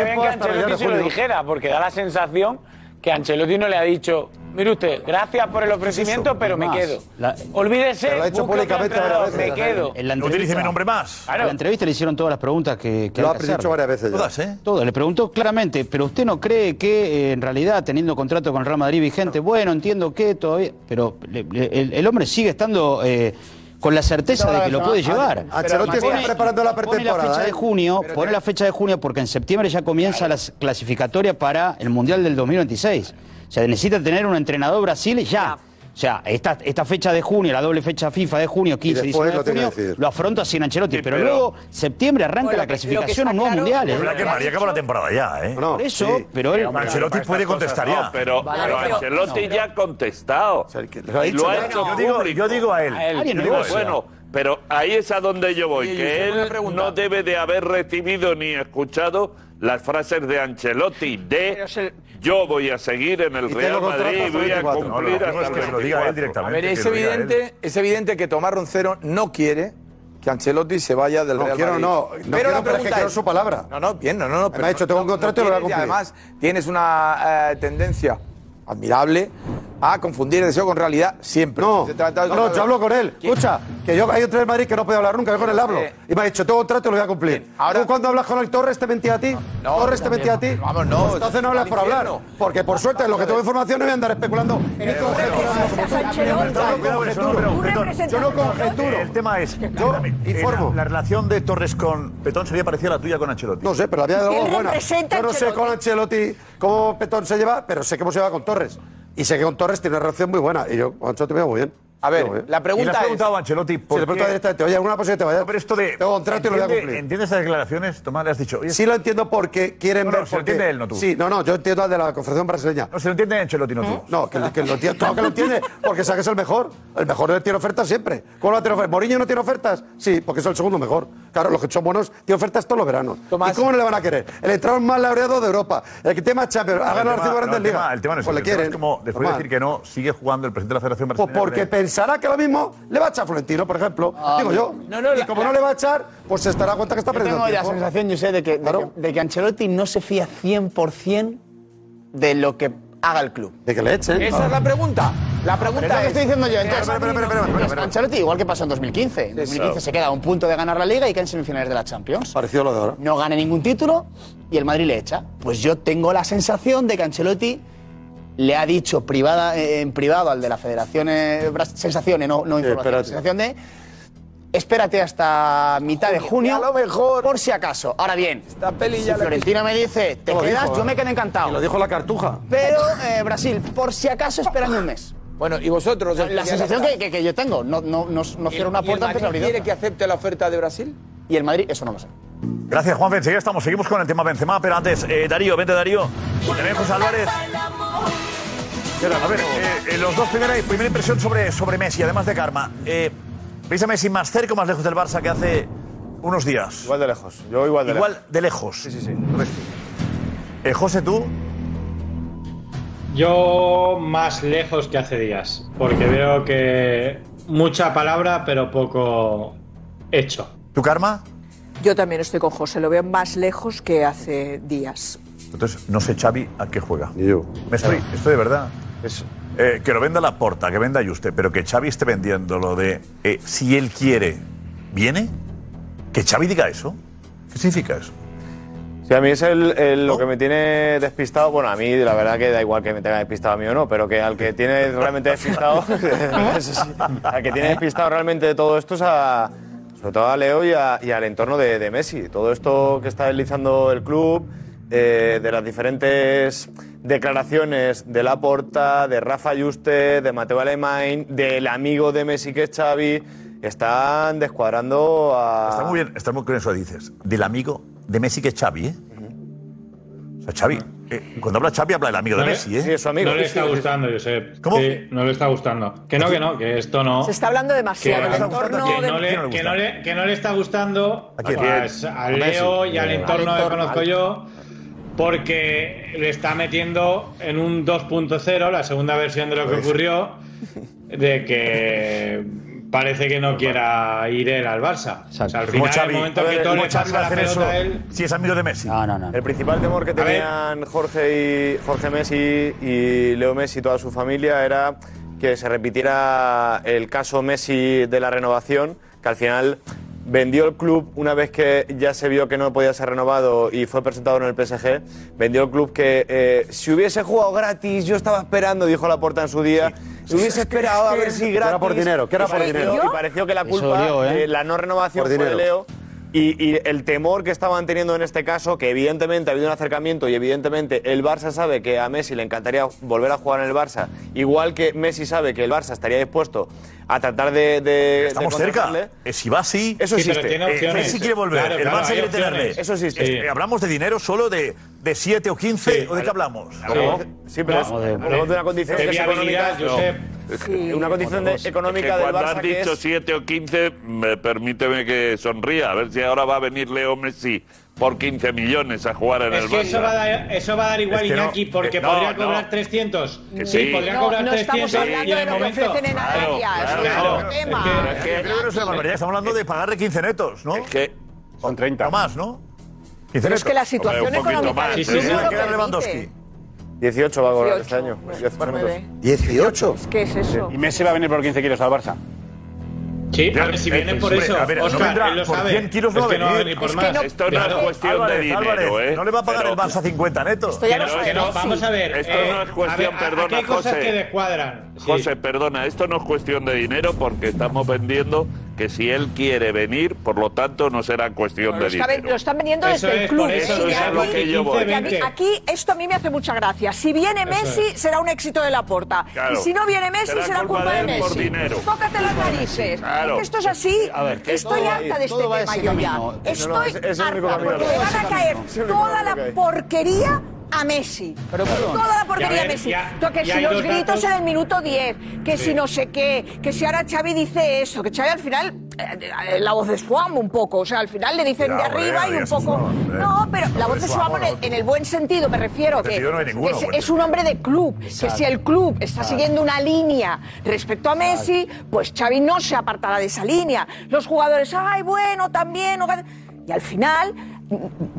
[SPEAKER 15] bien que Ancelotti se lo dijera, porque da la sensación que Ancelotti no le ha dicho, mire usted, gracias por el ofrecimiento, pero me
[SPEAKER 14] Más,
[SPEAKER 15] quedo.
[SPEAKER 14] la-
[SPEAKER 15] Olvídese,
[SPEAKER 14] Pero lo ha hecho
[SPEAKER 15] busque otro
[SPEAKER 14] públicamente
[SPEAKER 15] entrenador,
[SPEAKER 14] varias
[SPEAKER 15] me
[SPEAKER 14] veces,
[SPEAKER 15] quedo.
[SPEAKER 14] En la No utilice entrevista. mi nombre
[SPEAKER 3] más.
[SPEAKER 14] En la entrevista le hicieron todas las preguntas que, que
[SPEAKER 6] Lo
[SPEAKER 14] hay
[SPEAKER 6] ha
[SPEAKER 14] que
[SPEAKER 6] dicho
[SPEAKER 14] hacerle.
[SPEAKER 6] varias veces ya. Todas,
[SPEAKER 3] ¿eh?
[SPEAKER 14] Todas. Le preguntó claramente, pero usted no cree que eh, en realidad teniendo contrato con Real Madrid vigente, bueno, entiendo que todavía, pero le- le- el, el hombre sigue estando eh, con la certeza de que lo puede llevar.
[SPEAKER 6] Ah, Ancelotti está
[SPEAKER 14] Pone-
[SPEAKER 6] preparando la
[SPEAKER 14] Pone la
[SPEAKER 6] pretemporada.
[SPEAKER 14] fecha de
[SPEAKER 6] ¿eh?
[SPEAKER 14] junio, pone la fecha de junio porque en septiembre ya comienza la clasificatoria para el Mundial del 2026. O sea, necesita tener un entrenador Brasil ya. O sea, esta, esta fecha de junio, la doble fecha FIFA de junio, 15 19
[SPEAKER 6] después
[SPEAKER 14] de
[SPEAKER 6] lo tiene que
[SPEAKER 14] junio,
[SPEAKER 6] decidir.
[SPEAKER 14] lo afronta sin Ancelotti. pero,
[SPEAKER 3] pero-
[SPEAKER 14] luego, septiembre arranca
[SPEAKER 3] Bueno,
[SPEAKER 14] la
[SPEAKER 3] lo que- lo que
[SPEAKER 14] clasificación
[SPEAKER 3] está
[SPEAKER 14] a nuevos
[SPEAKER 3] claro-
[SPEAKER 14] mundiales.
[SPEAKER 3] Es verdad que Madrid acaba la temporada ya, ¿eh?
[SPEAKER 14] Por eso,
[SPEAKER 3] Sí.
[SPEAKER 14] pero él...
[SPEAKER 3] Ancelotti puede contestar ya.
[SPEAKER 12] No, pero, pero Ancelotti ya ha contestado.
[SPEAKER 3] lo ha
[SPEAKER 12] Y
[SPEAKER 3] dicho,
[SPEAKER 12] lo ha
[SPEAKER 3] ¿no?
[SPEAKER 12] hecho
[SPEAKER 3] Yo digo-
[SPEAKER 12] público.
[SPEAKER 3] yo digo a él. Alguien
[SPEAKER 12] Yo
[SPEAKER 3] lo
[SPEAKER 12] digo,
[SPEAKER 3] hizo.
[SPEAKER 12] bueno, pero ahí es a donde yo voy, que él no debe de haber recibido ni escuchado las frases de Ancelotti de yo voy a seguir en el
[SPEAKER 13] Y
[SPEAKER 12] Real
[SPEAKER 13] tengo contrato
[SPEAKER 12] Madrid y
[SPEAKER 13] hasta
[SPEAKER 12] voy a
[SPEAKER 13] 24. No,
[SPEAKER 12] cumplir
[SPEAKER 13] lo
[SPEAKER 12] hasta
[SPEAKER 13] que
[SPEAKER 12] el
[SPEAKER 13] se lo diga él
[SPEAKER 12] 24.
[SPEAKER 13] A ver, es evidente, es evidente que Tomás Roncero no quiere que Ancelotti se vaya del
[SPEAKER 6] No
[SPEAKER 13] Real
[SPEAKER 6] quiero,
[SPEAKER 13] Madrid.
[SPEAKER 6] no. No quiero, pero es que quiero su palabra.
[SPEAKER 13] No, no, bien, no, no. no
[SPEAKER 6] Me ha dicho, tengo un contrato y lo voy a
[SPEAKER 13] quieres,
[SPEAKER 6] cumplir.
[SPEAKER 13] además, tienes una eh, tendencia admirable a confundir deseo con realidad siempre. No,
[SPEAKER 6] No, no, yo hablo con él. Escucha, que yo hay otro del Madrid que no puede hablar nunca, yo con él hablo. Y me ha dicho, tengo contrato y lo voy a cumplir. Ahora, ¿Tú cuando hablas con el Torres te mentía a ti? ¿Torres te mentía a ti? Vamos,
[SPEAKER 13] no,
[SPEAKER 6] Entonces no hablas por hablar. Porque por suerte, en lo que tengo información no voy a andar especulando. Ni con-
[SPEAKER 1] uh,
[SPEAKER 3] Yo no conjeturo. El tema (laughs) es, yo informo. La, relación de Torres con Petón sería parecida a la tuya con Ancelotti.
[SPEAKER 6] No sé, pero la vida de
[SPEAKER 3] Él
[SPEAKER 6] los dos es buena.
[SPEAKER 3] representa
[SPEAKER 6] Yo no sé
[SPEAKER 3] Ancelotti.
[SPEAKER 6] con Ancelotti cómo Petón se lleva, pero sé cómo se lleva con Torres. Y sé que con Torres tiene una relación muy buena. Y yo con Ancelotti me llevo muy bien.
[SPEAKER 13] A ver,
[SPEAKER 6] Me llevo bien.
[SPEAKER 13] la
[SPEAKER 3] Y le has preguntado a Ancelotti
[SPEAKER 6] ¿eh? Si
[SPEAKER 3] por
[SPEAKER 6] le pregunto
[SPEAKER 3] qué-
[SPEAKER 6] directamente, oye, alguna posibilidad te vaya.
[SPEAKER 3] pero esto de.
[SPEAKER 6] Tengo contrato y este lo voy a
[SPEAKER 3] ¿Entiende-
[SPEAKER 6] cumplir.
[SPEAKER 3] ¿Entiendes esas declaraciones? Tomás, le has dicho. oye,
[SPEAKER 6] Sí lo entiendo porque quieren
[SPEAKER 3] No, no,
[SPEAKER 6] ver.
[SPEAKER 3] se lo
[SPEAKER 6] porque-
[SPEAKER 3] entiende él, no tú.
[SPEAKER 6] Sí, no, no, yo entiendo al de la Confederación Brasileña. ¿Eh?
[SPEAKER 3] No, se lo entiende Ancelotti, no tú.
[SPEAKER 6] No, que, que lo entiende, claro que lo entiende, porque sabes que es el mejor. El mejor le tiene ofertas siempre. ¿Cómo no tiene ofertas? ¿Moriño no tiene ofertas? Sí, porque es el segundo mejor. Claro, los que son buenos tienen ofertas todos los veranos. ¿Y cómo no le van a querer? El entrenador más laureado de Europa. El que tiene más Champions. Ha ganado
[SPEAKER 3] el
[SPEAKER 6] la
[SPEAKER 3] tema,
[SPEAKER 6] Grandes
[SPEAKER 3] no, el
[SPEAKER 6] Ligas.
[SPEAKER 3] tema- El tema no es
[SPEAKER 6] Pues
[SPEAKER 3] ese,
[SPEAKER 6] le
[SPEAKER 3] el tema
[SPEAKER 6] quieren.
[SPEAKER 3] es como, después de
[SPEAKER 6] Normal.
[SPEAKER 3] decir que no, sigue jugando el presidente de la Federación
[SPEAKER 6] Pues
[SPEAKER 3] Brasileña.
[SPEAKER 6] porque
[SPEAKER 3] Brasileña.
[SPEAKER 6] pensará que ahora mismo le va a echar a Florentino, por ejemplo.
[SPEAKER 10] Ah,
[SPEAKER 6] Digo yo.
[SPEAKER 10] no, no,
[SPEAKER 6] y
[SPEAKER 10] la-
[SPEAKER 6] como
[SPEAKER 10] la-
[SPEAKER 6] no le va a echar, pues se estará cuenta que está
[SPEAKER 10] Yo
[SPEAKER 6] perdiendo
[SPEAKER 10] tengo la
[SPEAKER 6] tiempo.
[SPEAKER 10] sensación, José, de que, de que- de que Ancelotti no se fía 100% de lo que haga el club.
[SPEAKER 6] De que le echen.
[SPEAKER 10] Esa es la pregunta. La pregunta es...
[SPEAKER 6] Pero es-
[SPEAKER 10] que estoy diciendo yo.
[SPEAKER 6] Espera,
[SPEAKER 10] Entonces,
[SPEAKER 6] espera, espera, espera, espera, espera.
[SPEAKER 10] Ancelotti, igual que pasó en 2015. En 2015
[SPEAKER 6] claro.
[SPEAKER 10] se queda a un punto de ganar la Liga y cae en semifinales de la Champions.
[SPEAKER 6] Parecido a lo de ahora.
[SPEAKER 10] No gana ningún título y el Madrid le echa. Pues yo tengo la sensación de que Ancelotti le ha dicho privada, eh, en privado al de la Federación... eh, Bras- sensaciones, no, no información.
[SPEAKER 6] espérate.
[SPEAKER 10] Sensación de... Espérate hasta mitad de junio. A lo mejor. Por si acaso. Ahora bien, si
[SPEAKER 6] ya la-
[SPEAKER 10] Florentino me dice, te
[SPEAKER 6] Lo dijo,
[SPEAKER 10] quedas, yo
[SPEAKER 6] ¿eh?
[SPEAKER 10] me quedo encantado.
[SPEAKER 6] Y lo dijo la cartuja.
[SPEAKER 10] Pero, eh, Brasil, por si acaso, esperando un mes.
[SPEAKER 13] Bueno, y vosotros.
[SPEAKER 10] La, la sensación que, que- que yo tengo, no, no, no, no cierro una puerta antes de abrir
[SPEAKER 13] quiere
[SPEAKER 10] otra.
[SPEAKER 13] que acepte la oferta de Brasil?
[SPEAKER 10] Y el Madrid, eso no lo sé.
[SPEAKER 3] Gracias, Juan Enseguida estamos. Seguimos con el tema Benzema, pero antes, eh, Darío, vente Darío. Te ven José Álvarez. Espera, a ver, eh, eh, los dos primeros, primera impresión sobre, sobre Messi, además de Karma. Eh, ¿Veis a Messi más cerca o más lejos del Barça que hace unos días? Igual de lejos. Yo igual
[SPEAKER 21] de
[SPEAKER 3] Igual de lejos. Sí, sí, sí. eh, José, tú.
[SPEAKER 5] Yo más lejos que hace días, porque veo que mucha palabra pero poco hecho.
[SPEAKER 3] ¿Tu karma?
[SPEAKER 7] Yo también estoy con José, lo veo más lejos que hace días.
[SPEAKER 3] Entonces, no sé, Xavi, a qué juega. yo. Me estoy, esto de verdad. Eh, que lo venda la porta, que venda Juste, pero que Xavi esté vendiendo lo de eh, si él quiere, ¿viene? Que Xavi diga eso. ¿Qué significa eso?
[SPEAKER 23] Sí, a mí es el, el- lo que me tiene despistado. Bueno, a mí la verdad que da igual que me tenga despistado a mí o no, pero que al que tiene realmente
[SPEAKER 3] (laughs)
[SPEAKER 23] despistado, (laughs)
[SPEAKER 8] ¿Eh?
[SPEAKER 23] eso sí, (laughs) al que tiene despistado realmente de todo esto es a, sobre todo a Leo y, a- y al entorno de, de Messi. Todo esto que está deslizando el club, eh, de las diferentes declaraciones de Laporta, de Rafa Juste, de Mateo Alemán, del amigo de Messi que es Xavi, están descuadrando a...
[SPEAKER 3] Está muy bien, está muy bien eso que dices. Del amigo de Messi que es Xavi, ¿eh? O sea, Xavi. eh, cuando habla Xavi habla del amigo de
[SPEAKER 5] No le-
[SPEAKER 3] Messi, ¿eh?
[SPEAKER 5] No le está gustando, Josep.
[SPEAKER 3] ¿Cómo?
[SPEAKER 5] Sí, no le está gustando. Que no, que no, que esto no.
[SPEAKER 7] Se está hablando demasiado.
[SPEAKER 5] Que-
[SPEAKER 7] El entorno
[SPEAKER 5] que
[SPEAKER 7] de-
[SPEAKER 5] no le- que no le- que no le está gustando
[SPEAKER 3] ¿A quién?
[SPEAKER 5] pues, a
[SPEAKER 3] ¿A
[SPEAKER 5] Leo
[SPEAKER 3] Messi?
[SPEAKER 5] y al
[SPEAKER 3] Eh,
[SPEAKER 5] entorno
[SPEAKER 3] al
[SPEAKER 5] que
[SPEAKER 3] entorno,
[SPEAKER 5] conozco
[SPEAKER 3] al-
[SPEAKER 5] yo porque le está metiendo en un 2.0 la segunda versión de lo que ocurrió de que parece que no quiera ir él al Barça. O sea, al
[SPEAKER 3] Como
[SPEAKER 5] final, el
[SPEAKER 3] Xavi.
[SPEAKER 5] momento
[SPEAKER 3] A
[SPEAKER 5] que
[SPEAKER 3] ver,
[SPEAKER 5] todo
[SPEAKER 3] ¿cómo
[SPEAKER 5] le
[SPEAKER 3] Xavi va a
[SPEAKER 5] pasa la
[SPEAKER 3] hacer
[SPEAKER 5] pelota a
[SPEAKER 3] eso
[SPEAKER 5] él,
[SPEAKER 3] Si es amigo de Messi.
[SPEAKER 7] No, no, no.
[SPEAKER 23] El principal temor que
[SPEAKER 5] A ver.
[SPEAKER 23] tenían Jorge y Jorge Messi y Leo Messi y toda su familia era que se repitiera el caso Messi de la renovación, que al final vendió el club una vez que ya se vio que no podía ser renovado y fue presentado en el PSG, vendió el club que eh, si hubiese jugado gratis, yo estaba esperando, dijo Laporta en su día, si hubiese esperado a ver si
[SPEAKER 6] Que
[SPEAKER 23] gratis...
[SPEAKER 6] era por dinero, que era
[SPEAKER 23] Y
[SPEAKER 6] por
[SPEAKER 23] pareció-
[SPEAKER 6] dinero.
[SPEAKER 23] Y pareció que la
[SPEAKER 6] Eso
[SPEAKER 23] culpa
[SPEAKER 6] dolió, ¿eh?
[SPEAKER 23] de la no renovación
[SPEAKER 6] Por
[SPEAKER 23] fue de
[SPEAKER 6] dinero.
[SPEAKER 23] Leo. Y, y el temor que estaban teniendo en este caso, que evidentemente ha habido un acercamiento y evidentemente el Barça sabe que a Messi le encantaría volver a jugar en el Barça, igual que Messi sabe que el Barça estaría dispuesto a tratar de... de
[SPEAKER 3] Estamos
[SPEAKER 23] de
[SPEAKER 3] cerca.
[SPEAKER 23] contratarle.
[SPEAKER 3] Eh, si va así.
[SPEAKER 23] Eso
[SPEAKER 3] Sí, pero
[SPEAKER 23] existe.
[SPEAKER 3] tiene
[SPEAKER 23] Eh,
[SPEAKER 3] opciones. Messi quiere volver.
[SPEAKER 23] Claro,
[SPEAKER 3] el
[SPEAKER 23] claro,
[SPEAKER 3] Barça
[SPEAKER 23] hay
[SPEAKER 3] quiere
[SPEAKER 23] opciones.
[SPEAKER 3] tenerle.
[SPEAKER 23] Eso existe.
[SPEAKER 3] Eh, ¿Hablamos de dinero solo de, de 7 o 15? ¿O de qué hablamos?
[SPEAKER 23] ¿Cómo? Sí, pero es hablamos de una condición
[SPEAKER 3] De
[SPEAKER 23] que es económica.
[SPEAKER 3] viabilidad, Josep.
[SPEAKER 23] Sí. eh, Una condición de- económica
[SPEAKER 12] Es que
[SPEAKER 23] del
[SPEAKER 12] cuando
[SPEAKER 23] Barça
[SPEAKER 12] has
[SPEAKER 23] que
[SPEAKER 12] dicho
[SPEAKER 23] es...
[SPEAKER 12] 7 o 15, me- permíteme que sonría. A ver si ahora va a venir Leo Messi por 15 millones a jugar en
[SPEAKER 5] Es
[SPEAKER 12] el
[SPEAKER 5] que
[SPEAKER 12] Barça.
[SPEAKER 5] eso va, a dar, eso va a dar igual,
[SPEAKER 12] Es que no,
[SPEAKER 5] Iñaki, porque
[SPEAKER 12] eh, no,
[SPEAKER 5] podría
[SPEAKER 12] no.
[SPEAKER 5] cobrar 300.
[SPEAKER 12] Que
[SPEAKER 5] sí,
[SPEAKER 12] sí.
[SPEAKER 5] podría
[SPEAKER 12] No,
[SPEAKER 5] cobrar
[SPEAKER 12] no estamos
[SPEAKER 5] 300 y
[SPEAKER 12] hablando
[SPEAKER 5] en
[SPEAKER 12] de
[SPEAKER 5] el
[SPEAKER 12] lo que
[SPEAKER 5] momento.
[SPEAKER 12] ofrecen en Claro, Arabia, es claro, otro claro. tema.
[SPEAKER 3] Es que yo creo que es una barbaridad. Estamos hablando de pagarle 15 netos, ¿no? Son 30. O más, ¿no? 15
[SPEAKER 7] Pero es
[SPEAKER 3] netos.
[SPEAKER 7] que la situación
[SPEAKER 3] Hombre, un poquito
[SPEAKER 7] económica
[SPEAKER 3] más,
[SPEAKER 7] del
[SPEAKER 3] sí,
[SPEAKER 7] club
[SPEAKER 3] sí,
[SPEAKER 7] no
[SPEAKER 3] sí.
[SPEAKER 7] lo
[SPEAKER 3] Queda
[SPEAKER 7] permite.
[SPEAKER 3] Lewandowski.
[SPEAKER 23] 18 va a cobrar este
[SPEAKER 7] 18,
[SPEAKER 23] año. 10 minutos.
[SPEAKER 7] nueve.
[SPEAKER 6] 18.
[SPEAKER 7] ¿Qué es eso?
[SPEAKER 18] Y Messi va a venir por 15 kilos al Barça.
[SPEAKER 5] Sí, a ver si viene por eso.
[SPEAKER 3] eh, A ver, no
[SPEAKER 5] Oscar,
[SPEAKER 3] vendrá,
[SPEAKER 5] él lo
[SPEAKER 3] por
[SPEAKER 5] sabe.
[SPEAKER 3] 100 kilos no
[SPEAKER 5] Es
[SPEAKER 3] va a
[SPEAKER 5] que no va a
[SPEAKER 3] venir.
[SPEAKER 5] venir por más. Esto no es cuestión de dinero, ¿eh?
[SPEAKER 3] No le va a pagar
[SPEAKER 5] Pero-
[SPEAKER 3] el Barça
[SPEAKER 5] (laughs)
[SPEAKER 3] 50 netos.
[SPEAKER 5] Que no, que no, vamos a ver.
[SPEAKER 12] Esto
[SPEAKER 5] eh,
[SPEAKER 12] no es cuestión,
[SPEAKER 5] a ver, a-
[SPEAKER 12] perdona,
[SPEAKER 5] aquí hay cosas
[SPEAKER 12] José.
[SPEAKER 5] que descuadran.
[SPEAKER 12] José, perdona, esto no es cuestión de dinero porque estamos vendiendo que si él quiere venir, por lo tanto no será cuestión
[SPEAKER 8] Lo,
[SPEAKER 12] de
[SPEAKER 8] está-
[SPEAKER 12] dinero.
[SPEAKER 8] lo están vendiendo
[SPEAKER 12] Eso
[SPEAKER 8] desde
[SPEAKER 12] es,
[SPEAKER 8] el club.
[SPEAKER 12] por eso
[SPEAKER 8] Sin
[SPEAKER 12] es a
[SPEAKER 8] aquí-
[SPEAKER 12] lo que yo voy.
[SPEAKER 8] porque a mí- aquí esto a mí me hace mucha gracia. Si viene
[SPEAKER 12] Eso
[SPEAKER 8] Messi,
[SPEAKER 12] es.
[SPEAKER 8] será un éxito de la porta.
[SPEAKER 12] Claro.
[SPEAKER 8] Y si no viene Messi,
[SPEAKER 12] Será
[SPEAKER 8] será,
[SPEAKER 12] culpa
[SPEAKER 8] culpa,
[SPEAKER 12] de
[SPEAKER 8] de
[SPEAKER 12] él
[SPEAKER 8] Messi.
[SPEAKER 12] por dinero.
[SPEAKER 8] Tócate las narices.
[SPEAKER 12] Claro.
[SPEAKER 8] Porque Esto es así.
[SPEAKER 12] A ver, que
[SPEAKER 8] Estoy
[SPEAKER 12] todo va a ir-
[SPEAKER 8] harta de este
[SPEAKER 12] todo va
[SPEAKER 8] tema
[SPEAKER 12] ese
[SPEAKER 8] yo ya.
[SPEAKER 12] camino.
[SPEAKER 8] Estoy
[SPEAKER 12] No, no, es- es el único
[SPEAKER 8] harta
[SPEAKER 12] camino.
[SPEAKER 3] (laughs)
[SPEAKER 8] porque le van a caer toda la porquería a Messi.
[SPEAKER 12] perdón.
[SPEAKER 8] toda la
[SPEAKER 12] Y a
[SPEAKER 8] porquería a
[SPEAKER 12] ver,
[SPEAKER 8] Messi.
[SPEAKER 12] ya-
[SPEAKER 8] Tú
[SPEAKER 12] ya
[SPEAKER 8] que si
[SPEAKER 12] hay
[SPEAKER 8] los
[SPEAKER 12] dos
[SPEAKER 8] gritos
[SPEAKER 12] datos-
[SPEAKER 8] en el minuto 10, que
[SPEAKER 12] Sí.
[SPEAKER 8] si no sé qué, que si ahora Xavi dice eso, que Xavi al final, eh, la voz de Suamo un poco, o sea, al final le dicen
[SPEAKER 3] Ya,
[SPEAKER 8] de
[SPEAKER 3] hombre,
[SPEAKER 8] arriba y
[SPEAKER 3] no
[SPEAKER 8] un
[SPEAKER 3] digas
[SPEAKER 8] poco...
[SPEAKER 3] eso, hombre.
[SPEAKER 8] No, pero
[SPEAKER 3] La
[SPEAKER 8] la
[SPEAKER 3] voz de
[SPEAKER 8] voz de Suamo en
[SPEAKER 3] Suamo,
[SPEAKER 8] el, en el buen sentido, me refiero, que
[SPEAKER 3] sentido no hay ninguno,
[SPEAKER 8] es,
[SPEAKER 3] pues.
[SPEAKER 8] es un hombre de club, que si el club está
[SPEAKER 3] Claro.
[SPEAKER 8] siguiendo una línea respecto a Messi, pues Xavi no se apartará de esa línea. Los jugadores, ay, bueno, también... no gan-". Y al final, mm,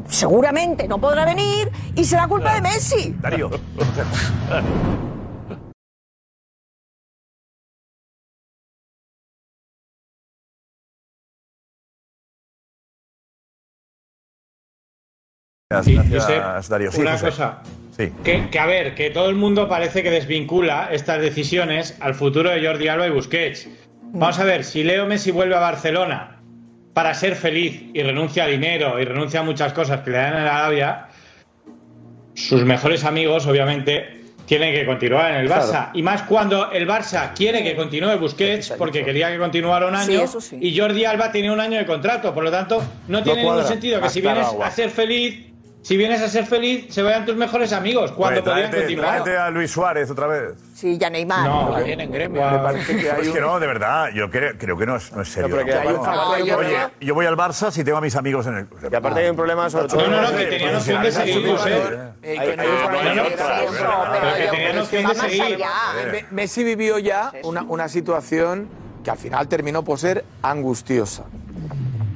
[SPEAKER 8] seguramente no podrá venir y será culpa de Messi.
[SPEAKER 3] Darío.
[SPEAKER 5] Y,
[SPEAKER 3] Gracias,
[SPEAKER 5] Josep,
[SPEAKER 3] Darío. Sí,
[SPEAKER 5] una
[SPEAKER 3] José.
[SPEAKER 5] cosa.
[SPEAKER 3] Sí.
[SPEAKER 5] Que, que, a ver, que todo el mundo parece que desvincula estas decisiones al futuro de Jordi Alba y Busquets. Vamos a ver, si Leo Messi vuelve a Barcelona para ser feliz y renuncia a dinero y renuncia a muchas cosas que le dan en Arabia, sus mejores amigos, obviamente, tienen que continuar en el Barça.
[SPEAKER 15] Claro.
[SPEAKER 5] Y más cuando el Barça quiere que continúe Busquets porque quería que continuara un
[SPEAKER 15] Sí,
[SPEAKER 5] año
[SPEAKER 15] eso sí.
[SPEAKER 5] y Jordi Alba tiene un año de contrato. Por lo tanto, no tiene ningún
[SPEAKER 15] cuadra.
[SPEAKER 5] sentido que si
[SPEAKER 15] Hasta el
[SPEAKER 5] vienes
[SPEAKER 15] agua.
[SPEAKER 5] a ser feliz, si vienes a ser feliz, se vayan tus mejores amigos cuando
[SPEAKER 3] Oye,
[SPEAKER 5] podían
[SPEAKER 3] tráete-
[SPEAKER 5] continuar.
[SPEAKER 3] tráete a Luis Suárez otra vez.
[SPEAKER 8] Sí, ya Neymar.
[SPEAKER 5] No,
[SPEAKER 8] Porque-
[SPEAKER 5] viene en gremio.
[SPEAKER 3] Me
[SPEAKER 5] parece que hay
[SPEAKER 3] es que
[SPEAKER 5] un-
[SPEAKER 3] no, de verdad, yo creo, creo que no es, no es serio.
[SPEAKER 23] No, pero que
[SPEAKER 3] ¿no?
[SPEAKER 23] hay un favor, hay un
[SPEAKER 3] Oye,
[SPEAKER 23] problema.
[SPEAKER 3] yo voy al Barça si tengo a mis amigos en el.
[SPEAKER 23] Y aparte hay un problema sobre todo.
[SPEAKER 3] No, no, no, que tenían opción de ¿eh? Ah, seguir,
[SPEAKER 13] Me- Messi vivió ya una, una situación que al final terminó por ser angustiosa.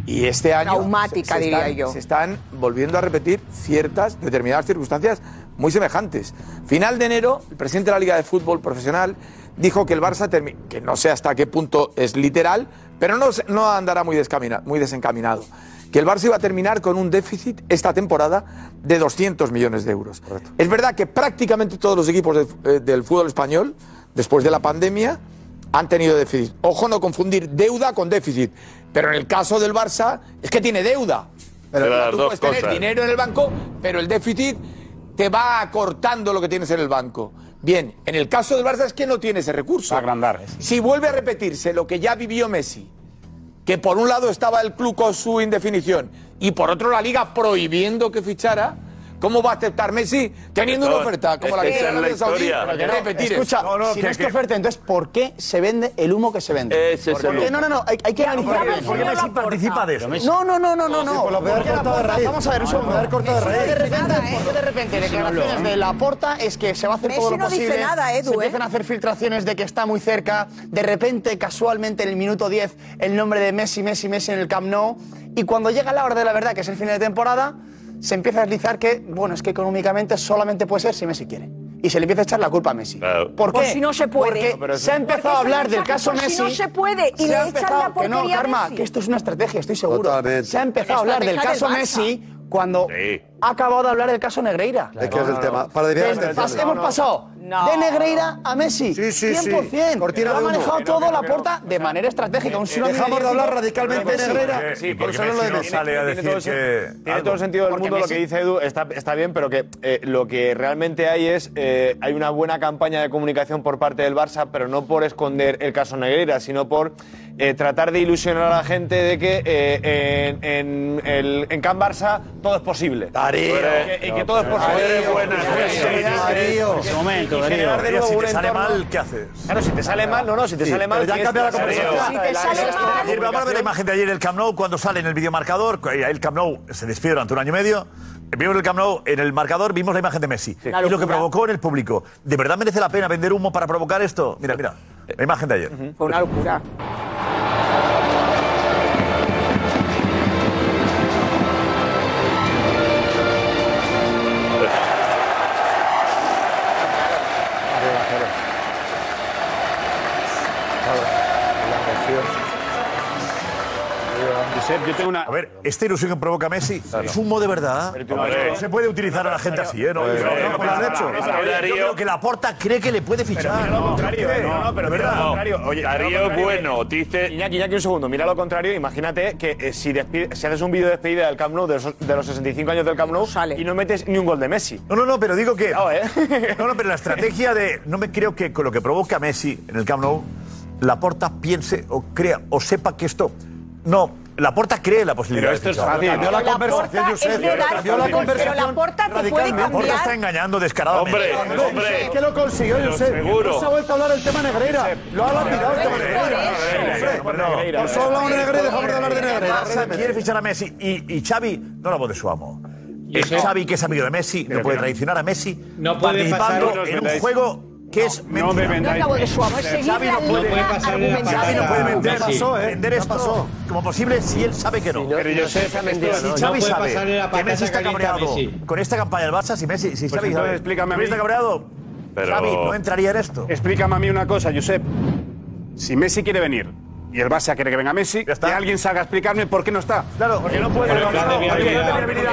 [SPEAKER 13] Y este año.
[SPEAKER 7] Traumática, diría
[SPEAKER 13] están-
[SPEAKER 7] yo.
[SPEAKER 13] Se están volviendo a repetir ciertas, determinadas circunstancias muy semejantes. Final de enero, el presidente de la Liga de Fútbol Profesional dijo que el Barça, termi- que no sé hasta qué punto es literal, pero no, se- no andará muy, descamina- muy desencaminado, que el Barça iba a terminar con un déficit esta temporada de 200 millones de euros. Es verdad que prácticamente todos los equipos de- eh, del fútbol español, después de la pandemia, han tenido déficit. Ojo, no confundir deuda con déficit. Pero en el caso del Barça, es que tiene deuda. Pero
[SPEAKER 12] Pero las
[SPEAKER 13] tú
[SPEAKER 12] dos
[SPEAKER 13] puedes tener
[SPEAKER 12] cosas.
[SPEAKER 13] dinero en el banco, pero el déficit te va acortando lo que tienes en el banco. Bien, en el caso del Barça es que no tiene ese recurso. agrandar. Si vuelve a repetirse lo que ya vivió Messi, que por un lado estaba el club con su indefinición y por otro la liga prohibiendo que fichara, ¿cómo va a aceptar Messi teniendo una
[SPEAKER 12] Perdón,
[SPEAKER 13] oferta como la que
[SPEAKER 12] esa
[SPEAKER 13] hizo
[SPEAKER 12] es la
[SPEAKER 13] Arabia Saudí?
[SPEAKER 12] historia.
[SPEAKER 13] Pero Repetir eso.
[SPEAKER 10] Escucha, si no es que oferta, entonces ¿por qué se vende el humo que se vende?
[SPEAKER 23] Ese
[SPEAKER 10] ¿Por
[SPEAKER 23] es el
[SPEAKER 10] qué?
[SPEAKER 23] humo.
[SPEAKER 10] No, no, no, hay, hay que
[SPEAKER 23] Ya,
[SPEAKER 10] analizar.
[SPEAKER 23] porque- porque Porque Messi la porta. participa de eso.
[SPEAKER 10] No, no, no, no, no, no.
[SPEAKER 23] por lo peor
[SPEAKER 10] ¿Por qué la
[SPEAKER 23] cortado de
[SPEAKER 10] porta?
[SPEAKER 23] raíz.
[SPEAKER 10] Vamos a ver, un
[SPEAKER 23] No,
[SPEAKER 10] segundo.
[SPEAKER 23] no, no.
[SPEAKER 10] ¿Por qué de repente,
[SPEAKER 8] nada, ¿eh?
[SPEAKER 10] por qué de repente
[SPEAKER 8] Messi no habló,
[SPEAKER 10] declaraciones
[SPEAKER 8] ¿eh?
[SPEAKER 10] de la porta es que se va a hacer
[SPEAKER 8] Messi
[SPEAKER 10] todo lo
[SPEAKER 8] no dice
[SPEAKER 10] posible?
[SPEAKER 8] nada, Edu,
[SPEAKER 10] Se
[SPEAKER 8] ¿eh?
[SPEAKER 10] empiezan a hacer filtraciones de que está muy cerca. De repente, casualmente, en el minuto 10, el nombre de Messi, Messi, Messi en el Camp Nou. Y cuando llega la hora de la verdad, que es el final de temporada, se empieza a deslizar que, bueno, es que económicamente solamente puede ser si Messi quiere. Y se le empieza a echar la culpa a Messi. ¿Por
[SPEAKER 8] Por
[SPEAKER 10] qué?
[SPEAKER 8] si no se puede.
[SPEAKER 10] Porque
[SPEAKER 8] No, pero eso-
[SPEAKER 10] se ha empezado a
[SPEAKER 8] Porque es
[SPEAKER 10] hablar
[SPEAKER 8] un
[SPEAKER 10] del
[SPEAKER 8] mensaje,
[SPEAKER 10] caso
[SPEAKER 8] por si
[SPEAKER 10] Messi.
[SPEAKER 8] no se puede, y
[SPEAKER 10] Se
[SPEAKER 8] le
[SPEAKER 10] ha
[SPEAKER 8] echan la
[SPEAKER 10] empezado- que no,
[SPEAKER 8] porquería a
[SPEAKER 10] Karma,
[SPEAKER 8] Messi.
[SPEAKER 10] que esto es una estrategia, estoy seguro. Se ha empezado a
[SPEAKER 8] Una
[SPEAKER 10] hablar del
[SPEAKER 8] estrategia
[SPEAKER 10] caso
[SPEAKER 8] del Barça.
[SPEAKER 10] Messi cuando ha acabado de hablar del caso Negreira.
[SPEAKER 6] Es que es el tema. Para desviar la
[SPEAKER 10] Desde- pas-
[SPEAKER 6] atención.
[SPEAKER 10] hemos pasado de Negreira a Messi.
[SPEAKER 6] Sí, sí, sí.
[SPEAKER 10] 100%.
[SPEAKER 6] Cortina
[SPEAKER 10] Lo ha
[SPEAKER 6] de humo.
[SPEAKER 10] manejado
[SPEAKER 6] Que no,
[SPEAKER 10] todo
[SPEAKER 6] que no,
[SPEAKER 10] la
[SPEAKER 6] que no.
[SPEAKER 10] puerta de manera estratégica. un tsunami
[SPEAKER 6] Dejamos de hablar
[SPEAKER 10] Messi.
[SPEAKER 6] radicalmente de
[SPEAKER 10] Messi.
[SPEAKER 6] Herrera.
[SPEAKER 23] Sí,
[SPEAKER 6] por
[SPEAKER 23] porque
[SPEAKER 6] solo
[SPEAKER 23] Messi
[SPEAKER 6] lo de
[SPEAKER 23] no
[SPEAKER 6] Messi.
[SPEAKER 23] sale a
[SPEAKER 6] Tiene
[SPEAKER 23] decir
[SPEAKER 6] todo sen-
[SPEAKER 23] que-
[SPEAKER 6] tiene
[SPEAKER 23] Tiene
[SPEAKER 6] todo
[SPEAKER 23] todo
[SPEAKER 6] el
[SPEAKER 23] sentido del mundo lo que dice Edu, está, está bien, pero que eh, lo que realmente hay es, eh, hay una buena campaña de comunicación por parte del Barça, pero no por esconder el caso Negreira, sino por eh, tratar de ilusionar a la gente de que eh, en, en, el- en Can Barça todo es posible.
[SPEAKER 6] Darío.
[SPEAKER 23] Y que, y que todo es posible.
[SPEAKER 6] Darío.
[SPEAKER 23] Y
[SPEAKER 6] Momento,
[SPEAKER 23] generar de nuevo
[SPEAKER 3] Si
[SPEAKER 23] un
[SPEAKER 3] te sale
[SPEAKER 23] entorno-
[SPEAKER 3] mal, ¿qué haces?
[SPEAKER 23] Claro, si te sale mal, no, no, si te
[SPEAKER 3] Sí,
[SPEAKER 23] sale mal.
[SPEAKER 3] pero ya han
[SPEAKER 23] tienes
[SPEAKER 3] cambiado la
[SPEAKER 23] que-
[SPEAKER 3] conversación.
[SPEAKER 23] Sí, sí, sí, sí, sí.
[SPEAKER 3] Ayer vamos a ver la imagen de ayer el Camp Nou cuando sale en el videomarcador. que El Camp Nou se despide durante un año y medio. Vimos el Camp Nou en el marcador, vimos la imagen de Messi.
[SPEAKER 9] La
[SPEAKER 3] Y lo que
[SPEAKER 9] locura.
[SPEAKER 3] provocó en el público. ¿De verdad merece la pena vender humo para provocar esto? Mira, mira, la imagen de ayer.
[SPEAKER 7] Eh, Fue una locura.
[SPEAKER 12] (laughs)
[SPEAKER 18] Josep, yo tengo una.
[SPEAKER 3] A ver, esta ilusión que provoca Messi es humo de verdad.
[SPEAKER 18] tú no-
[SPEAKER 3] Hombre, se puede utilizar a la gente así, ¿eh? No,
[SPEAKER 18] Pero-
[SPEAKER 3] yo creo que
[SPEAKER 18] pero-
[SPEAKER 3] no, pero-
[SPEAKER 18] pero-
[SPEAKER 3] Nacho,
[SPEAKER 18] pero-
[SPEAKER 3] yo
[SPEAKER 18] Darío-
[SPEAKER 3] creo que la porta cree que le puede fichar.
[SPEAKER 23] Mira lo contrario,
[SPEAKER 3] cree.
[SPEAKER 23] no, no, pero mira
[SPEAKER 3] ¿Verdad?
[SPEAKER 23] lo contrario. Oye, mira lo
[SPEAKER 3] Darío
[SPEAKER 23] contrario.
[SPEAKER 3] bueno,
[SPEAKER 23] dice. Iñaki, Iñaki, un segundo, mira lo contrario. Imagínate que eh, si, despide- si haces un vídeo de despedida del Camp Nou, de los, de los 65 años del Camp Nou, y no metes ni un gol de Messi.
[SPEAKER 3] No, no, no, pero digo que.
[SPEAKER 23] Cuidado, ¿eh?
[SPEAKER 3] No, no, pero la estrategia de. No me creo que con lo que provoca Messi en el Camp Nou, la porta piense o crea o sepa que esto. No, la porta cree la posibilidad.
[SPEAKER 18] Pero esto
[SPEAKER 3] de
[SPEAKER 18] es
[SPEAKER 3] fichar.
[SPEAKER 18] fácil. Cambió la La conversación, Porta Josep. es de dar Cambió la fútbol, conversación pero la Porta te puede radicalmente.
[SPEAKER 3] La porta
[SPEAKER 18] cambiar.
[SPEAKER 3] está engañando descaradamente.
[SPEAKER 18] Hombre, Hombre, hombre.
[SPEAKER 19] ¿Qué lo consiguió,
[SPEAKER 3] Pero
[SPEAKER 19] Josep?
[SPEAKER 3] seguro.
[SPEAKER 19] No se ha vuelto a hablar el tema Negreira. Lo ha latigado el tema Negreira.
[SPEAKER 3] Negreira.
[SPEAKER 19] Por eso hablamos de Negreira, dejamos de hablar de Negreira.
[SPEAKER 3] Barça quiere fichar a Messi y, y Xavi no la voz de su amo.
[SPEAKER 5] Yo sé.
[SPEAKER 3] El Xavi, que es amigo de Messi, no puede traicionar a Messi
[SPEAKER 5] No puede pasar-
[SPEAKER 3] participando
[SPEAKER 5] No nos
[SPEAKER 3] en un
[SPEAKER 5] vendáis.
[SPEAKER 3] juego que es mentira.
[SPEAKER 5] me vendáis. No acabo de su amo, es seguir
[SPEAKER 3] Xavi no
[SPEAKER 5] la
[SPEAKER 3] puede,
[SPEAKER 5] línea argumental.
[SPEAKER 3] Xavi no puede vender,
[SPEAKER 5] Ya pasó, ¿eh?
[SPEAKER 3] vender
[SPEAKER 5] Ya
[SPEAKER 3] esto
[SPEAKER 5] pasó.
[SPEAKER 3] como posible si él sabe que no.
[SPEAKER 5] Pero yo sé, esa mentira,
[SPEAKER 3] si
[SPEAKER 5] ¿no?
[SPEAKER 3] Xavi
[SPEAKER 5] No puede
[SPEAKER 3] sabe
[SPEAKER 5] pasarle la
[SPEAKER 3] que
[SPEAKER 5] patata
[SPEAKER 3] Messi está
[SPEAKER 5] caliente a
[SPEAKER 3] cabreado
[SPEAKER 5] Messi.
[SPEAKER 3] con esta campaña del Barça, si Messi, si
[SPEAKER 18] Pues
[SPEAKER 3] Xavi
[SPEAKER 18] entonces
[SPEAKER 3] sabe-
[SPEAKER 18] explícame a
[SPEAKER 3] Messi
[SPEAKER 18] mí.
[SPEAKER 3] está cabreado,
[SPEAKER 18] Pero-
[SPEAKER 3] Xavi no entraría en esto.
[SPEAKER 18] Explícame a mí una cosa, Josep. Si Messi quiere venir y el Barça quiere que venga Messi, que alguien salga a explicarme por qué no está. Claro, porque no puede.
[SPEAKER 3] Porque no tiene viabilidad.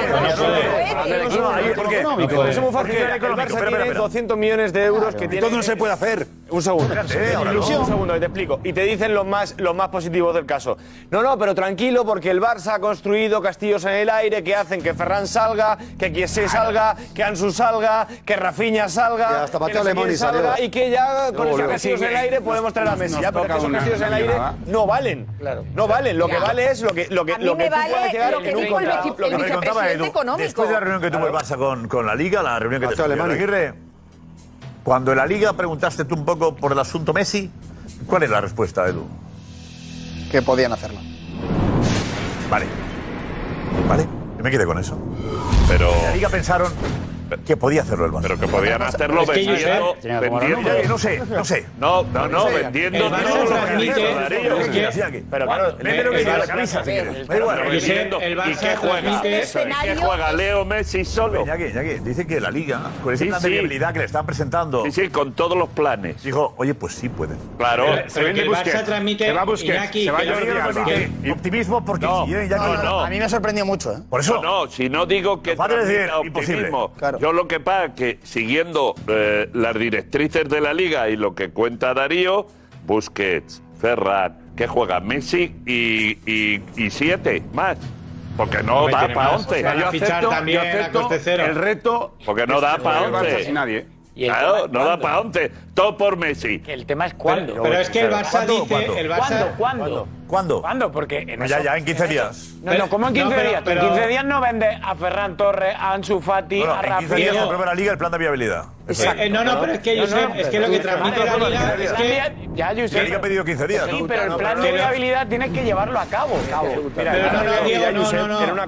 [SPEAKER 23] ¿Por qué?
[SPEAKER 18] No,
[SPEAKER 23] Porque es muy fácil.
[SPEAKER 18] Porque
[SPEAKER 23] El
[SPEAKER 18] era económico,
[SPEAKER 23] Barça
[SPEAKER 18] espera,
[SPEAKER 23] tiene
[SPEAKER 18] espera.
[SPEAKER 23] 200 millones de euros que tiene.
[SPEAKER 18] Entonces no se puede hacer.
[SPEAKER 23] Un segundo.
[SPEAKER 18] Espérate, ahora no.
[SPEAKER 23] Un segundo, que te explico. Y te dicen los más, los más positivos del caso. No, no, pero tranquilo, porque el Barça ha construido castillos en el aire que hacen que Ferran salga, que Kiese salga, que Ansu salga, que Rafinha salga.
[SPEAKER 6] Que hasta
[SPEAKER 23] no
[SPEAKER 6] Mateo
[SPEAKER 23] sé quién
[SPEAKER 6] Alemany
[SPEAKER 23] salga,
[SPEAKER 6] salió.
[SPEAKER 23] Y que ya
[SPEAKER 6] No
[SPEAKER 23] con esos
[SPEAKER 6] volvió.
[SPEAKER 23] castillos en el aire podemos traer a
[SPEAKER 6] Nos-
[SPEAKER 23] Messi.
[SPEAKER 6] nos
[SPEAKER 23] Ya, pero
[SPEAKER 6] toca
[SPEAKER 23] esos
[SPEAKER 6] una-
[SPEAKER 23] castillos en el aire
[SPEAKER 6] una nada.
[SPEAKER 23] no valen. No valen. Lo que
[SPEAKER 6] Mira.
[SPEAKER 23] vale es lo que, lo que,
[SPEAKER 6] A mí
[SPEAKER 23] lo que
[SPEAKER 6] me
[SPEAKER 23] tú
[SPEAKER 6] vale
[SPEAKER 23] puedes llegar
[SPEAKER 6] lo que
[SPEAKER 23] en un
[SPEAKER 6] dijo el
[SPEAKER 23] contrato.
[SPEAKER 6] vice-
[SPEAKER 3] Lo que me contaba Edu, después de la reunión que tuvo el Barça con, con la Liga, la reunión que
[SPEAKER 6] Mateo
[SPEAKER 3] tuvo
[SPEAKER 6] Alemany.
[SPEAKER 3] Aguirre, cuando en la Liga preguntaste tú un poco por el asunto Messi, ¿cuál es la respuesta, Edu?
[SPEAKER 10] Que podían hacerlo.
[SPEAKER 3] Vale. Vale, yo me quedé con eso. Pero... En la Liga pensaron que podía hacerlo el Barça. Pero que
[SPEAKER 12] podían hacerlo Es que yo vendiendo- sé. Tenía que cobrar vendiendo- números.
[SPEAKER 3] No sé, no sé.
[SPEAKER 12] No, no, no, vendiendo
[SPEAKER 3] El Barça
[SPEAKER 12] todo lo que
[SPEAKER 3] transmite-
[SPEAKER 12] ha dicho Darío.
[SPEAKER 3] Es que- Pero claro, vende lo que quiera, la camisa, si quieres. Da igual.
[SPEAKER 12] Vendiendo. ¿Y qué juega? ¿Y qué juega Leo Messi solo?
[SPEAKER 3] Iñaki, Iñaki, dice que la Liga, con ese
[SPEAKER 12] Sí,
[SPEAKER 3] plan de
[SPEAKER 12] sí.
[SPEAKER 3] viabilidad que le están presentando. Sí,
[SPEAKER 12] sí, con todos los planes.
[SPEAKER 3] Dijo, oye, pues sí pueden.
[SPEAKER 12] Claro. Pero-
[SPEAKER 18] pero que el Barça
[SPEAKER 5] transmite, Se va Busquets, Iñaki, se va que la Jordi Liga no Alba. permite
[SPEAKER 3] Optimismo porque
[SPEAKER 12] No,
[SPEAKER 3] si yo, Iñaki-
[SPEAKER 12] no, no.
[SPEAKER 10] A mí me sorprendió mucho, ¿eh?
[SPEAKER 3] Por eso.
[SPEAKER 12] No, no, si no digo que
[SPEAKER 3] Los padres
[SPEAKER 12] transmita
[SPEAKER 3] decían,
[SPEAKER 12] optimismo.
[SPEAKER 3] imposible. Claro.
[SPEAKER 12] Yo lo que pasa es que siguiendo eh, las directrices de la liga y lo que cuenta Darío, Busquets, Ferran, que juega Messi y, y, y siete más. Porque no
[SPEAKER 5] Hombre,
[SPEAKER 12] da
[SPEAKER 5] tiene
[SPEAKER 12] para
[SPEAKER 5] más.
[SPEAKER 12] once.
[SPEAKER 5] O sea, Van a fichar también a coste cero.
[SPEAKER 12] el reto. Porque no
[SPEAKER 5] Es
[SPEAKER 12] da
[SPEAKER 5] que
[SPEAKER 12] para
[SPEAKER 5] no juegue el Barça
[SPEAKER 12] once.
[SPEAKER 5] sin nadie. ¿Y el tema
[SPEAKER 12] Claro,
[SPEAKER 5] es
[SPEAKER 12] no da
[SPEAKER 5] cuándo?
[SPEAKER 12] para once. Todo por Messi.
[SPEAKER 15] El tema es cuándo.
[SPEAKER 12] Pero- pero es que el Barça
[SPEAKER 3] ¿Cuándo? dice- ¿Cuándo? el Barça-
[SPEAKER 15] ¿Cuándo? ¿Cuándo?
[SPEAKER 3] ¿Cuándo?
[SPEAKER 15] ¿Cuándo? Porque en
[SPEAKER 3] No, ya,
[SPEAKER 15] eso- ¿Eh?
[SPEAKER 3] ya, en 15 días.
[SPEAKER 15] No, no, ¿cómo en 15
[SPEAKER 3] No, pero-
[SPEAKER 15] días? Tú
[SPEAKER 3] pero-
[SPEAKER 15] En 15 días no vendes a Ferran Torres, a Ansu Fati,
[SPEAKER 3] No, no,
[SPEAKER 15] a
[SPEAKER 3] en 15 días
[SPEAKER 15] Rafinha.
[SPEAKER 3] aprueba la Liga el plan de viabilidad. Eso es.
[SPEAKER 15] Exacto.
[SPEAKER 5] Eh, no, no, pero es que, Josep, es que lo que transmite la Liga es que-
[SPEAKER 15] Ya, Josep.
[SPEAKER 3] La Liga ha pedido 15 días,
[SPEAKER 15] Sí,
[SPEAKER 3] ¿no?
[SPEAKER 15] pero el
[SPEAKER 3] No,
[SPEAKER 15] plan
[SPEAKER 3] pero-
[SPEAKER 15] de viabilidad tienes que llevarlo a cabo. cabo. Mira,
[SPEAKER 23] Mira,
[SPEAKER 15] ahora
[SPEAKER 23] Darío
[SPEAKER 15] veo
[SPEAKER 23] y
[SPEAKER 15] ya,
[SPEAKER 23] a Josep,
[SPEAKER 15] Josep,
[SPEAKER 23] era una cosa, que- una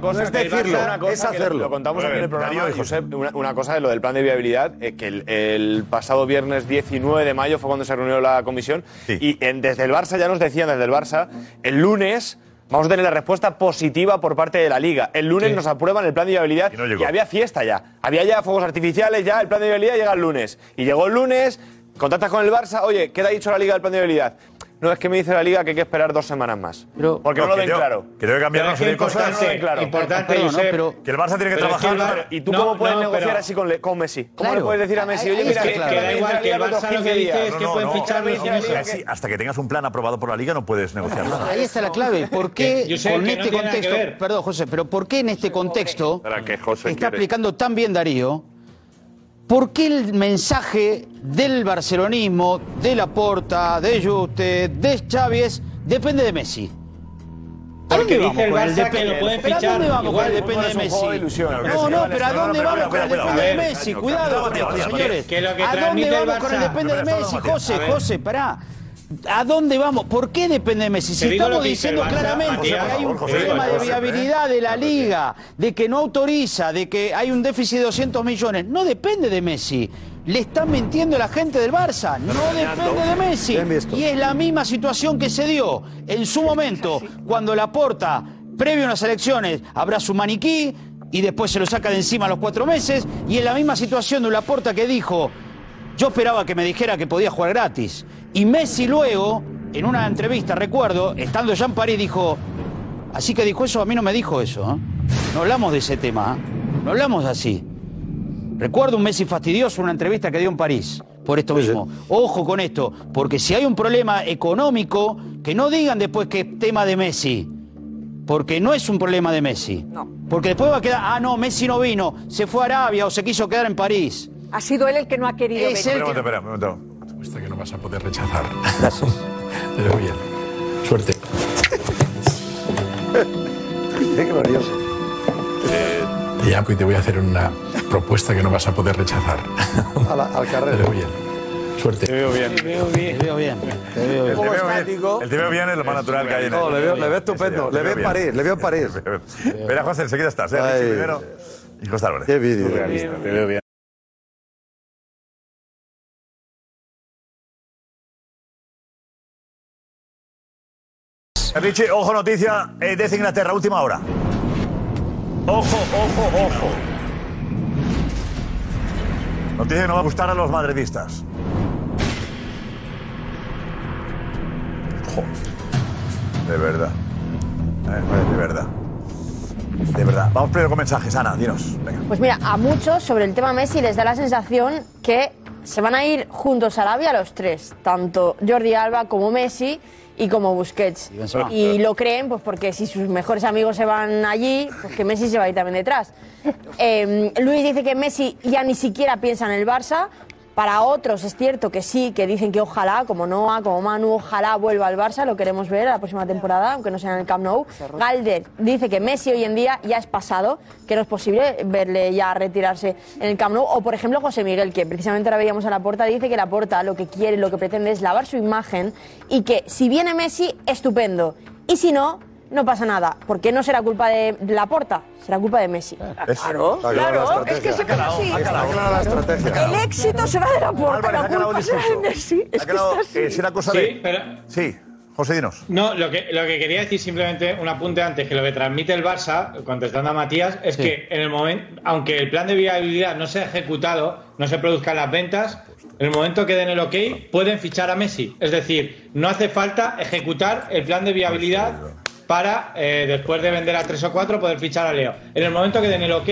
[SPEAKER 23] cosa que lo- Lo contamos aquí en el programa, Darío y
[SPEAKER 3] Josep,
[SPEAKER 23] una, una cosa de lo del plan de viabilidad, eh, que el, el pasado viernes 19 de mayo fue cuando se reunió la comisión y en- desde el Barça, ya nos decían desde el Barça, el lunes vamos a tener la respuesta positiva por parte de la Liga. El lunes nos aprueban el plan de viabilidad y, había fiesta ya. Había ya fuegos artificiales, ya el plan de viabilidad llega el lunes. Y llegó el lunes, contactas con el Barça, oye, ¿qué te ha dicho la Liga del plan de viabilidad? No, es que me dice la Liga que hay que esperar dos semanas más. porque no,
[SPEAKER 3] No,
[SPEAKER 23] lo
[SPEAKER 3] que
[SPEAKER 23] ven
[SPEAKER 3] tengo-
[SPEAKER 23] claro.
[SPEAKER 3] que tengo que cambiar Pero una es que serie de cosas.
[SPEAKER 23] No lo ven claro. Ah,
[SPEAKER 3] importante, Perdón, ¿no? Josep. Pero- Que el Barça tiene que
[SPEAKER 23] Pero es
[SPEAKER 3] trabajar,
[SPEAKER 23] el Bar-
[SPEAKER 3] pero-
[SPEAKER 23] ¿Y tú
[SPEAKER 3] no,
[SPEAKER 23] cómo puedes
[SPEAKER 3] no,
[SPEAKER 23] negociar
[SPEAKER 3] pero-
[SPEAKER 23] así con, le- con Messi? ¿Cómo
[SPEAKER 3] Claro.
[SPEAKER 23] le puedes decir a Messi, pues, oye,
[SPEAKER 3] Ahí-
[SPEAKER 23] mira,
[SPEAKER 3] ahí está claro.
[SPEAKER 23] la Liga
[SPEAKER 3] que el
[SPEAKER 23] nos
[SPEAKER 3] Barça lo
[SPEAKER 23] 15
[SPEAKER 3] que dice
[SPEAKER 23] días.
[SPEAKER 3] es que pueden fichar los
[SPEAKER 23] La Liga-
[SPEAKER 3] Messi, Hasta que tengas un plan aprobado por la Liga no puedes negociar
[SPEAKER 14] (laughs)
[SPEAKER 3] nada.
[SPEAKER 14] Ahí está la clave. ¿Por
[SPEAKER 3] Que- yo
[SPEAKER 14] qué
[SPEAKER 3] sé
[SPEAKER 14] con
[SPEAKER 3] que no
[SPEAKER 14] este
[SPEAKER 3] tiene nada que
[SPEAKER 14] contexto?
[SPEAKER 3] ver.
[SPEAKER 14] Perdón, José, pero ¿por qué en este contexto
[SPEAKER 12] Para que José
[SPEAKER 14] está
[SPEAKER 12] quiere-
[SPEAKER 14] explicando tan bien Darío? ¿Por qué el mensaje del barcelonismo, de Laporta, de Juste, de Chávez, depende de Messi? ¿A
[SPEAKER 5] Porque
[SPEAKER 14] dónde
[SPEAKER 5] dice
[SPEAKER 14] vamos con
[SPEAKER 5] el
[SPEAKER 14] el
[SPEAKER 5] Barça
[SPEAKER 14] depende?
[SPEAKER 5] que lo pueden
[SPEAKER 14] ¿Pero
[SPEAKER 5] fichar
[SPEAKER 14] ¿A dónde vamos con
[SPEAKER 5] igual,
[SPEAKER 14] el
[SPEAKER 5] el fútbol
[SPEAKER 14] depende de
[SPEAKER 5] es un juego
[SPEAKER 14] Messi?
[SPEAKER 5] de ilusiones.
[SPEAKER 14] No, no, pero ¿a
[SPEAKER 5] No, no,
[SPEAKER 14] dónde
[SPEAKER 5] pero
[SPEAKER 14] vamos con el
[SPEAKER 5] cuidado,
[SPEAKER 14] depende de
[SPEAKER 5] cuidado.
[SPEAKER 14] Messi?
[SPEAKER 5] A ver,
[SPEAKER 14] Cuidado con
[SPEAKER 5] cuidado,
[SPEAKER 14] esto,
[SPEAKER 5] cuidado,
[SPEAKER 14] señores.
[SPEAKER 5] que lo que
[SPEAKER 14] ¿A dónde
[SPEAKER 5] transmite el
[SPEAKER 14] vamos con el
[SPEAKER 5] Barça?
[SPEAKER 14] depende de
[SPEAKER 5] Pero eso no
[SPEAKER 14] Messi?
[SPEAKER 5] lo tiene.
[SPEAKER 14] José,
[SPEAKER 5] A ver.
[SPEAKER 14] José, pará. ¿A dónde vamos? ¿Por qué depende de Messi?
[SPEAKER 5] Te
[SPEAKER 14] Si
[SPEAKER 5] digo lo
[SPEAKER 14] estamos
[SPEAKER 5] que dice el
[SPEAKER 14] diciendo
[SPEAKER 5] Barça,
[SPEAKER 14] claramente
[SPEAKER 5] Matías,
[SPEAKER 14] que hay un
[SPEAKER 5] por favor,
[SPEAKER 14] problema
[SPEAKER 5] José,
[SPEAKER 14] de
[SPEAKER 5] José,
[SPEAKER 14] viabilidad de la liga, de que no autoriza, de que hay un déficit de 200 millones, no depende de Messi. Le están mintiendo a la gente del Barça, no depende de Messi. Y es la misma situación que se dio en su momento, cuando Laporta, previo a unas elecciones, habrá su maniquí y después se lo saca de encima a los cuatro meses. Y es la misma situación de un Laporta que dijo, yo esperaba que me dijera que podía jugar gratis. Y Messi luego, en una entrevista, recuerdo, estando ya en París, dijo, Así que dijo eso, a mí no me dijo eso. ¿eh? No hablamos de ese tema, ¿eh? no hablamos así. Recuerdo un Messi fastidioso, una entrevista que dio en París, por esto mismo. Ojo con esto, porque si hay un problema económico, que no digan después que es tema de Messi, porque no es un problema de Messi. Porque después va a quedar, ah, no, Messi no vino, se fue a Arabia o se quiso quedar en París.
[SPEAKER 8] Ha sido él el que no ha querido
[SPEAKER 14] Es
[SPEAKER 8] venir.
[SPEAKER 14] el que-
[SPEAKER 3] Espera, un momento.
[SPEAKER 9] Esta que no vas a poder rechazar. Gracias. (laughs) Te veo bien. Suerte.
[SPEAKER 6] Qué maravilloso.
[SPEAKER 9] Te llamo y te voy a hacer una propuesta que no vas a poder rechazar.
[SPEAKER 6] al carrero.
[SPEAKER 9] Te veo bien. Suerte. Te veo bien.
[SPEAKER 14] Te veo bien. Te veo
[SPEAKER 3] El
[SPEAKER 14] bien.
[SPEAKER 3] te veo bien, el te veo bien es lo más natural que hay en
[SPEAKER 6] No, le veo- le veo estupendo, le veo en París, le veo en
[SPEAKER 3] París. Verá, José, enseguida estás. ¿eh?
[SPEAKER 6] Ay.
[SPEAKER 3] Richie primero y Costa Álvarez.
[SPEAKER 6] Qué vídeo.
[SPEAKER 3] Surrealista, Te veo bien. Richie, ojo noticia eh, desde Inglaterra, última hora. Ojo, ojo, ojo. Noticia que no va a gustar a los madridistas. Jo, De verdad. Eh, De verdad. De verdad. Vamos primero con mensajes, Ana, dinos. Venga.
[SPEAKER 4] Pues mira, a muchos sobre el tema Messi les da la sensación que se van a ir juntos a Arabia los tres, tanto Jordi Alba como Messi y como Busquets.
[SPEAKER 14] Y Benzema.
[SPEAKER 4] Y lo creen pues porque si sus mejores amigos se van allí, pues que Messi se va a ir también detrás. Eh, Luis dice que Messi ya ni siquiera piensa en el Barça. Para otros es cierto que sí, que dicen que ojalá, como Noah, como Manu, ojalá vuelva al Barça, lo queremos ver la próxima temporada, aunque no sea en el Camp Nou. Galder dice que Messi hoy en día ya es pasado, que no es posible verle ya retirarse en el Camp Nou. O por ejemplo José Miguel, que precisamente ahora veíamos a la porta, dice que la porta lo que quiere, lo que pretende es lavar su imagen y que si viene Messi, estupendo. Y si no, no pasa nada, porque no será culpa de la porta, será culpa de Messi.
[SPEAKER 6] Claro,
[SPEAKER 8] Claro, es que se queda así.
[SPEAKER 6] la estrategia.
[SPEAKER 8] El éxito será de la puerta, la culpa será de Messi. Es que está así.
[SPEAKER 3] Eh, será cosa
[SPEAKER 5] Sí,
[SPEAKER 3] de. Sí, José, dinos.
[SPEAKER 5] No, lo que, lo que quería decir simplemente un apunte antes, que lo que transmite el Barça, contestando a Matías, es
[SPEAKER 3] Sí.
[SPEAKER 5] que en el momento, aunque el plan de viabilidad no sea ejecutado, no se produzcan las ventas, en el momento que den el ok, pueden fichar a Messi. Es decir, no hace falta ejecutar el plan de viabilidad para, eh, después de vender a tres o cuatro, poder fichar a Leo. En el momento que den el ok,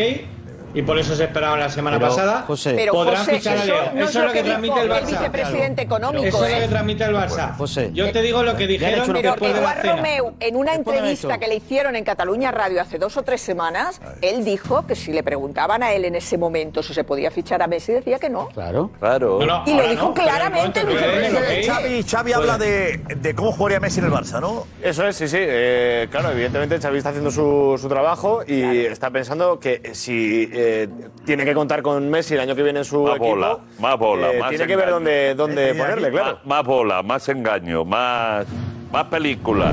[SPEAKER 5] y por eso se esperaba la semana
[SPEAKER 14] Pero,
[SPEAKER 5] pasada,
[SPEAKER 14] José-
[SPEAKER 8] Pero
[SPEAKER 5] podrán
[SPEAKER 8] José,
[SPEAKER 5] fichar a
[SPEAKER 8] eso
[SPEAKER 5] Leo.
[SPEAKER 8] no
[SPEAKER 5] eso es lo que,
[SPEAKER 8] dijo
[SPEAKER 5] transmite el
[SPEAKER 8] el
[SPEAKER 5] Barça.
[SPEAKER 8] vicepresidente económico,
[SPEAKER 5] Eso es lo
[SPEAKER 8] ¿eh?
[SPEAKER 5] que transmite el Barça.
[SPEAKER 14] José.
[SPEAKER 5] Yo te digo lo que
[SPEAKER 14] Le han
[SPEAKER 5] dijeron
[SPEAKER 14] hecho una
[SPEAKER 5] después de la
[SPEAKER 8] Eduard
[SPEAKER 5] cena.
[SPEAKER 8] Romeu, en una
[SPEAKER 5] Después de
[SPEAKER 8] entrevista
[SPEAKER 5] esto.
[SPEAKER 8] que le hicieron en Cataluña Radio hace dos o tres semanas, él dijo que si le preguntaban a él en ese momento si se podía fichar a Messi, decía que no.
[SPEAKER 14] Claro.
[SPEAKER 23] Claro.
[SPEAKER 8] Y lo dijo claramente el vicepresidente.
[SPEAKER 3] Xavi, Xavi habla de, de cómo jugaría Messi en el Barça, ¿no?
[SPEAKER 23] Eso es, sí, sí. Eh, claro, evidentemente Xavi está haciendo su, su trabajo y está pensando que si eh, tiene que contar con Messi el año que viene en su
[SPEAKER 12] Más
[SPEAKER 23] equipo,
[SPEAKER 12] bola, más bola,
[SPEAKER 23] eh,
[SPEAKER 12] más
[SPEAKER 23] tiene que ver
[SPEAKER 12] engaño.
[SPEAKER 23] dónde, dónde ponerle, claro.
[SPEAKER 12] Más, más bola, más engaño, más, más película.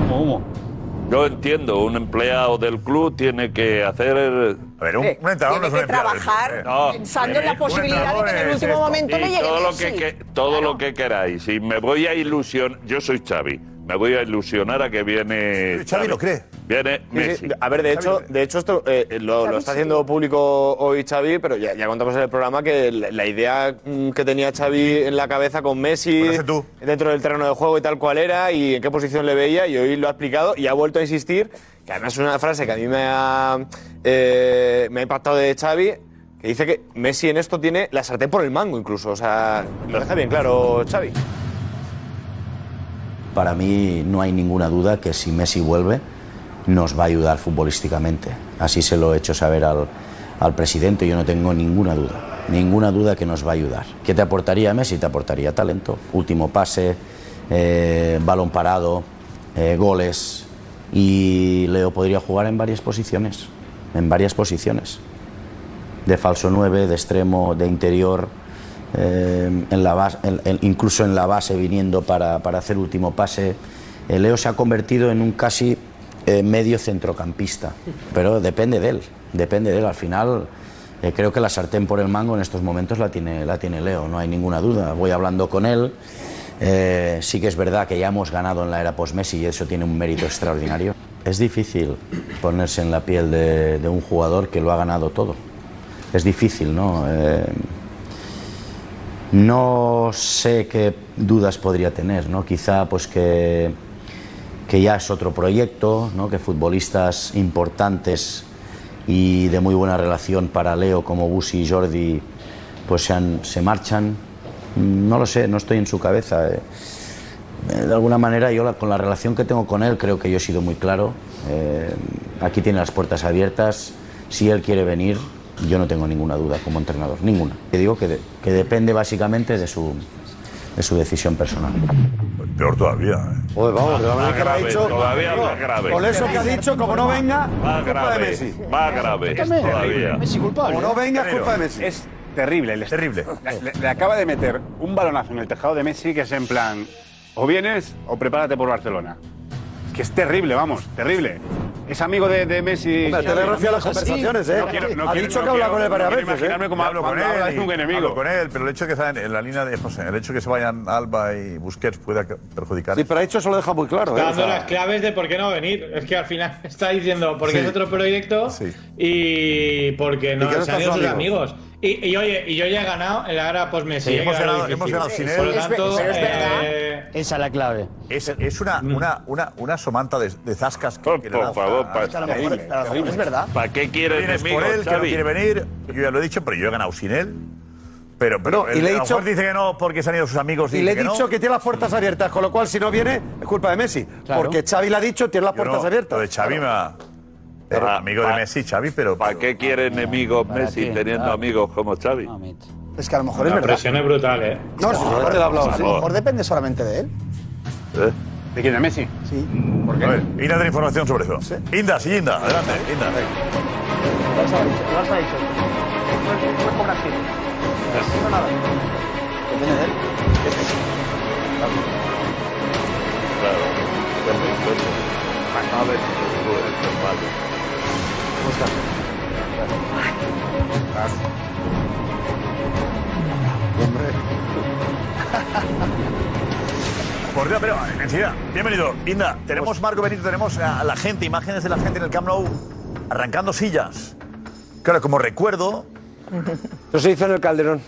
[SPEAKER 12] Yo entiendo, un empleado del club tiene que hacer.
[SPEAKER 3] A ver,
[SPEAKER 8] un- Eh, un entrenador no es tiene un que empleado del trabajar club, ¿eh? pensando en la posibilidad de que en el último momento le llegue
[SPEAKER 12] todo lo
[SPEAKER 8] Messi.
[SPEAKER 12] que, que- todo lo que queráis. Y me voy a ilusionar. Yo soy Xavi. Me voy a ilusionar a que viene. Xavi, lo cree. Viene
[SPEAKER 23] Sí, sí.
[SPEAKER 12] Messi.
[SPEAKER 23] A ver, de hecho, de hecho esto eh, eh, lo, lo está haciendo público hoy Xavi, pero ya, ya contamos en el programa que la, la idea mm, que tenía Xavi en la cabeza con Messi dentro del terreno de juego y tal cual era y en qué posición le veía y hoy lo ha explicado y ha vuelto a insistir, que además es una frase que a mí me ha, eh, me ha impactado de Xavi, que dice que Messi en esto tiene la sartén por el mango incluso, o sea, lo deja bien claro Xavi.
[SPEAKER 16] Para mí no hay ninguna duda que si Messi vuelve nos va a ayudar futbolísticamente. Así se lo he hecho saber al, al presidente. Yo no tengo ninguna duda, ninguna duda que nos va a ayudar. ¿Qué te aportaría Messi? Te aportaría talento, último pase, eh, balón parado, eh, goles. Y Leo podría jugar en varias posiciones, en varias posiciones. De falso 9, de extremo, de interior. eh, en la bas- en- en- incluso en la base viniendo para, para hacer último pase. Eh, Leo se ha convertido en un casi eh, medio centrocampista, pero depende de él, depende de él. Al final eh, creo que la sartén por el mango en estos momentos la tiene, la tiene Leo, no hay ninguna duda. Voy hablando con él. Eh, sí que es verdad que ya hemos ganado en la era post-Messi y eso tiene un mérito extraordinario. Es difícil ponerse en la piel de, de un jugador que lo ha ganado todo. Es difícil, ¿no? Eh, no sé qué dudas podría tener, ¿no? Quizá pues que que ya es otro proyecto, ¿no? que futbolistas importantes y de muy buena relación para Leo como Busi y Jordi pues se, han- se marchan. Mm, No lo sé, no estoy en su cabeza. eh. Eh, De alguna manera yo la- con la relación que tengo con él creo que yo he sido muy claro. Eh, aquí tiene las puertas abiertas. Si él quiere venir, yo no tengo ninguna duda como entrenador, ninguna. Te digo que, de- que depende básicamente de su, de su decisión personal.
[SPEAKER 3] Peor todavía. ¿eh?
[SPEAKER 6] Joder, vamos, de la manera
[SPEAKER 12] Más
[SPEAKER 6] que lo ha
[SPEAKER 12] grave,
[SPEAKER 6] dicho.
[SPEAKER 12] todavía más grave.
[SPEAKER 6] Con eso que ha dicho, como no
[SPEAKER 3] Ah,
[SPEAKER 6] venga,
[SPEAKER 12] Más
[SPEAKER 6] culpa de
[SPEAKER 12] grave,
[SPEAKER 6] Messi.
[SPEAKER 12] más grave
[SPEAKER 6] Este,
[SPEAKER 12] todavía.
[SPEAKER 18] Como no venga, es Terrible. culpa de Messi. Es terrible. Le,
[SPEAKER 3] terrible.
[SPEAKER 18] Le, le acaba de meter un balonazo en el tejado de Messi que es en plan, o vienes o prepárate por Barcelona. Es que es terrible, vamos, terrible. Es amigo de, de Messi.
[SPEAKER 6] Hombre, te le refiero a las
[SPEAKER 18] Sí.
[SPEAKER 6] conversaciones, ¿eh?
[SPEAKER 18] No quiero- no
[SPEAKER 6] Ha
[SPEAKER 18] quiero-
[SPEAKER 6] dicho
[SPEAKER 18] no
[SPEAKER 6] que habla
[SPEAKER 18] quiero-
[SPEAKER 6] con él varias
[SPEAKER 18] no quiero
[SPEAKER 6] veces, ¿eh?
[SPEAKER 18] Imaginarme cómo
[SPEAKER 3] Yo
[SPEAKER 18] hablo con
[SPEAKER 3] hablo
[SPEAKER 18] él. y-
[SPEAKER 3] y
[SPEAKER 18] un
[SPEAKER 3] hablo
[SPEAKER 18] enemigo.
[SPEAKER 3] con él, pero el hecho de que estén en la línea de José, el hecho de que se vayan Alba y Busquets pueda que- perjudicar. Sí,
[SPEAKER 6] pero ha hecho eso lo deja muy claro.
[SPEAKER 3] ¿eh?
[SPEAKER 5] Está dando
[SPEAKER 3] O sea-
[SPEAKER 5] las claves de por qué no venir. Es que al final (laughs) está diciendo porque
[SPEAKER 3] Sí.
[SPEAKER 5] es otro proyecto y porque no,
[SPEAKER 3] Y que no
[SPEAKER 5] han
[SPEAKER 3] están
[SPEAKER 5] salido
[SPEAKER 3] sus
[SPEAKER 5] sus amigos. Y, y oye, y yo ya he ganado en la era post Messi.
[SPEAKER 3] Sí, hemos ganado- hemos ganado sin él.
[SPEAKER 5] Por lo
[SPEAKER 3] Es ve-
[SPEAKER 5] tanto,
[SPEAKER 3] pero es verdad.
[SPEAKER 5] eh, Mm.
[SPEAKER 14] Esa es la clave.
[SPEAKER 3] Es, es una, una, una, una somanta de, de zascas que, que le
[SPEAKER 12] Por
[SPEAKER 3] lanza
[SPEAKER 12] favor,
[SPEAKER 3] a-
[SPEAKER 12] pa-
[SPEAKER 3] a-
[SPEAKER 12] terrible, terrible.
[SPEAKER 3] verdad.
[SPEAKER 12] ¿Para qué quiere
[SPEAKER 3] Vienes
[SPEAKER 12] enemigos,
[SPEAKER 3] por él, que no
[SPEAKER 12] Xavi?
[SPEAKER 3] quiere venir. Yo ya lo he dicho, pero yo he ganado sin él. Pero, pero
[SPEAKER 6] No, y
[SPEAKER 3] él
[SPEAKER 6] le he
[SPEAKER 3] a lo
[SPEAKER 6] dicho-
[SPEAKER 3] mejor dice que no porque se han ido sus amigos.
[SPEAKER 6] Y
[SPEAKER 3] dice
[SPEAKER 6] le he
[SPEAKER 3] que no.
[SPEAKER 6] dicho que tiene las puertas abiertas, con lo cual si no viene es culpa de Messi. Porque Xavi le ha dicho, tiene las
[SPEAKER 3] Yo no,
[SPEAKER 6] puertas abiertas.
[SPEAKER 3] Lo de Xavi me ha- era amigo de Messi, Xavi, pero.
[SPEAKER 12] ¿Para Ah, qué quiere enemigos Messi teniendo amigos como Xavi?
[SPEAKER 10] Es que a lo mejor es
[SPEAKER 12] La
[SPEAKER 10] verdad.
[SPEAKER 12] presión es brutal, ¿eh?
[SPEAKER 10] No, sí,
[SPEAKER 12] Joder,
[SPEAKER 10] aparte,
[SPEAKER 12] por
[SPEAKER 10] a lo
[SPEAKER 12] favor.
[SPEAKER 10] mejor depende solamente de él.
[SPEAKER 18] ¿De quién? ¿De Messi?
[SPEAKER 10] Sí.
[SPEAKER 3] ¿Por qué? ¿Eh? A ver, Inda tiene información sobre eso. Inda, sí, Inda, adelante, Inda.
[SPEAKER 10] Barça ha dicho. El cuerpo brasileño. No nada. Depende de él.
[SPEAKER 3] Por Dios, pero enseguida, bienvenido. Inda, tenemos Marco Benito, tenemos a la gente, imágenes de la gente en el Camp Nou arrancando sillas. Claro, como recuerdo.
[SPEAKER 17] Eso se hizo en el Calderón.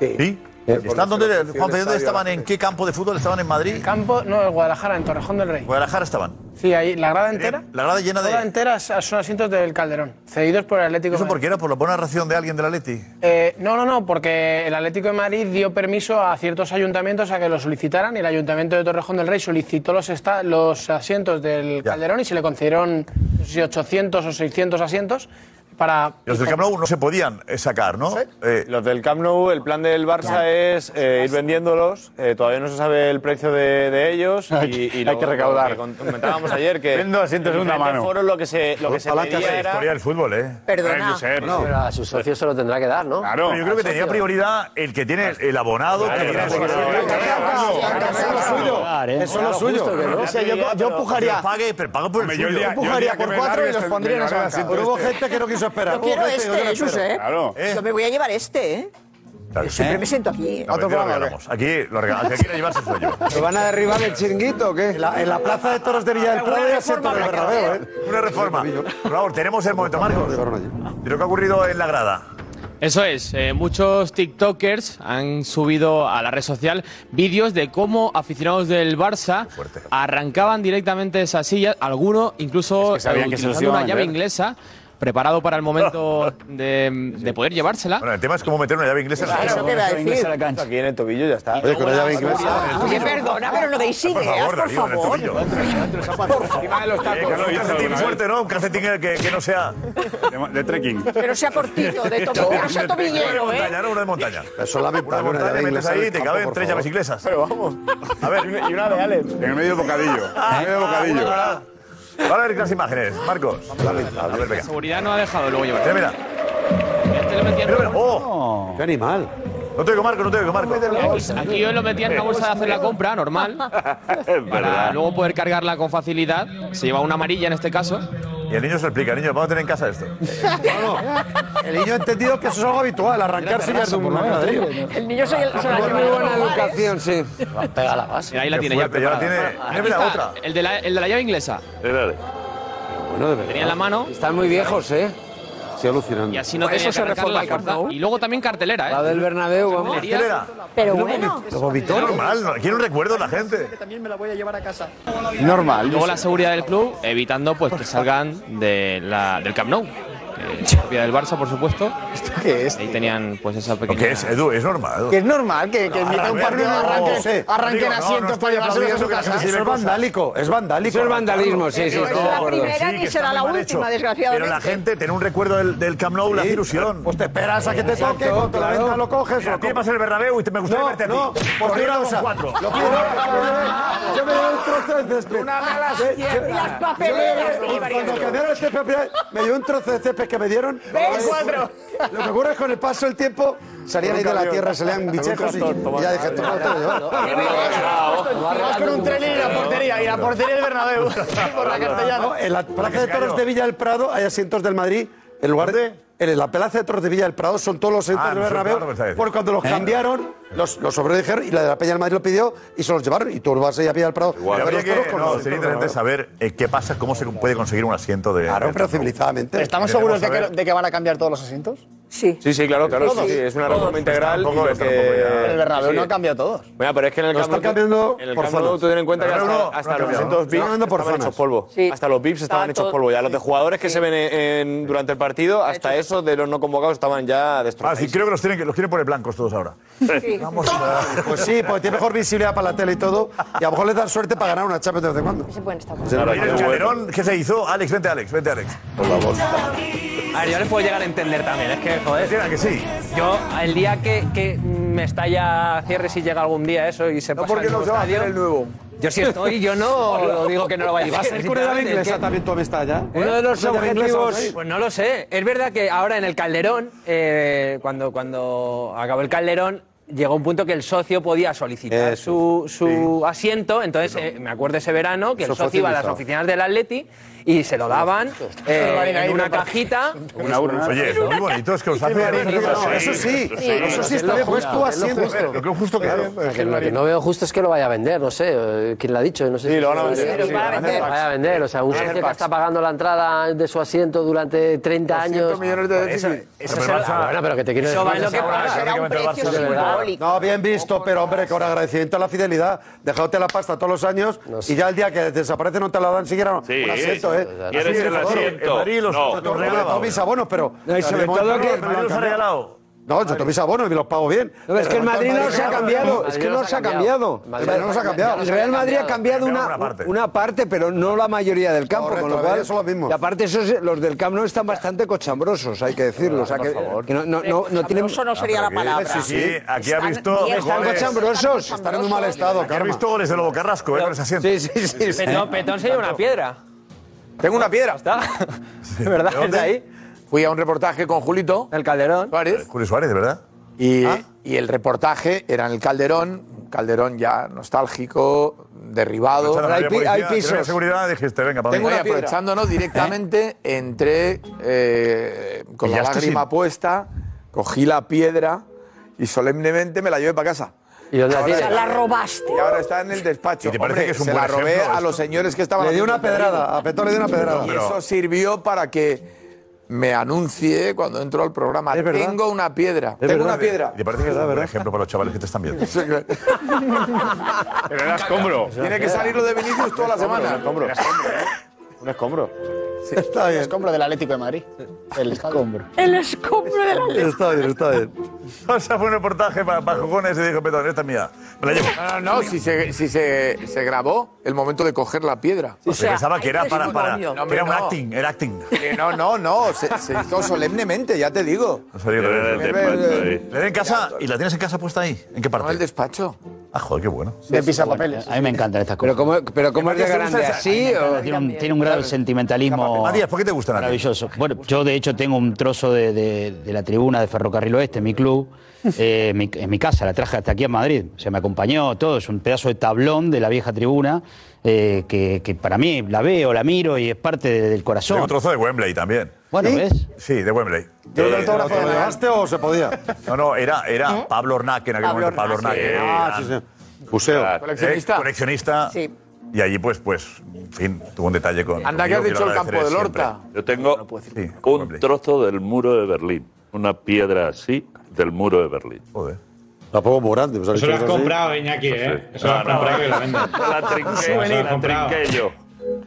[SPEAKER 3] Sí.
[SPEAKER 6] Eh,
[SPEAKER 3] ¿Están donde, Juan ¿dónde estaban? ¿En qué campo de fútbol estaban en Madrid?
[SPEAKER 2] Campo, no, en Guadalajara, en Torrejón del Rey.
[SPEAKER 3] Guadalajara estaban.
[SPEAKER 2] Sí, ahí, la grada entera.
[SPEAKER 3] La grada llena de-
[SPEAKER 2] Toda entera son asientos del Calderón, cedidos por el Atlético.
[SPEAKER 3] ¿Eso
[SPEAKER 2] de
[SPEAKER 3] por qué era? ¿Por la buena ración de alguien del Atleti?
[SPEAKER 2] Eh, no, no, no, porque el Atlético de Madrid dio permiso a ciertos ayuntamientos a que lo solicitaran y el Ayuntamiento de Torrejón del Rey solicitó los, esta- los asientos del Calderón y se le concedieron no sé si 800 o 600 asientos para...
[SPEAKER 3] Los del Camp Nou no se podían eh, sacar, ¿no?
[SPEAKER 17] Los del Camp Nou, el plan del Barça es eh, ir vendiéndolos. eh, todavía no se sabe el precio de, de ellos. Y,
[SPEAKER 23] Hay que-
[SPEAKER 17] y lo-
[SPEAKER 23] hay que recaudar.
[SPEAKER 17] lo que comentábamos ayer que.
[SPEAKER 23] Vendo asientos de
[SPEAKER 17] en
[SPEAKER 23] segunda
[SPEAKER 17] diferentes
[SPEAKER 23] mano.
[SPEAKER 17] foros lo que se, lo que se
[SPEAKER 3] Ojalá que
[SPEAKER 17] pedía
[SPEAKER 3] sea
[SPEAKER 17] era-
[SPEAKER 3] historia del fútbol, ¿eh?
[SPEAKER 17] Perdona.
[SPEAKER 3] Eh, Josep,
[SPEAKER 17] No,
[SPEAKER 3] sí.
[SPEAKER 17] pero a sus socios
[SPEAKER 11] se lo tendrá que dar, ¿no?
[SPEAKER 3] Claro, pero yo creo que
[SPEAKER 11] Al
[SPEAKER 3] tenía
[SPEAKER 11] socio.
[SPEAKER 3] prioridad el que tiene el abonado, que tiene su-
[SPEAKER 6] Eso es lo suyo. O sea, yo, yo empujaría.
[SPEAKER 3] Pero pague, pero pague por el
[SPEAKER 6] Hombre,
[SPEAKER 3] suyo.
[SPEAKER 6] pues, yo el día- yo el día empujaría que por me cuatro y largue los este- pondría en
[SPEAKER 3] me
[SPEAKER 6] esa
[SPEAKER 3] largue
[SPEAKER 6] banca.
[SPEAKER 3] asiento
[SPEAKER 6] Pero hubo
[SPEAKER 3] este.
[SPEAKER 6] gente que no quiso esperar.
[SPEAKER 8] Yo quiero
[SPEAKER 6] Hubo gente que no
[SPEAKER 8] este,
[SPEAKER 6] quiso
[SPEAKER 8] Jesús,
[SPEAKER 6] esperar.
[SPEAKER 8] ¿eh? Yo me voy a llevar este, ¿eh?
[SPEAKER 3] Claro.
[SPEAKER 8] Siempre
[SPEAKER 3] ¿Eh?
[SPEAKER 8] me siento aquí.
[SPEAKER 3] Lo regalamos. Aquí
[SPEAKER 6] (laughs)
[SPEAKER 3] lo regalamos. El que quiera llevarse el suyo.
[SPEAKER 17] ¿Lo van a derribar el chiringuito o qué?
[SPEAKER 6] En la plaza de toros de Villa del Prado y asiento del Bernabéu, ¿eh?
[SPEAKER 3] Una reforma. Por favor, tenemos el momento, Marcos. De lo que ha ocurrido en la grada.
[SPEAKER 24] Eso es, eh, muchos TikTokers han subido a la red social vídeos de cómo aficionados del Barça arrancaban directamente esas sillas, algunos incluso
[SPEAKER 23] Es que sabían
[SPEAKER 24] eh,
[SPEAKER 23] que se las
[SPEAKER 24] utilizando
[SPEAKER 23] iban a
[SPEAKER 24] una llave
[SPEAKER 23] vender.
[SPEAKER 24] inglesa, preparado para el
[SPEAKER 3] (laughs)
[SPEAKER 24] momento de, de poder llevársela.
[SPEAKER 3] Bueno, el tema es cómo meter una llave inglesa
[SPEAKER 24] en la Claro, cancha. eso te iba a decir.
[SPEAKER 17] Aquí en el tobillo ya está.
[SPEAKER 6] Oye, con la llave
[SPEAKER 17] inglesa.
[SPEAKER 8] Oye, perdona, pero no deis ideas, por favor.
[SPEAKER 3] Eh, claro, un calcetín fuerte, ¿no? Un calcetín que, que- que no sea.
[SPEAKER 18] De, trekking.
[SPEAKER 8] Pero sea cortito, de tobillo, pero sea tobillero,
[SPEAKER 3] Una de
[SPEAKER 8] ¿eh?
[SPEAKER 3] montaña, ¿no? Una de montaña.
[SPEAKER 6] Eso es
[SPEAKER 3] Una de montaña que metes ahí y te caben tres llaves inglesas.
[SPEAKER 17] Pero vamos.
[SPEAKER 3] A ver.
[SPEAKER 17] Y una de Alex.
[SPEAKER 18] En el medio bocadillo. En el medio
[SPEAKER 3] Ah,
[SPEAKER 18] bocadillo.
[SPEAKER 3] Vale, a ver las imágenes, Marcos. A ver, venga.
[SPEAKER 24] Seguridad no ha dejado luego llevar.
[SPEAKER 3] Mira, mira. Mira, mira. ¡Oh!
[SPEAKER 6] ¡Qué animal!
[SPEAKER 3] No te digo, Marco, no te digo, Marco.
[SPEAKER 24] Aquí, aquí yo lo metía en una bolsa de hacer la compra,
[SPEAKER 3] (laughs)
[SPEAKER 24] normal, para luego poder cargarla con facilidad. Se lleva una amarilla en este caso.
[SPEAKER 3] Y el niño se explica, niño, vamos a tener en casa esto.
[SPEAKER 6] El niño ha entendido que eso es algo habitual, arrancar sillas de un bocadillo.
[SPEAKER 8] El niño se, se la lleva.
[SPEAKER 17] Muy buena educación, sí.
[SPEAKER 24] Pega la base. Ahí la
[SPEAKER 3] Qué
[SPEAKER 24] tiene, ya
[SPEAKER 3] fuerte, ya la
[SPEAKER 24] preparada.
[SPEAKER 3] tiene.
[SPEAKER 24] Aquí
[SPEAKER 3] Mira, mira,
[SPEAKER 24] está,
[SPEAKER 3] otra. Eh,
[SPEAKER 24] El de, la, el de la llave inglesa.
[SPEAKER 12] Espérate.
[SPEAKER 17] Bueno, de verdad.
[SPEAKER 24] Tenía en la mano.
[SPEAKER 17] Están muy viejos, ¿eh?
[SPEAKER 6] Estoy alucinando.
[SPEAKER 24] Y así no
[SPEAKER 6] Por
[SPEAKER 24] tenía
[SPEAKER 6] eso
[SPEAKER 24] que
[SPEAKER 6] se
[SPEAKER 24] arrancar
[SPEAKER 6] reforma
[SPEAKER 24] la
[SPEAKER 6] el
[SPEAKER 24] cuarta. Y luego también cartelera, ¿eh?
[SPEAKER 6] La del
[SPEAKER 24] Bernabéu,
[SPEAKER 6] vamos.
[SPEAKER 24] Cartelera.
[SPEAKER 8] Pero
[SPEAKER 24] bueno.
[SPEAKER 3] Lo vomitó normal, no, quiero un recuerdo la gente.
[SPEAKER 10] También me la voy a llevar a casa.
[SPEAKER 24] Normal. Luego la seguridad del club, evitando pues que salgan de la, del Camp Nou. que es propiedad del Barça, por supuesto. ¿Esto qué es? Ahí tenían pues esa pequeña...
[SPEAKER 3] ¿Qué es, Edu? Es normal.
[SPEAKER 10] Que es normal que, que
[SPEAKER 3] No,
[SPEAKER 10] en mitad
[SPEAKER 3] a
[SPEAKER 10] de un
[SPEAKER 3] ver,
[SPEAKER 10] partido
[SPEAKER 3] no,
[SPEAKER 10] arranque-
[SPEAKER 3] no sé.
[SPEAKER 10] arranquen
[SPEAKER 3] Digo, no,
[SPEAKER 10] asientos
[SPEAKER 3] no estoy
[SPEAKER 10] para llevárselos a su
[SPEAKER 3] aplaudiendo que
[SPEAKER 10] casa.
[SPEAKER 3] la gente se
[SPEAKER 6] Eso es
[SPEAKER 3] cosas.
[SPEAKER 6] vandálico, es vandálico.
[SPEAKER 3] Eso es vandalismo,
[SPEAKER 6] sí, sí,
[SPEAKER 8] No
[SPEAKER 3] eh,
[SPEAKER 8] es la primera ni será la última, desgraciadamente.
[SPEAKER 3] Pero la gente tiene un recuerdo del, del Camp Nou, la ilusión. Pues te
[SPEAKER 6] esperas a que te toque, cuando la venta lo coges,
[SPEAKER 3] Mira,
[SPEAKER 6] lo
[SPEAKER 3] tú pasas el Bernabéu y te, me gustaría
[SPEAKER 6] No,
[SPEAKER 3] verte a ti.
[SPEAKER 6] no, pues
[SPEAKER 3] Corriendo
[SPEAKER 6] una
[SPEAKER 3] con
[SPEAKER 6] cosa,
[SPEAKER 3] cuatro.
[SPEAKER 6] lo quiero- Yo me llevo un trozo de césped.
[SPEAKER 19] Una mala
[SPEAKER 6] Yo-
[SPEAKER 19] sierra.
[SPEAKER 6] yo-
[SPEAKER 19] Y las
[SPEAKER 6] yo-
[SPEAKER 19] papeleras,
[SPEAKER 6] yo-
[SPEAKER 19] y varias
[SPEAKER 6] Cuando
[SPEAKER 19] cosas.
[SPEAKER 6] cambiaron el césped, primera vez, me llevé un trozo de césped que me dieron. Lo
[SPEAKER 19] ¿Ves?
[SPEAKER 6] que ocurre-
[SPEAKER 19] Cuatro.
[SPEAKER 6] Lo que ocurre es que con el paso del tiempo salían
[SPEAKER 19] Con
[SPEAKER 6] ahí
[SPEAKER 19] un
[SPEAKER 6] de la
[SPEAKER 19] camión.
[SPEAKER 6] tierra, salían
[SPEAKER 19] Con un
[SPEAKER 6] bichejos y,
[SPEAKER 19] tractor,
[SPEAKER 6] y ya dije, esto no lo tengo que llevar.
[SPEAKER 10] Vas con un tren y la portería, y la portería del Bernabéu. (laughs) por la castellana.
[SPEAKER 6] No, en la Plaza de Toros de Villa del Prado hay asientos del Madrid. En lugar de. En la Plaza de Toros de Villa del Prado son todos los asientos
[SPEAKER 3] Ah,
[SPEAKER 6] del
[SPEAKER 3] no sé,
[SPEAKER 6] Bernabéu.
[SPEAKER 3] claro, me está diciendo.
[SPEAKER 6] porque cuando los
[SPEAKER 3] ¿Eh?
[SPEAKER 6] cambiaron, los, los obreros dijeron, y la de la Peña del Madrid lo pidió, y se los llevaron. Y tú vas ahí a Villa del Prado.
[SPEAKER 3] Pero
[SPEAKER 6] a ver
[SPEAKER 3] habría
[SPEAKER 6] los toros
[SPEAKER 3] que,
[SPEAKER 6] con
[SPEAKER 3] no,
[SPEAKER 6] los
[SPEAKER 3] sería
[SPEAKER 6] asientos del
[SPEAKER 3] interesante
[SPEAKER 6] Bernabéu.
[SPEAKER 3] saber eh, qué pasa, cómo se puede conseguir un asiento de. Claro, pero
[SPEAKER 6] civilizadamente.
[SPEAKER 10] ¿Estamos seguros de que, de que van a cambiar todos los asientos?
[SPEAKER 8] Sí.
[SPEAKER 23] Sí, sí, claro, claro.
[SPEAKER 10] Todos.
[SPEAKER 23] Sí, sí, es una
[SPEAKER 10] Todos.
[SPEAKER 23] reforma integral.
[SPEAKER 10] Tampoco,
[SPEAKER 23] y lo
[SPEAKER 10] está
[SPEAKER 23] que-
[SPEAKER 10] tampoco ya. El Bernabéu
[SPEAKER 23] Sí.
[SPEAKER 10] no ha cambiado
[SPEAKER 23] (laughs)
[SPEAKER 10] todos.
[SPEAKER 23] Bueno, pero es que en el
[SPEAKER 10] Lo
[SPEAKER 23] Camp
[SPEAKER 10] están
[SPEAKER 23] Nou-
[SPEAKER 10] cambiando
[SPEAKER 23] en el
[SPEAKER 10] por
[SPEAKER 23] Camp Nou
[SPEAKER 10] zonas.
[SPEAKER 23] tú ten en cuenta que
[SPEAKER 10] El
[SPEAKER 23] hasta,
[SPEAKER 10] Bernabéu no ha
[SPEAKER 23] hasta los
[SPEAKER 10] cambiado, ¿no?
[SPEAKER 23] asientos
[SPEAKER 10] Lo
[SPEAKER 23] VIP
[SPEAKER 10] están cambiando por
[SPEAKER 23] estaban hechos
[SPEAKER 10] zonas.
[SPEAKER 23] polvo.
[SPEAKER 10] Sí.
[SPEAKER 23] Hasta los VIPs estaban
[SPEAKER 10] Estaba
[SPEAKER 23] hechos
[SPEAKER 10] todo-
[SPEAKER 23] polvo. Ya los de jugadores que se ven en- en- durante el partido, hasta eso de los no convocados estaban ya
[SPEAKER 3] Ah,
[SPEAKER 23] destrozados.
[SPEAKER 3] sí, creo que los, tienen, que los quieren poner blancos todos ahora.
[SPEAKER 6] Vamos a- Pues sí, porque tiene mejor visibilidad para la tele y todo. Y a lo mejor les dan suerte para ganar una Champions de vez en cuando.
[SPEAKER 4] Se pueden estar
[SPEAKER 3] Mira el Calderón, ¿qué se hizo? Alex, vente, Alex, vente, Alex. Por favor.
[SPEAKER 1] A ver, yo les puedo llegar a entender también, es que, joder.
[SPEAKER 3] que sí.
[SPEAKER 1] Yo, el día que, que me estalla cierre, si llega algún día eso y se pasa
[SPEAKER 23] porque
[SPEAKER 1] el nuevo
[SPEAKER 23] no se va a
[SPEAKER 1] estadio.
[SPEAKER 23] hacer el nuevo.
[SPEAKER 1] Yo sí estoy, yo
[SPEAKER 23] (laughs)
[SPEAKER 1] no digo que no lo vaya a hacer.
[SPEAKER 6] ¿El Curedal
[SPEAKER 1] sinceramente,
[SPEAKER 6] inglesa
[SPEAKER 1] es que-
[SPEAKER 6] también tú está
[SPEAKER 25] ¿eh?
[SPEAKER 6] ya?
[SPEAKER 13] ¿Eh?
[SPEAKER 1] Uno de los
[SPEAKER 6] ¿Hay gente
[SPEAKER 1] objetivos.
[SPEAKER 6] inglesa por ahí?
[SPEAKER 1] Pues no lo sé. Es verdad que ahora en el Calderón, eh, cuando, cuando acabó el Calderón, llegó un punto que el socio podía solicitar su, su asiento. Entonces, eh, me acuerdo ese verano que el Eso fue socio iba a las civilizado. oficinas del Atleti y se lo daban eh, Ahí, ahí, en una ahí, cajita.
[SPEAKER 3] Una urna. Oye, es muy bonito, es que os hace ver.
[SPEAKER 1] Eso sí,
[SPEAKER 6] eso sí, está bien puesto asiento.
[SPEAKER 3] Lo que es justo que
[SPEAKER 11] Lo que, lo que no veo justo es que lo vaya a vender, no sé, eh, quién lo ha dicho, no sé.
[SPEAKER 23] Sí,
[SPEAKER 11] si-
[SPEAKER 23] lo van a vender,
[SPEAKER 11] Lo
[SPEAKER 23] sí,
[SPEAKER 11] vaya
[SPEAKER 23] van a
[SPEAKER 11] a
[SPEAKER 23] hacer
[SPEAKER 11] vender,
[SPEAKER 23] packs.
[SPEAKER 11] o sea, un
[SPEAKER 23] Van a hacer
[SPEAKER 11] socio que
[SPEAKER 23] packs.
[SPEAKER 11] está pagando la entrada de su asiento durante 30 años.
[SPEAKER 6] millones de
[SPEAKER 11] Por
[SPEAKER 6] déficit.
[SPEAKER 11] Eso, eso
[SPEAKER 6] Pero
[SPEAKER 11] es-
[SPEAKER 6] Barça-
[SPEAKER 11] ah, bueno, pero que te quiero
[SPEAKER 6] Eso
[SPEAKER 11] decir.
[SPEAKER 6] va en lo
[SPEAKER 11] que
[SPEAKER 6] que paga,
[SPEAKER 11] pasa,
[SPEAKER 6] será un
[SPEAKER 11] precio simbólico.
[SPEAKER 6] No, bien visto, pero hombre, con agradecimiento a la fidelidad, dejándote la pasta todos los años y ya el día que desaparece no te la dan siquiera un
[SPEAKER 12] Sí,
[SPEAKER 6] asiento, ¿eh?
[SPEAKER 12] ¿quieres
[SPEAKER 6] Así de
[SPEAKER 12] el
[SPEAKER 6] favor.
[SPEAKER 12] asiento?
[SPEAKER 6] En Madrid los-
[SPEAKER 12] No.
[SPEAKER 6] los- los regalados. Tomis abonos, pero...
[SPEAKER 12] No, y sobre
[SPEAKER 6] pero
[SPEAKER 12] todo
[SPEAKER 6] el
[SPEAKER 12] que-
[SPEAKER 6] Madrid los ha
[SPEAKER 3] regalado.
[SPEAKER 6] No, yo tomis abonos y me los pago bien.
[SPEAKER 12] No, es que el Madrid no
[SPEAKER 6] los
[SPEAKER 12] los ha cambiado,
[SPEAKER 6] Es
[SPEAKER 12] es que no los ha cambiado.
[SPEAKER 6] El Madrid no los ha cambiado.
[SPEAKER 12] El Real Madrid ha cambiado una,
[SPEAKER 6] una parte.
[SPEAKER 12] una parte, pero no la mayoría del campo,
[SPEAKER 6] Correcto,
[SPEAKER 12] con lo
[SPEAKER 6] la
[SPEAKER 12] cual
[SPEAKER 6] mayoría son los mismos.
[SPEAKER 12] y aparte esos los del Camp Nou están bastante cochambrosos, hay que decirlo, o sea que, que no no no, no tienen
[SPEAKER 13] Ah,
[SPEAKER 8] Cochambroso no sería
[SPEAKER 3] Ah,
[SPEAKER 8] la palabra.
[SPEAKER 3] Sí, sí, aquí ha
[SPEAKER 8] Están
[SPEAKER 3] visto.
[SPEAKER 8] bien
[SPEAKER 3] Están
[SPEAKER 8] goles.
[SPEAKER 3] cochambrosos.
[SPEAKER 8] Están en un mal estado,
[SPEAKER 3] Aquí ha
[SPEAKER 8] Karma.
[SPEAKER 3] visto goles de Lobo Carrasco, ¿eh? Con ese asiento. Sí, sí, sí.
[SPEAKER 1] Petón, Petón se lleva una piedra.
[SPEAKER 13] Tengo una piedra.
[SPEAKER 1] Está.
[SPEAKER 3] ¿De
[SPEAKER 13] verdad,
[SPEAKER 3] dónde?
[SPEAKER 13] es de ahí. Fui a un reportaje con Julito. El Calderón. Ah. Suárez.
[SPEAKER 3] Eh, Julio Suárez, de verdad.
[SPEAKER 13] Y, y el reportaje era en el Calderón, un Calderón ya nostálgico, derribado.
[SPEAKER 3] Aprovechando que había policía, que no había seguridad, dijiste, venga, para
[SPEAKER 13] Tengo
[SPEAKER 3] mí.
[SPEAKER 13] una aprovechándonos directamente, entré eh, con
[SPEAKER 3] Y
[SPEAKER 13] la
[SPEAKER 3] ya está
[SPEAKER 13] lágrima
[SPEAKER 3] sin-
[SPEAKER 13] puesta, cogí la piedra y solemnemente me la llevé para casa.
[SPEAKER 11] ¿Y dónde
[SPEAKER 8] la tienes? La robaste.
[SPEAKER 13] Y ahora está en el despacho.
[SPEAKER 3] ¿Y te parece
[SPEAKER 13] Hombre,
[SPEAKER 3] que es un
[SPEAKER 13] se
[SPEAKER 3] buen
[SPEAKER 13] la robé
[SPEAKER 3] ejemplo ¿eh?
[SPEAKER 13] a
[SPEAKER 3] esto?
[SPEAKER 13] los señores que estaban
[SPEAKER 6] Le dio
[SPEAKER 13] haciendo
[SPEAKER 6] una pedrada, a Petón le dio una pedrada.
[SPEAKER 13] Y
[SPEAKER 6] Pero-
[SPEAKER 13] eso sirvió para que me anuncie cuando entro al programa.
[SPEAKER 6] Es verdad.
[SPEAKER 13] Tengo una piedra. Tengo una piedra.
[SPEAKER 3] ¿Y ¿Te parece que es ¿eh? un buen ejemplo para los chavales que te están
[SPEAKER 13] (laughs)
[SPEAKER 3] viendo?
[SPEAKER 18] Pero era escombro.
[SPEAKER 13] Tiene que salir lo de Vinicius toda la semana.
[SPEAKER 18] Un escombro.
[SPEAKER 10] Está bien. El escombro del Atlético de Madrid. El escombro.
[SPEAKER 8] El escombro de la
[SPEAKER 6] Está bien, está bien.
[SPEAKER 3] O sea, fue un reportaje para, para Jocones y dijo, perdón, esta es mía. Me la llevo.
[SPEAKER 13] No, no, no, si se, si se, se grabó el momento de coger la piedra.
[SPEAKER 3] O sea, pensaba
[SPEAKER 8] este
[SPEAKER 3] que era para, para
[SPEAKER 13] No,
[SPEAKER 3] que
[SPEAKER 13] hombre,
[SPEAKER 3] era un
[SPEAKER 13] no.
[SPEAKER 3] acting, era acting.
[SPEAKER 13] Que No, no, no, se, se hizo solemnemente, ya te
[SPEAKER 3] (laughs)
[SPEAKER 13] digo.
[SPEAKER 3] Ha salido
[SPEAKER 13] Era
[SPEAKER 3] de-
[SPEAKER 13] el
[SPEAKER 3] de-
[SPEAKER 13] despacho
[SPEAKER 3] de-
[SPEAKER 13] ahí.
[SPEAKER 3] ¿Le den en casa y la tienes en casa puesta ahí? ¿En qué parte?
[SPEAKER 13] el despacho.
[SPEAKER 3] Ah, joder, qué bueno.
[SPEAKER 10] De pisapapeles.
[SPEAKER 14] A mí me encantan estas cosas.
[SPEAKER 23] Pero cómo, pero
[SPEAKER 3] cómo es de grande, así, o-
[SPEAKER 14] oh, Tiene un, tiene un grado de sentimentalismo.
[SPEAKER 3] Matías, ¿por qué te gustan a ti?
[SPEAKER 14] Maravilloso. Bueno, yo de hecho tengo un trozo de, de- de la tribuna de Ferrocarril Oeste, mi
[SPEAKER 3] (laughs)
[SPEAKER 14] club, eh, en mi, en mi casa, la traje hasta aquí a Madrid. O sea, me acompañó todo, es un pedazo de tablón de la vieja tribuna eh, que, que para mí la veo, la miro y es parte de- del corazón.
[SPEAKER 3] Tengo un trozo de Wembley también.
[SPEAKER 14] Bueno,
[SPEAKER 3] ¿Sí?
[SPEAKER 14] ¿ves?
[SPEAKER 3] Sí, de Wembley.
[SPEAKER 6] ¿Yo el
[SPEAKER 3] Eh,
[SPEAKER 6] autógrafo lo llevaste o se podía? ¿Eh?
[SPEAKER 3] No, no, era, era Pablo Ornac en aquel
[SPEAKER 6] Pablo
[SPEAKER 3] momento. Pablo
[SPEAKER 6] Ornac,
[SPEAKER 3] Ornac.
[SPEAKER 6] sí.
[SPEAKER 3] eh,
[SPEAKER 6] Ah, sí, sí. Museo. Coleccionista.
[SPEAKER 3] Coleccionista. coleccionista.
[SPEAKER 8] Sí.
[SPEAKER 3] Y allí, pues, pues, en fin, tuvo un detalle con.
[SPEAKER 13] Anda, que has
[SPEAKER 3] conmigo,
[SPEAKER 13] dicho
[SPEAKER 3] lo
[SPEAKER 13] el campo
[SPEAKER 3] agradeceré
[SPEAKER 13] del Horta.
[SPEAKER 3] siempre.
[SPEAKER 12] Yo tengo un trozo del muro de Berlín, una piedra así del muro de Berlín.
[SPEAKER 3] Joder.
[SPEAKER 6] La pongo muy grande. pues,
[SPEAKER 12] Eso lo
[SPEAKER 6] dicho
[SPEAKER 12] has
[SPEAKER 6] así.
[SPEAKER 12] comprado,
[SPEAKER 5] Iñaki, ¿eh? Eso
[SPEAKER 12] No,
[SPEAKER 5] lo has
[SPEAKER 12] no,
[SPEAKER 5] comprado y lo venden.
[SPEAKER 12] La trinqué,
[SPEAKER 5] Eso lo has
[SPEAKER 12] la
[SPEAKER 5] comprado.
[SPEAKER 12] trinqué yo.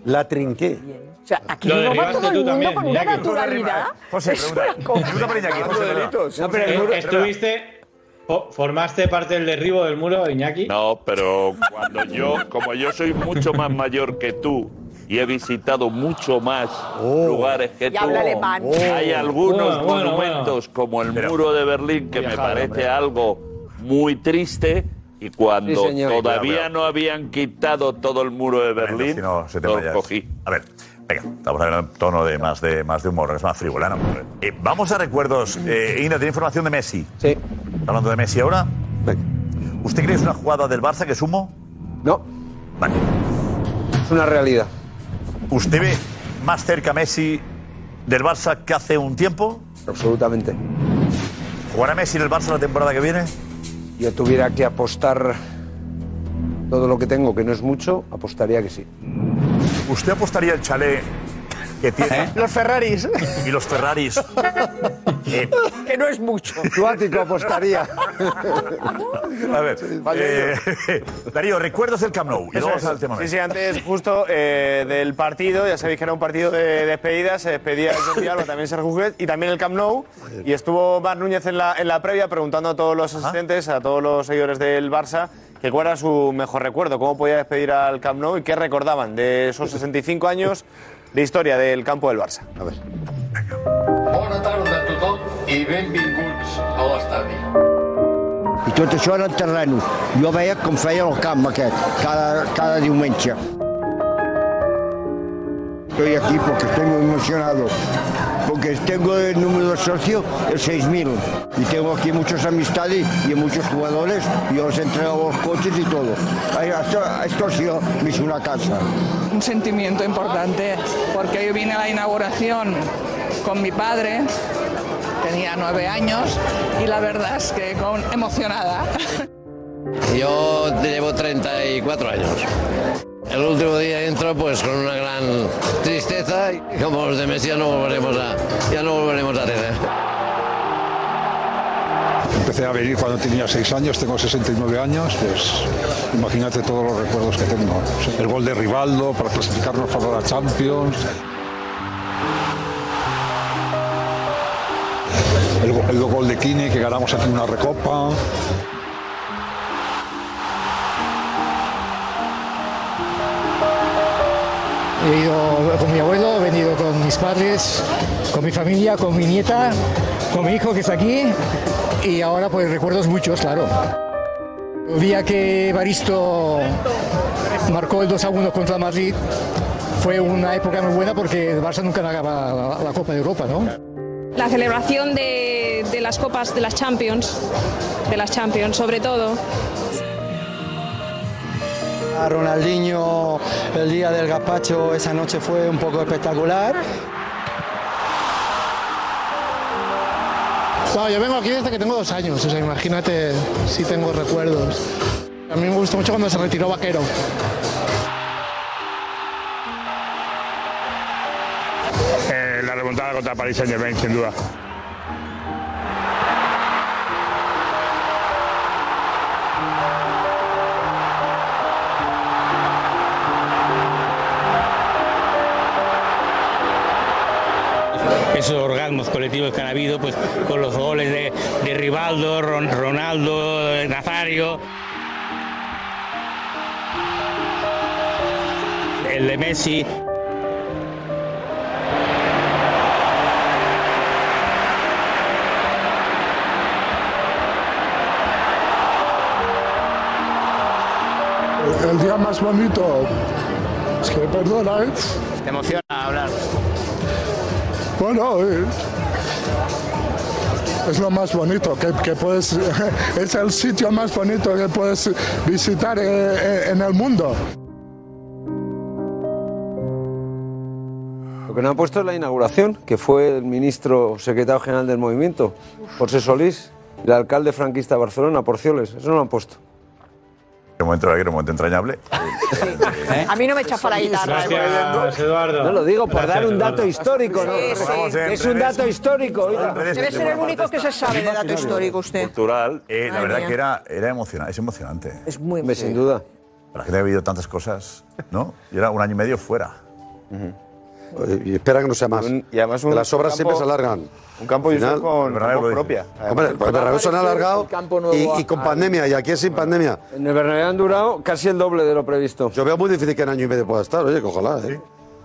[SPEAKER 6] La trinqué.
[SPEAKER 8] O sea, aquí
[SPEAKER 12] Lo
[SPEAKER 8] va
[SPEAKER 12] derribaste
[SPEAKER 8] todo el
[SPEAKER 12] tú
[SPEAKER 8] mundo
[SPEAKER 12] también,
[SPEAKER 8] con una
[SPEAKER 12] Iñaki.
[SPEAKER 8] naturalidad.
[SPEAKER 3] eh. José,
[SPEAKER 8] Es
[SPEAKER 3] pregunta.
[SPEAKER 8] una cosa.
[SPEAKER 3] Pregunta para Iñaki, José, perdona.
[SPEAKER 5] No, pero el muro- Eh, estuviste. fo- ¿Formaste parte del derribo del muro, Iñaki?
[SPEAKER 12] No, pero cuando yo, como yo soy mucho más mayor que tú y he visitado mucho más
[SPEAKER 3] Oh.
[SPEAKER 12] lugares que
[SPEAKER 8] Y
[SPEAKER 12] tú,
[SPEAKER 8] habla alemán. Oh.
[SPEAKER 12] hay algunos
[SPEAKER 8] Bueno, bueno,
[SPEAKER 12] monumentos como el muro de Berlín que me
[SPEAKER 8] viajado,
[SPEAKER 12] parece
[SPEAKER 8] hombre.
[SPEAKER 12] algo muy triste. Y cuando
[SPEAKER 3] Sí, señor.
[SPEAKER 12] todavía
[SPEAKER 3] Cuidado,
[SPEAKER 12] no habían quitado todo el muro de Berlín,
[SPEAKER 3] Si no, se te
[SPEAKER 12] lo
[SPEAKER 3] vaya.
[SPEAKER 12] cogí.
[SPEAKER 3] A ver, venga, estamos en un tono de más de, más de humor, es más frivolano. Eh, vamos a recuerdos. Eh, Ina, tiene información de Messi. Sí. Hablando de Messi ahora. ¿Usted cree que es una jugada del Barça que sumo?
[SPEAKER 7] No.
[SPEAKER 3] Vale.
[SPEAKER 7] Es una realidad.
[SPEAKER 3] ¿Usted ve más cerca a Messi del Barça que hace un tiempo?
[SPEAKER 7] Absolutamente.
[SPEAKER 3] ¿Jugará Messi en el Barça la temporada que viene?
[SPEAKER 7] Yo tuviera que apostar todo lo que tengo, que no es mucho, apostaría que sí.
[SPEAKER 3] ¿Usted apostaría el chalet que
[SPEAKER 21] ¿Eh?
[SPEAKER 3] tiene? Los Ferraris. Y los
[SPEAKER 7] (laughs)
[SPEAKER 3] Ferraris. Eh,
[SPEAKER 7] Que no es mucho. Tu ático apostaría.
[SPEAKER 3] A ver, eh, (laughs) Darío, recuerdos del Camp Nou. Y luego
[SPEAKER 7] Eso
[SPEAKER 3] vamos
[SPEAKER 7] es.
[SPEAKER 3] al tema. este.
[SPEAKER 7] Sí, sí.
[SPEAKER 23] Sí, antes justo eh, del partido, ya sabéis que era un partido de despedida, se despedía el Jordi Alba, también Sergio Busquets y también el Camp Nou. Y estuvo Mar Núñez en la, en la previa preguntando a todos los asistentes, a todos los seguidores del Barça, que cuál era su mejor recuerdo, cómo podía despedir al Camp Nou y qué recordaban de esos 65 años de historia del campo del Barça. A ver.
[SPEAKER 20] Bona tarda a tothom i benvinguts a l'estadi.
[SPEAKER 21] I tot això eren terrenos. Jo veia com feia el camp aquest, cada, cada diumenge. Estoy aquí porque estoy muy emocionado, porque tengo el número de socio el 6.000 y tengo aquí muchas amistades y muchos jugadores, yo les entrego los coches y todo. Esto, esto ha sido mis una casa.
[SPEAKER 25] un sentimiento importante porque yo vine a la inauguración con mi padre, tenía nueve años y la verdad es que con, emocionada.
[SPEAKER 26] Yo llevo 34 años. El último día entro pues con una gran tristeza y como los de Messi ya no volveremos a, ya no volveremos a tener.
[SPEAKER 27] Empecé a venir cuando tenía 6 años, tengo 69 años, pues imagínate todos los recuerdos que tengo. El gol de Rivaldo para clasificarnos para la Champions. El, go- el gol de Kine que ganamos aquí una recopa.
[SPEAKER 22] He ido con mi abuelo, he venido con mis padres, con mi familia, con mi nieta, con mi hijo que está aquí y ahora pues recuerdos muchos, claro. El día que Baristo marcó el 2 a 1 contra Madrid fue una época muy buena porque el Barça nunca ganaba la, la Copa de Europa, ¿no?
[SPEAKER 28] La celebración de, de las copas de las Champions, de las Champions sobre todo.
[SPEAKER 29] A Ronaldinho el día del gazpacho esa noche fue un poco espectacular.
[SPEAKER 22] No, yo vengo aquí desde que tengo dos años, o sea, imagínate si tengo recuerdos. A mí me gustó mucho cuando se retiró Vaquero.
[SPEAKER 30] Eh, la remontada contra Paris Saint Germain, sin duda.
[SPEAKER 31] esos orgasmos colectivos que han habido pues, con los goles de, de Rivaldo, Ron- Ronaldo, eh, Nazario. El de Messi.
[SPEAKER 32] El día más bonito, es que perdona, ¿eh?
[SPEAKER 23] Te emociona hablar.
[SPEAKER 32] bueno, eh, es lo más bonito que, que puedes, (laughs) es el sitio más bonito que puedes visitar eh, eh, en el mundo.
[SPEAKER 7] Lo que no han puesto es la inauguración, que fue el ministro secretario general del movimiento, José Solís, el alcalde franquista de Barcelona, Porcioles. Eso no lo han puesto.
[SPEAKER 3] Qué un momento, era un momento entrañable.
[SPEAKER 8] A mí no me chafa la guitarra. ¿eh?
[SPEAKER 3] Eduardo.
[SPEAKER 21] No lo digo por
[SPEAKER 3] Gracias,
[SPEAKER 21] dar un
[SPEAKER 3] Eduardo.
[SPEAKER 21] dato histórico, ¿no?
[SPEAKER 8] Sí, sí. Vamos en
[SPEAKER 21] Es un
[SPEAKER 8] redes.
[SPEAKER 21] dato histórico. oiga.
[SPEAKER 8] Debe ser el único que se sabe de dato histórico usted.
[SPEAKER 3] Cultural. Eh, la
[SPEAKER 8] Madre
[SPEAKER 3] verdad
[SPEAKER 8] mía.
[SPEAKER 3] que era, era emocionante, es emocionante.
[SPEAKER 8] Es muy
[SPEAKER 21] Hombre, sin duda.
[SPEAKER 3] La gente ha vivido tantas cosas, ¿no? Y era un año y medio fuera.
[SPEAKER 6] Y espera que no sea más.
[SPEAKER 3] Y además un
[SPEAKER 6] Que las obras
[SPEAKER 3] campo-
[SPEAKER 6] siempre se alargan.
[SPEAKER 23] un campo y un
[SPEAKER 6] Al final-
[SPEAKER 23] con- con voz propia.
[SPEAKER 6] Hombre, el Bernabéu se han alargado
[SPEAKER 21] El campo
[SPEAKER 6] y,
[SPEAKER 21] nuevo
[SPEAKER 6] y con
[SPEAKER 21] al-
[SPEAKER 6] pandemia, y aquí es sin pandemia.
[SPEAKER 21] En el Bernabéu han durado casi el doble de lo previsto.
[SPEAKER 6] Yo veo muy difícil que en año y medio pueda estar, oye, que ojalá, ¿eh?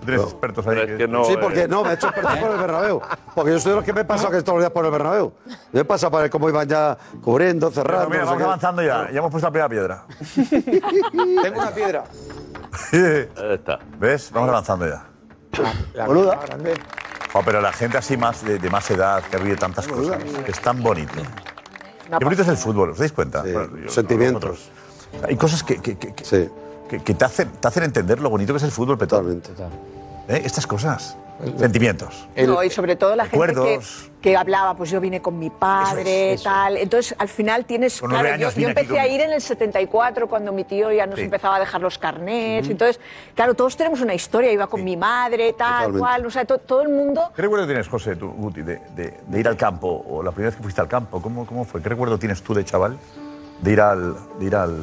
[SPEAKER 3] Tres eh. expertos ahí. que-
[SPEAKER 6] sí,
[SPEAKER 12] eh,
[SPEAKER 6] porque no, me he hecho
[SPEAKER 3] (laughs)
[SPEAKER 6] experto por el Bernabéu. Porque yo soy de los que me he pasado que todos los días por el Bernabéu. Yo he pasado para ver cómo iban ya cubriendo, cerrando.
[SPEAKER 3] Bueno, mira,
[SPEAKER 6] no sé
[SPEAKER 3] vamos
[SPEAKER 6] qué.
[SPEAKER 3] avanzando ya. Ya hemos puesto la primera piedra.
[SPEAKER 13] Tengo una piedra.
[SPEAKER 3] (laughs) Ahí está. ¿Ves? Vamos avanzando ya. Boluda.
[SPEAKER 13] Grande.
[SPEAKER 3] Jo, pero la gente así más de, de más edad, que ha vivido tantas
[SPEAKER 6] Boluda.
[SPEAKER 3] cosas, es tan bonito. Qué bonito es el fútbol, ¿os dais cuenta? Bueno, yo-
[SPEAKER 6] Sentimientos.
[SPEAKER 3] Hay cosas que, que, que, que- que- que te, hacen, te hacen entender lo bonito que es el fútbol, Petón. ¿Eh? Estas cosas. Sentimientos.
[SPEAKER 8] No, y sobre todo la gente que,
[SPEAKER 3] Recuerdos.
[SPEAKER 8] que hablaba, pues yo vine con mi padre, tal. Entonces, al final tienes.
[SPEAKER 3] Con nueve
[SPEAKER 8] claro, yo-
[SPEAKER 3] años
[SPEAKER 8] yo,
[SPEAKER 3] vine aquí con
[SPEAKER 8] empecé a
[SPEAKER 3] mi-
[SPEAKER 8] ir en el 74, cuando mi tío ya nos
[SPEAKER 3] Sí.
[SPEAKER 8] empezaba a dejar los carnets. Entonces, claro, todos tenemos una historia. Iba con mi madre, tal,
[SPEAKER 3] Totalmente.
[SPEAKER 8] cual. O sea, to- todo el mundo.
[SPEAKER 3] ¿Qué recuerdo tienes, José, tú, Guti, de, de- de ir al campo? O la primera vez que fuiste al campo, ¿cómo, cómo fue? ¿Qué recuerdo tienes tú de chaval de ir al, de ir al,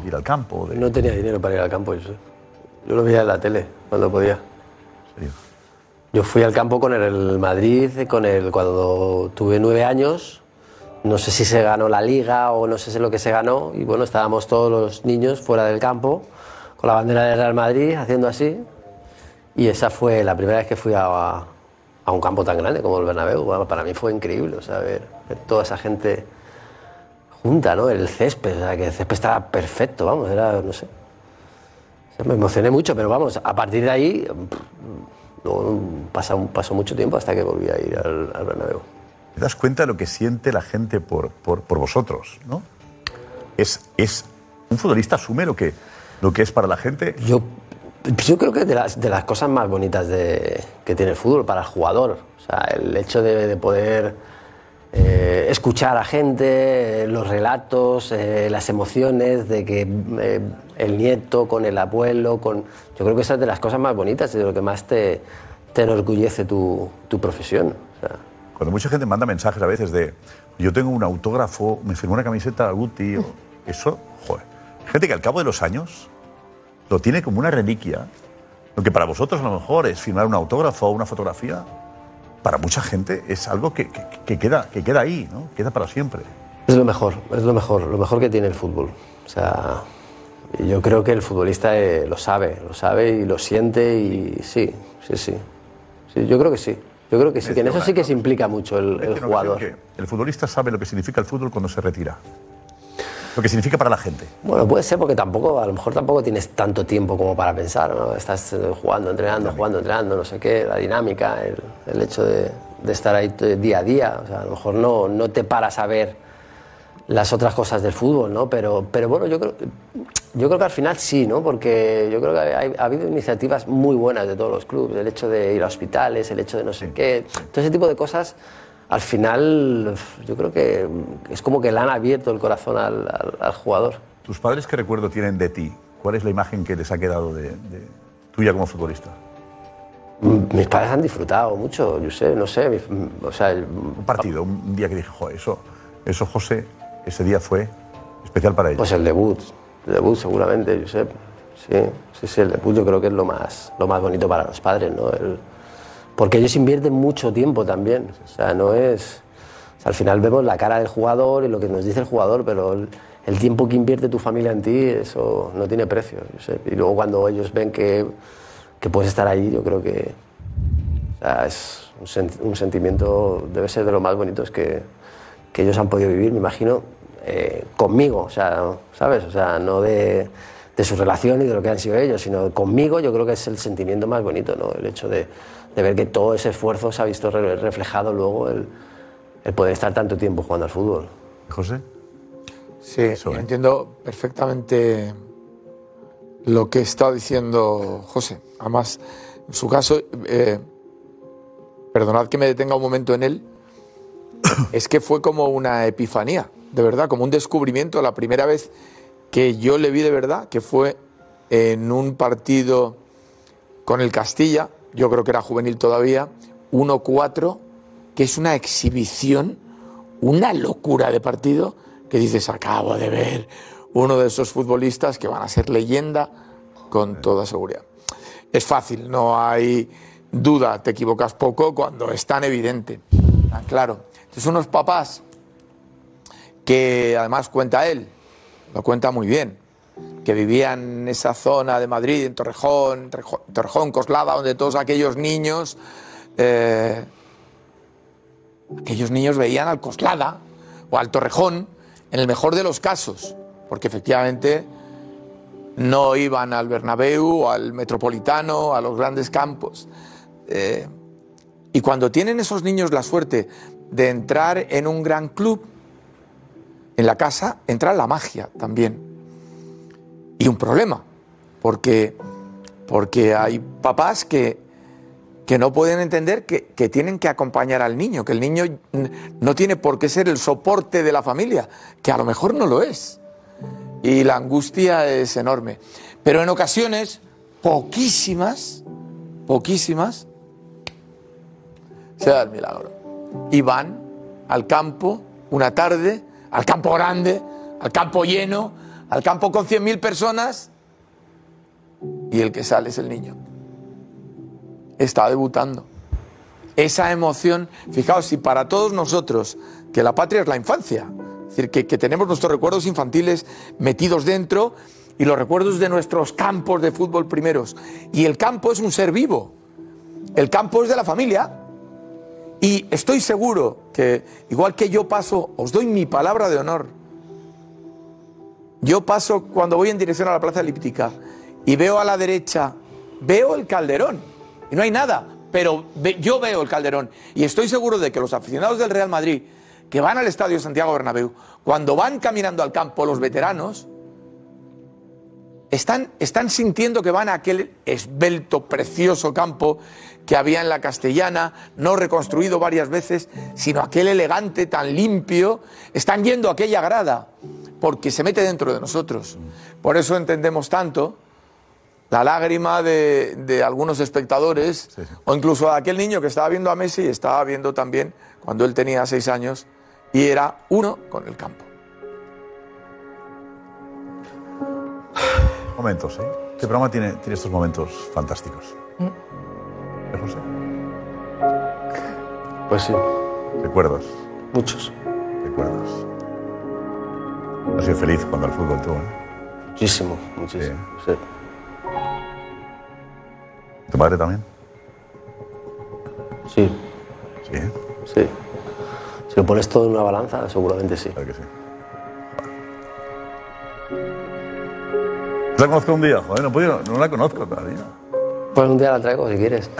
[SPEAKER 3] de ir al campo? De...
[SPEAKER 11] No tenía dinero para ir al campo, yo sé. Yo lo veía en la tele cuando podía. Yo fui al campo con el Madrid, con el cuando tuve nueve años. No sé si se ganó la liga o no sé si lo que se ganó. Y bueno, estábamos todos los niños fuera del campo con la bandera del Real Madrid haciendo así. Y esa fue la primera vez que fui a, a un campo tan grande como el Bernabéu. Bueno, para mí fue increíble, o sea, ver, ver toda esa gente junta, ¿no? El césped, o sea, que el césped estaba perfecto, vamos, era, no sé. O sea, me emocioné mucho, pero vamos, a partir de ahí pff, no, pasa, pasó mucho tiempo hasta que volví a ir al, al Bernabéu.
[SPEAKER 3] ¿Te das cuenta de lo que siente la gente por, por, por vosotros? ¿no? Es, es, un futbolista asume lo que, lo que es para la gente.
[SPEAKER 11] Yo, yo creo que es de las, de las cosas más bonitas de- que tiene el fútbol para el jugador. O sea, el hecho de, de poder eh, escuchar a gente, eh, los relatos, eh, las emociones de que eh, el nieto con el abuelo, con... Yo creo que esa es de las cosas más bonitas y de lo que más te, te enorgullece tu, tu profesión. O sea,
[SPEAKER 3] Cuando mucha gente manda mensajes a veces de yo tengo un autógrafo, me firmó una camiseta Guti, o eso, joder. Gente que al cabo de los años lo tiene como una reliquia. Lo que para vosotros a lo mejor es firmar un autógrafo o una fotografía, para mucha gente es algo que, que- que queda, que queda ahí, ¿no? queda para siempre.
[SPEAKER 11] Es lo mejor, es lo mejor, lo mejor que tiene el fútbol. O sea, yo creo que el futbolista eh, lo sabe, lo sabe y lo siente y sí, sí, sí. Sí, yo creo que sí. Yo creo que sí, que en eso sí que se implica mucho el, el
[SPEAKER 3] En ocasión
[SPEAKER 11] jugador.
[SPEAKER 3] Este que el futbolista sabe lo que significa el fútbol cuando se retira. Lo que significa para la gente.
[SPEAKER 11] Bueno, puede ser porque tampoco, a lo mejor tampoco tienes tanto tiempo como para pensar, ¿no? Estás eh, jugando, entrenando, jugando, entrenando, no sé qué, la dinámica, el, el hecho de, de estar ahí t- día a día. O sea, a lo mejor no, no te paras a ver las otras cosas del fútbol, ¿no? Pero, pero bueno, yo creo, yo creo que al final sí, ¿no? Porque yo creo que hay- ha habido iniciativas muy buenas de todos los clubes, el hecho de ir a hospitales, el hecho de no sé qué, todo ese tipo de cosas. Al final, yo creo que es como que le han abierto el corazón al- al- al jugador.
[SPEAKER 3] ¿Tus padres qué recuerdo tienen de ti? ¿Cuál es la imagen que les ha quedado de, de tuya como futbolista?
[SPEAKER 11] Mm, Mis padres han disfrutado mucho, yo sé, no sé. mis- mm, o sea, el-
[SPEAKER 3] Un partido, un día que dije, "Jo, eso, eso José, ese día fue especial para ellos.
[SPEAKER 11] pues el debut, el debut seguramente, yo sé. Sí, sí, sí, el debut yo creo que es lo más, lo más bonito para los padres, ¿no? El- porque ellos invierten mucho tiempo también. O sea, no es. o sea, al final vemos la cara del jugador y lo que nos dice el jugador, pero el, el tiempo que invierte tu familia en ti, eso no tiene precio. yo sé. Y luego cuando ellos ven que, que puedes estar ahí, yo creo que, O sea, es un, sen- un sentimiento, debe ser de los más bonitos que, que ellos han podido vivir, me imagino, eh, conmigo, o sea, ¿sabes? O sea, no de, de su relación y de lo que han sido ellos, sino conmigo, yo creo que es el sentimiento más bonito, ¿no? El hecho de, de ver que todo ese esfuerzo se ha visto re- reflejado luego el, el poder estar tanto tiempo jugando al fútbol.
[SPEAKER 3] José.
[SPEAKER 13] Sí,
[SPEAKER 11] ¿eh?
[SPEAKER 13] yo
[SPEAKER 3] ¿eh?
[SPEAKER 13] entiendo perfectamente lo que está diciendo José. Además, en su caso, eh, perdonad que me detenga un momento en él, es que fue como una epifanía, de verdad, como un descubrimiento. La primera vez que yo le vi de verdad, que fue en un partido con el Castilla, yo creo que era juvenil todavía, 1-4, que es una exhibición, una locura de partido, que dices, acabo de ver uno de esos futbolistas que van a ser leyenda con toda seguridad. Es fácil, no hay duda, te equivocas poco cuando es tan evidente, tan claro. Entonces unos papás que además cuenta él, lo cuenta muy bien, que vivían en esa zona de Madrid, en Torrejón, Torrejo- Torrejón, Coslada, donde todos aquellos niños, eh, aquellos niños veían al Coslada o al Torrejón, en el mejor de los casos, porque efectivamente no iban al Bernabéu, o al Metropolitano, a los grandes campos. Eh, y cuando tienen esos niños la suerte de entrar en un gran club, en la casa entra la magia también. Y un problema, porque, porque hay papás que, que no pueden entender que, que tienen que acompañar al niño, que el niño n- no tiene por qué ser el soporte de la familia, que a lo mejor no lo es. Y la angustia es enorme. Pero en ocasiones, poquísimas, poquísimas, se da el milagro. Y van al campo una tarde, al campo grande, al campo lleno, al campo con 100.000 personas, y el que sale es el niño. Está debutando. Esa emoción, fijaos, si para todos nosotros, que la patria es la infancia, es decir, que, que tenemos nuestros recuerdos infantiles metidos dentro y los recuerdos de nuestros campos de fútbol primeros. Y el campo es un ser vivo, el campo es de la familia, y estoy seguro que, igual que yo paso, os doy mi palabra de honor. Yo paso cuando voy en dirección a la Plaza Elíptica y veo a la derecha, veo el calderón y no hay nada, pero ve- yo veo el calderón y estoy seguro de que los aficionados del Real Madrid que van al estadio Santiago Bernabéu, cuando van caminando al campo los veteranos, están, están sintiendo que van a aquel esbelto, precioso campo que había en la castellana, no reconstruido varias veces, sino aquel elegante, tan limpio. Están yendo a aquella grada, porque se mete dentro de nosotros. Por eso entendemos tanto la lágrima de, de algunos espectadores, o incluso de aquel niño que estaba viendo a Messi, estaba viendo también cuando él tenía seis años y era uno con el campo.
[SPEAKER 3] Momentos, ¿eh? Este programa tiene, tiene estos momentos fantásticos. ¿Eh, José?
[SPEAKER 1] Pues sí.
[SPEAKER 3] Recuerdos.
[SPEAKER 1] Muchos.
[SPEAKER 3] Recuerdos. Has sido feliz cuando al fútbol tú, ¿eh?
[SPEAKER 1] Muchísimo, muchísimo. Sí.
[SPEAKER 3] ¿Tu padre también?
[SPEAKER 1] Sí.
[SPEAKER 3] Sí.
[SPEAKER 1] Sí. Si lo pones todo en una balanza, seguramente sí.
[SPEAKER 3] Claro que sí. La conozco un día, joder, no, he podido- no la conozco todavía.
[SPEAKER 1] Pues un día la traigo si quieres.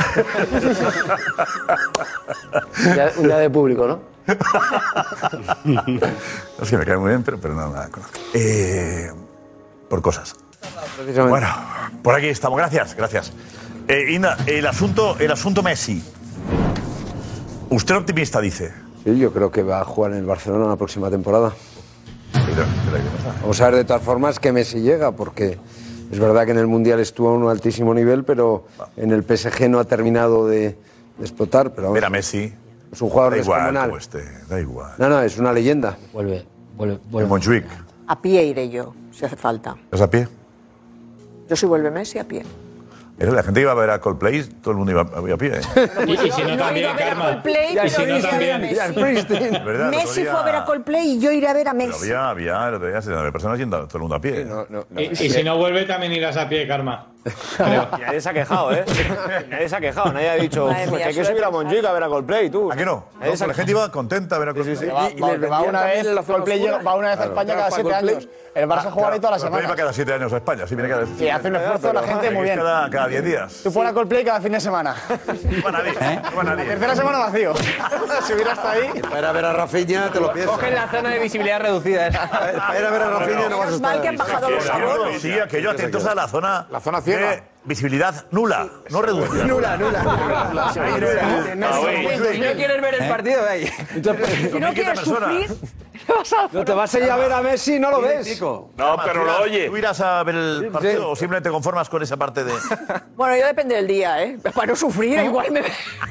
[SPEAKER 1] un, día, un día de público, ¿no?
[SPEAKER 3] (laughs) Es que me cae muy bien, pero, pero no, no la conozco. Eh, por cosas. Bueno, por aquí estamos. Gracias, gracias. Eh, Inda, el asunto, el asunto Messi. Usted optimista dice.
[SPEAKER 7] Sí, yo creo que va a jugar en el Barcelona la próxima temporada. Vamos a ver de todas formas que Messi llega, porque es verdad que en el Mundial estuvo a un altísimo nivel, pero en el PSG no ha terminado de, de explotar. Pero Mira,
[SPEAKER 3] Messi.
[SPEAKER 7] Es un jugador
[SPEAKER 3] da igual,
[SPEAKER 7] descomunal.
[SPEAKER 3] como esté, da igual.
[SPEAKER 7] No, no, es una leyenda.
[SPEAKER 1] Vuelve, vuelve,
[SPEAKER 3] En Montjuic,
[SPEAKER 8] A pie iré yo, si hace falta.
[SPEAKER 3] ¿es a pie?
[SPEAKER 8] Yo si vuelve Messi, a pie.
[SPEAKER 3] Era la gente que iba a ver a Coldplay, todo el mundo iba, iba a pie. ¿eh?
[SPEAKER 5] Y, y si no también, Karma.
[SPEAKER 8] Coldplay,
[SPEAKER 5] Y si
[SPEAKER 8] pero
[SPEAKER 5] no
[SPEAKER 8] iré a ver a
[SPEAKER 5] también.
[SPEAKER 8] Messi.
[SPEAKER 3] (laughs) Es verdad, el otro
[SPEAKER 8] Messi
[SPEAKER 3] día-
[SPEAKER 8] fue a ver a Coldplay y yo iré a ver a
[SPEAKER 3] Pero
[SPEAKER 8] Messi.
[SPEAKER 3] había, había, el otro día, 70 personas yendo todo el mundo a pie. No,
[SPEAKER 7] no,
[SPEAKER 5] Y, y si no vuelve, también irás a pie, Karma.
[SPEAKER 9] (laughs)
[SPEAKER 23] Nadie se ha quejado, ¿eh? Nadie se ha quejado, nadie ha dicho,
[SPEAKER 5] Madre
[SPEAKER 23] pues
[SPEAKER 5] mía,
[SPEAKER 23] que hay que
[SPEAKER 5] suele
[SPEAKER 23] subir a
[SPEAKER 5] pensar.
[SPEAKER 23] Montjuic a ver a Coldplay, tú.
[SPEAKER 3] ¿A qué no? No,
[SPEAKER 23] Nadie se ha
[SPEAKER 3] pero la
[SPEAKER 23] quejado.
[SPEAKER 3] gente iba contenta a ver a Coldplay.
[SPEAKER 23] Sí, sí.
[SPEAKER 3] Va-
[SPEAKER 23] Y- y les
[SPEAKER 2] Va
[SPEAKER 23] vendían
[SPEAKER 2] una
[SPEAKER 23] también
[SPEAKER 2] vez,
[SPEAKER 23] la zona
[SPEAKER 2] Coldplay
[SPEAKER 23] oscura.
[SPEAKER 2] llega- va una vez a España cada siete años. El Barça juega ahí todas las
[SPEAKER 3] Ah, Coldplay va
[SPEAKER 2] semanas.
[SPEAKER 3] cada 7 años a España, sí, viene cada
[SPEAKER 2] Sí, hace un esfuerzo la gente muy bien.
[SPEAKER 3] Cada cada 10 días.
[SPEAKER 2] Tú fuera a Coldplay cada fin de semana. La tercera semana vacío. Subir hasta ahí.
[SPEAKER 6] Para ver a Rafinha, te lo piensas.
[SPEAKER 4] Cogen la zona de visibilidad reducida. ¿eh?
[SPEAKER 6] Para ir a ver a Rafinha no vas a estar.
[SPEAKER 3] Sí, aquello atentos a la zona.
[SPEAKER 13] La zona
[SPEAKER 3] Tiene visibilidad nula, no reducida.
[SPEAKER 4] Nula, nula.
[SPEAKER 3] Ahí está. Ah, güey.
[SPEAKER 4] Si no quieres ver el
[SPEAKER 3] ¿Eh?
[SPEAKER 4] partido, ve ahí.
[SPEAKER 3] Si no quieres sufrir,
[SPEAKER 4] No te (laughs) vas a ir a ver a Messi y no lo ves.
[SPEAKER 3] No, pero lo oye. ¿Tú irás a ver el partido o simplemente te conformas con esa parte de.?
[SPEAKER 8] Bueno, yo depende del día, ¿eh? (laughs) Para no sufrir, igual me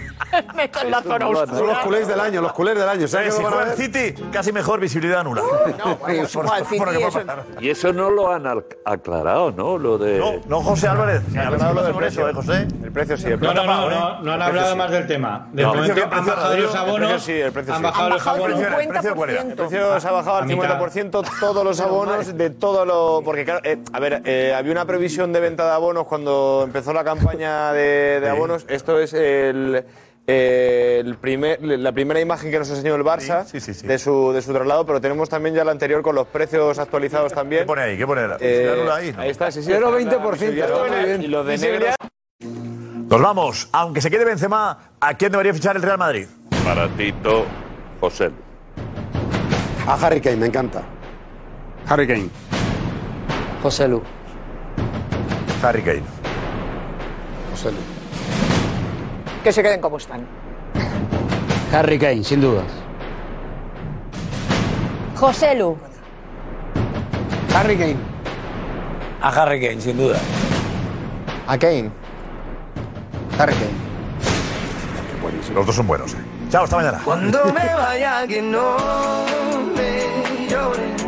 [SPEAKER 8] (laughs) meto en la zona oscura.
[SPEAKER 6] Son los culés del año, los culés del año.
[SPEAKER 3] Sí,
[SPEAKER 6] ¿Sabes
[SPEAKER 3] si
[SPEAKER 6] que lo van a
[SPEAKER 3] fuera el
[SPEAKER 6] ver?
[SPEAKER 3] City, casi mejor visibilidad (laughs) nula. No,
[SPEAKER 9] vamos,
[SPEAKER 3] por,
[SPEAKER 9] no, al
[SPEAKER 3] por- por lo
[SPEAKER 9] City
[SPEAKER 3] que va a
[SPEAKER 9] eso-
[SPEAKER 3] pasar.
[SPEAKER 9] Y eso no lo han al- aclarado, ¿no? Lo de.
[SPEAKER 3] No, no, José Álvarez.
[SPEAKER 9] Sí,
[SPEAKER 3] ha
[SPEAKER 9] hablado
[SPEAKER 3] hablado
[SPEAKER 9] lo del
[SPEAKER 3] sobre eso, ¿eh,
[SPEAKER 9] precio.
[SPEAKER 3] José?
[SPEAKER 9] El precio sí, el
[SPEAKER 5] No, no,
[SPEAKER 9] precio
[SPEAKER 5] no,
[SPEAKER 9] pago, ¿eh?
[SPEAKER 5] no, no han
[SPEAKER 9] El precio
[SPEAKER 5] hablado
[SPEAKER 9] sí.
[SPEAKER 5] más del tema. De
[SPEAKER 9] No, el
[SPEAKER 5] momento
[SPEAKER 9] precio-
[SPEAKER 5] han
[SPEAKER 9] el precio,
[SPEAKER 5] bajado los
[SPEAKER 9] Rodrigo, el
[SPEAKER 5] abonos.
[SPEAKER 9] precio sí, el precio
[SPEAKER 5] han
[SPEAKER 9] sí.
[SPEAKER 5] bajado
[SPEAKER 9] Han
[SPEAKER 5] los
[SPEAKER 9] bajado el
[SPEAKER 5] abonos.
[SPEAKER 9] 50%. ¿El precio cuál era? El precio se ha bajado al
[SPEAKER 5] A mitad.
[SPEAKER 23] 50% todos los abonos de todos los. Porque, claro, eh, a ver, eh, había una previsión de venta de abonos cuando empezó la campaña de, de abonos. Esto es el. el primer, la primera imagen que nos enseñó el Barça De, su, de su traslado, pero tenemos también ya la anterior con los precios actualizados también. ¿Qué pone
[SPEAKER 3] ahí? ¿Qué pone
[SPEAKER 23] eh,
[SPEAKER 3] Dánula ahí, ¿no?
[SPEAKER 23] ahí está, sí, sí.
[SPEAKER 3] Cero
[SPEAKER 23] está la
[SPEAKER 3] 20%,
[SPEAKER 23] visibilidad.
[SPEAKER 3] está muy bien.
[SPEAKER 23] Y los de negro.
[SPEAKER 3] Visibilidad. Nos vamos. Aunque se quede Benzema, ¿a quién debería fichar el Real Madrid?
[SPEAKER 9] Para Tito, José.
[SPEAKER 6] A Harry Kane, me encanta.
[SPEAKER 10] Harry Kane.
[SPEAKER 1] José Lu.
[SPEAKER 3] Harry Kane.
[SPEAKER 10] José Lu.
[SPEAKER 8] Que se queden como están.
[SPEAKER 10] Harry Kane, sin duda.
[SPEAKER 11] José Lu.
[SPEAKER 10] Harry Kane.
[SPEAKER 4] A Harry Kane, sin duda.
[SPEAKER 10] A Kane. Harry Kane.
[SPEAKER 3] Buenísimo. Los dos (laughs) son buenos. ¿eh? Chao, hasta mañana.
[SPEAKER 4] Cuando me vaya, que no me llore.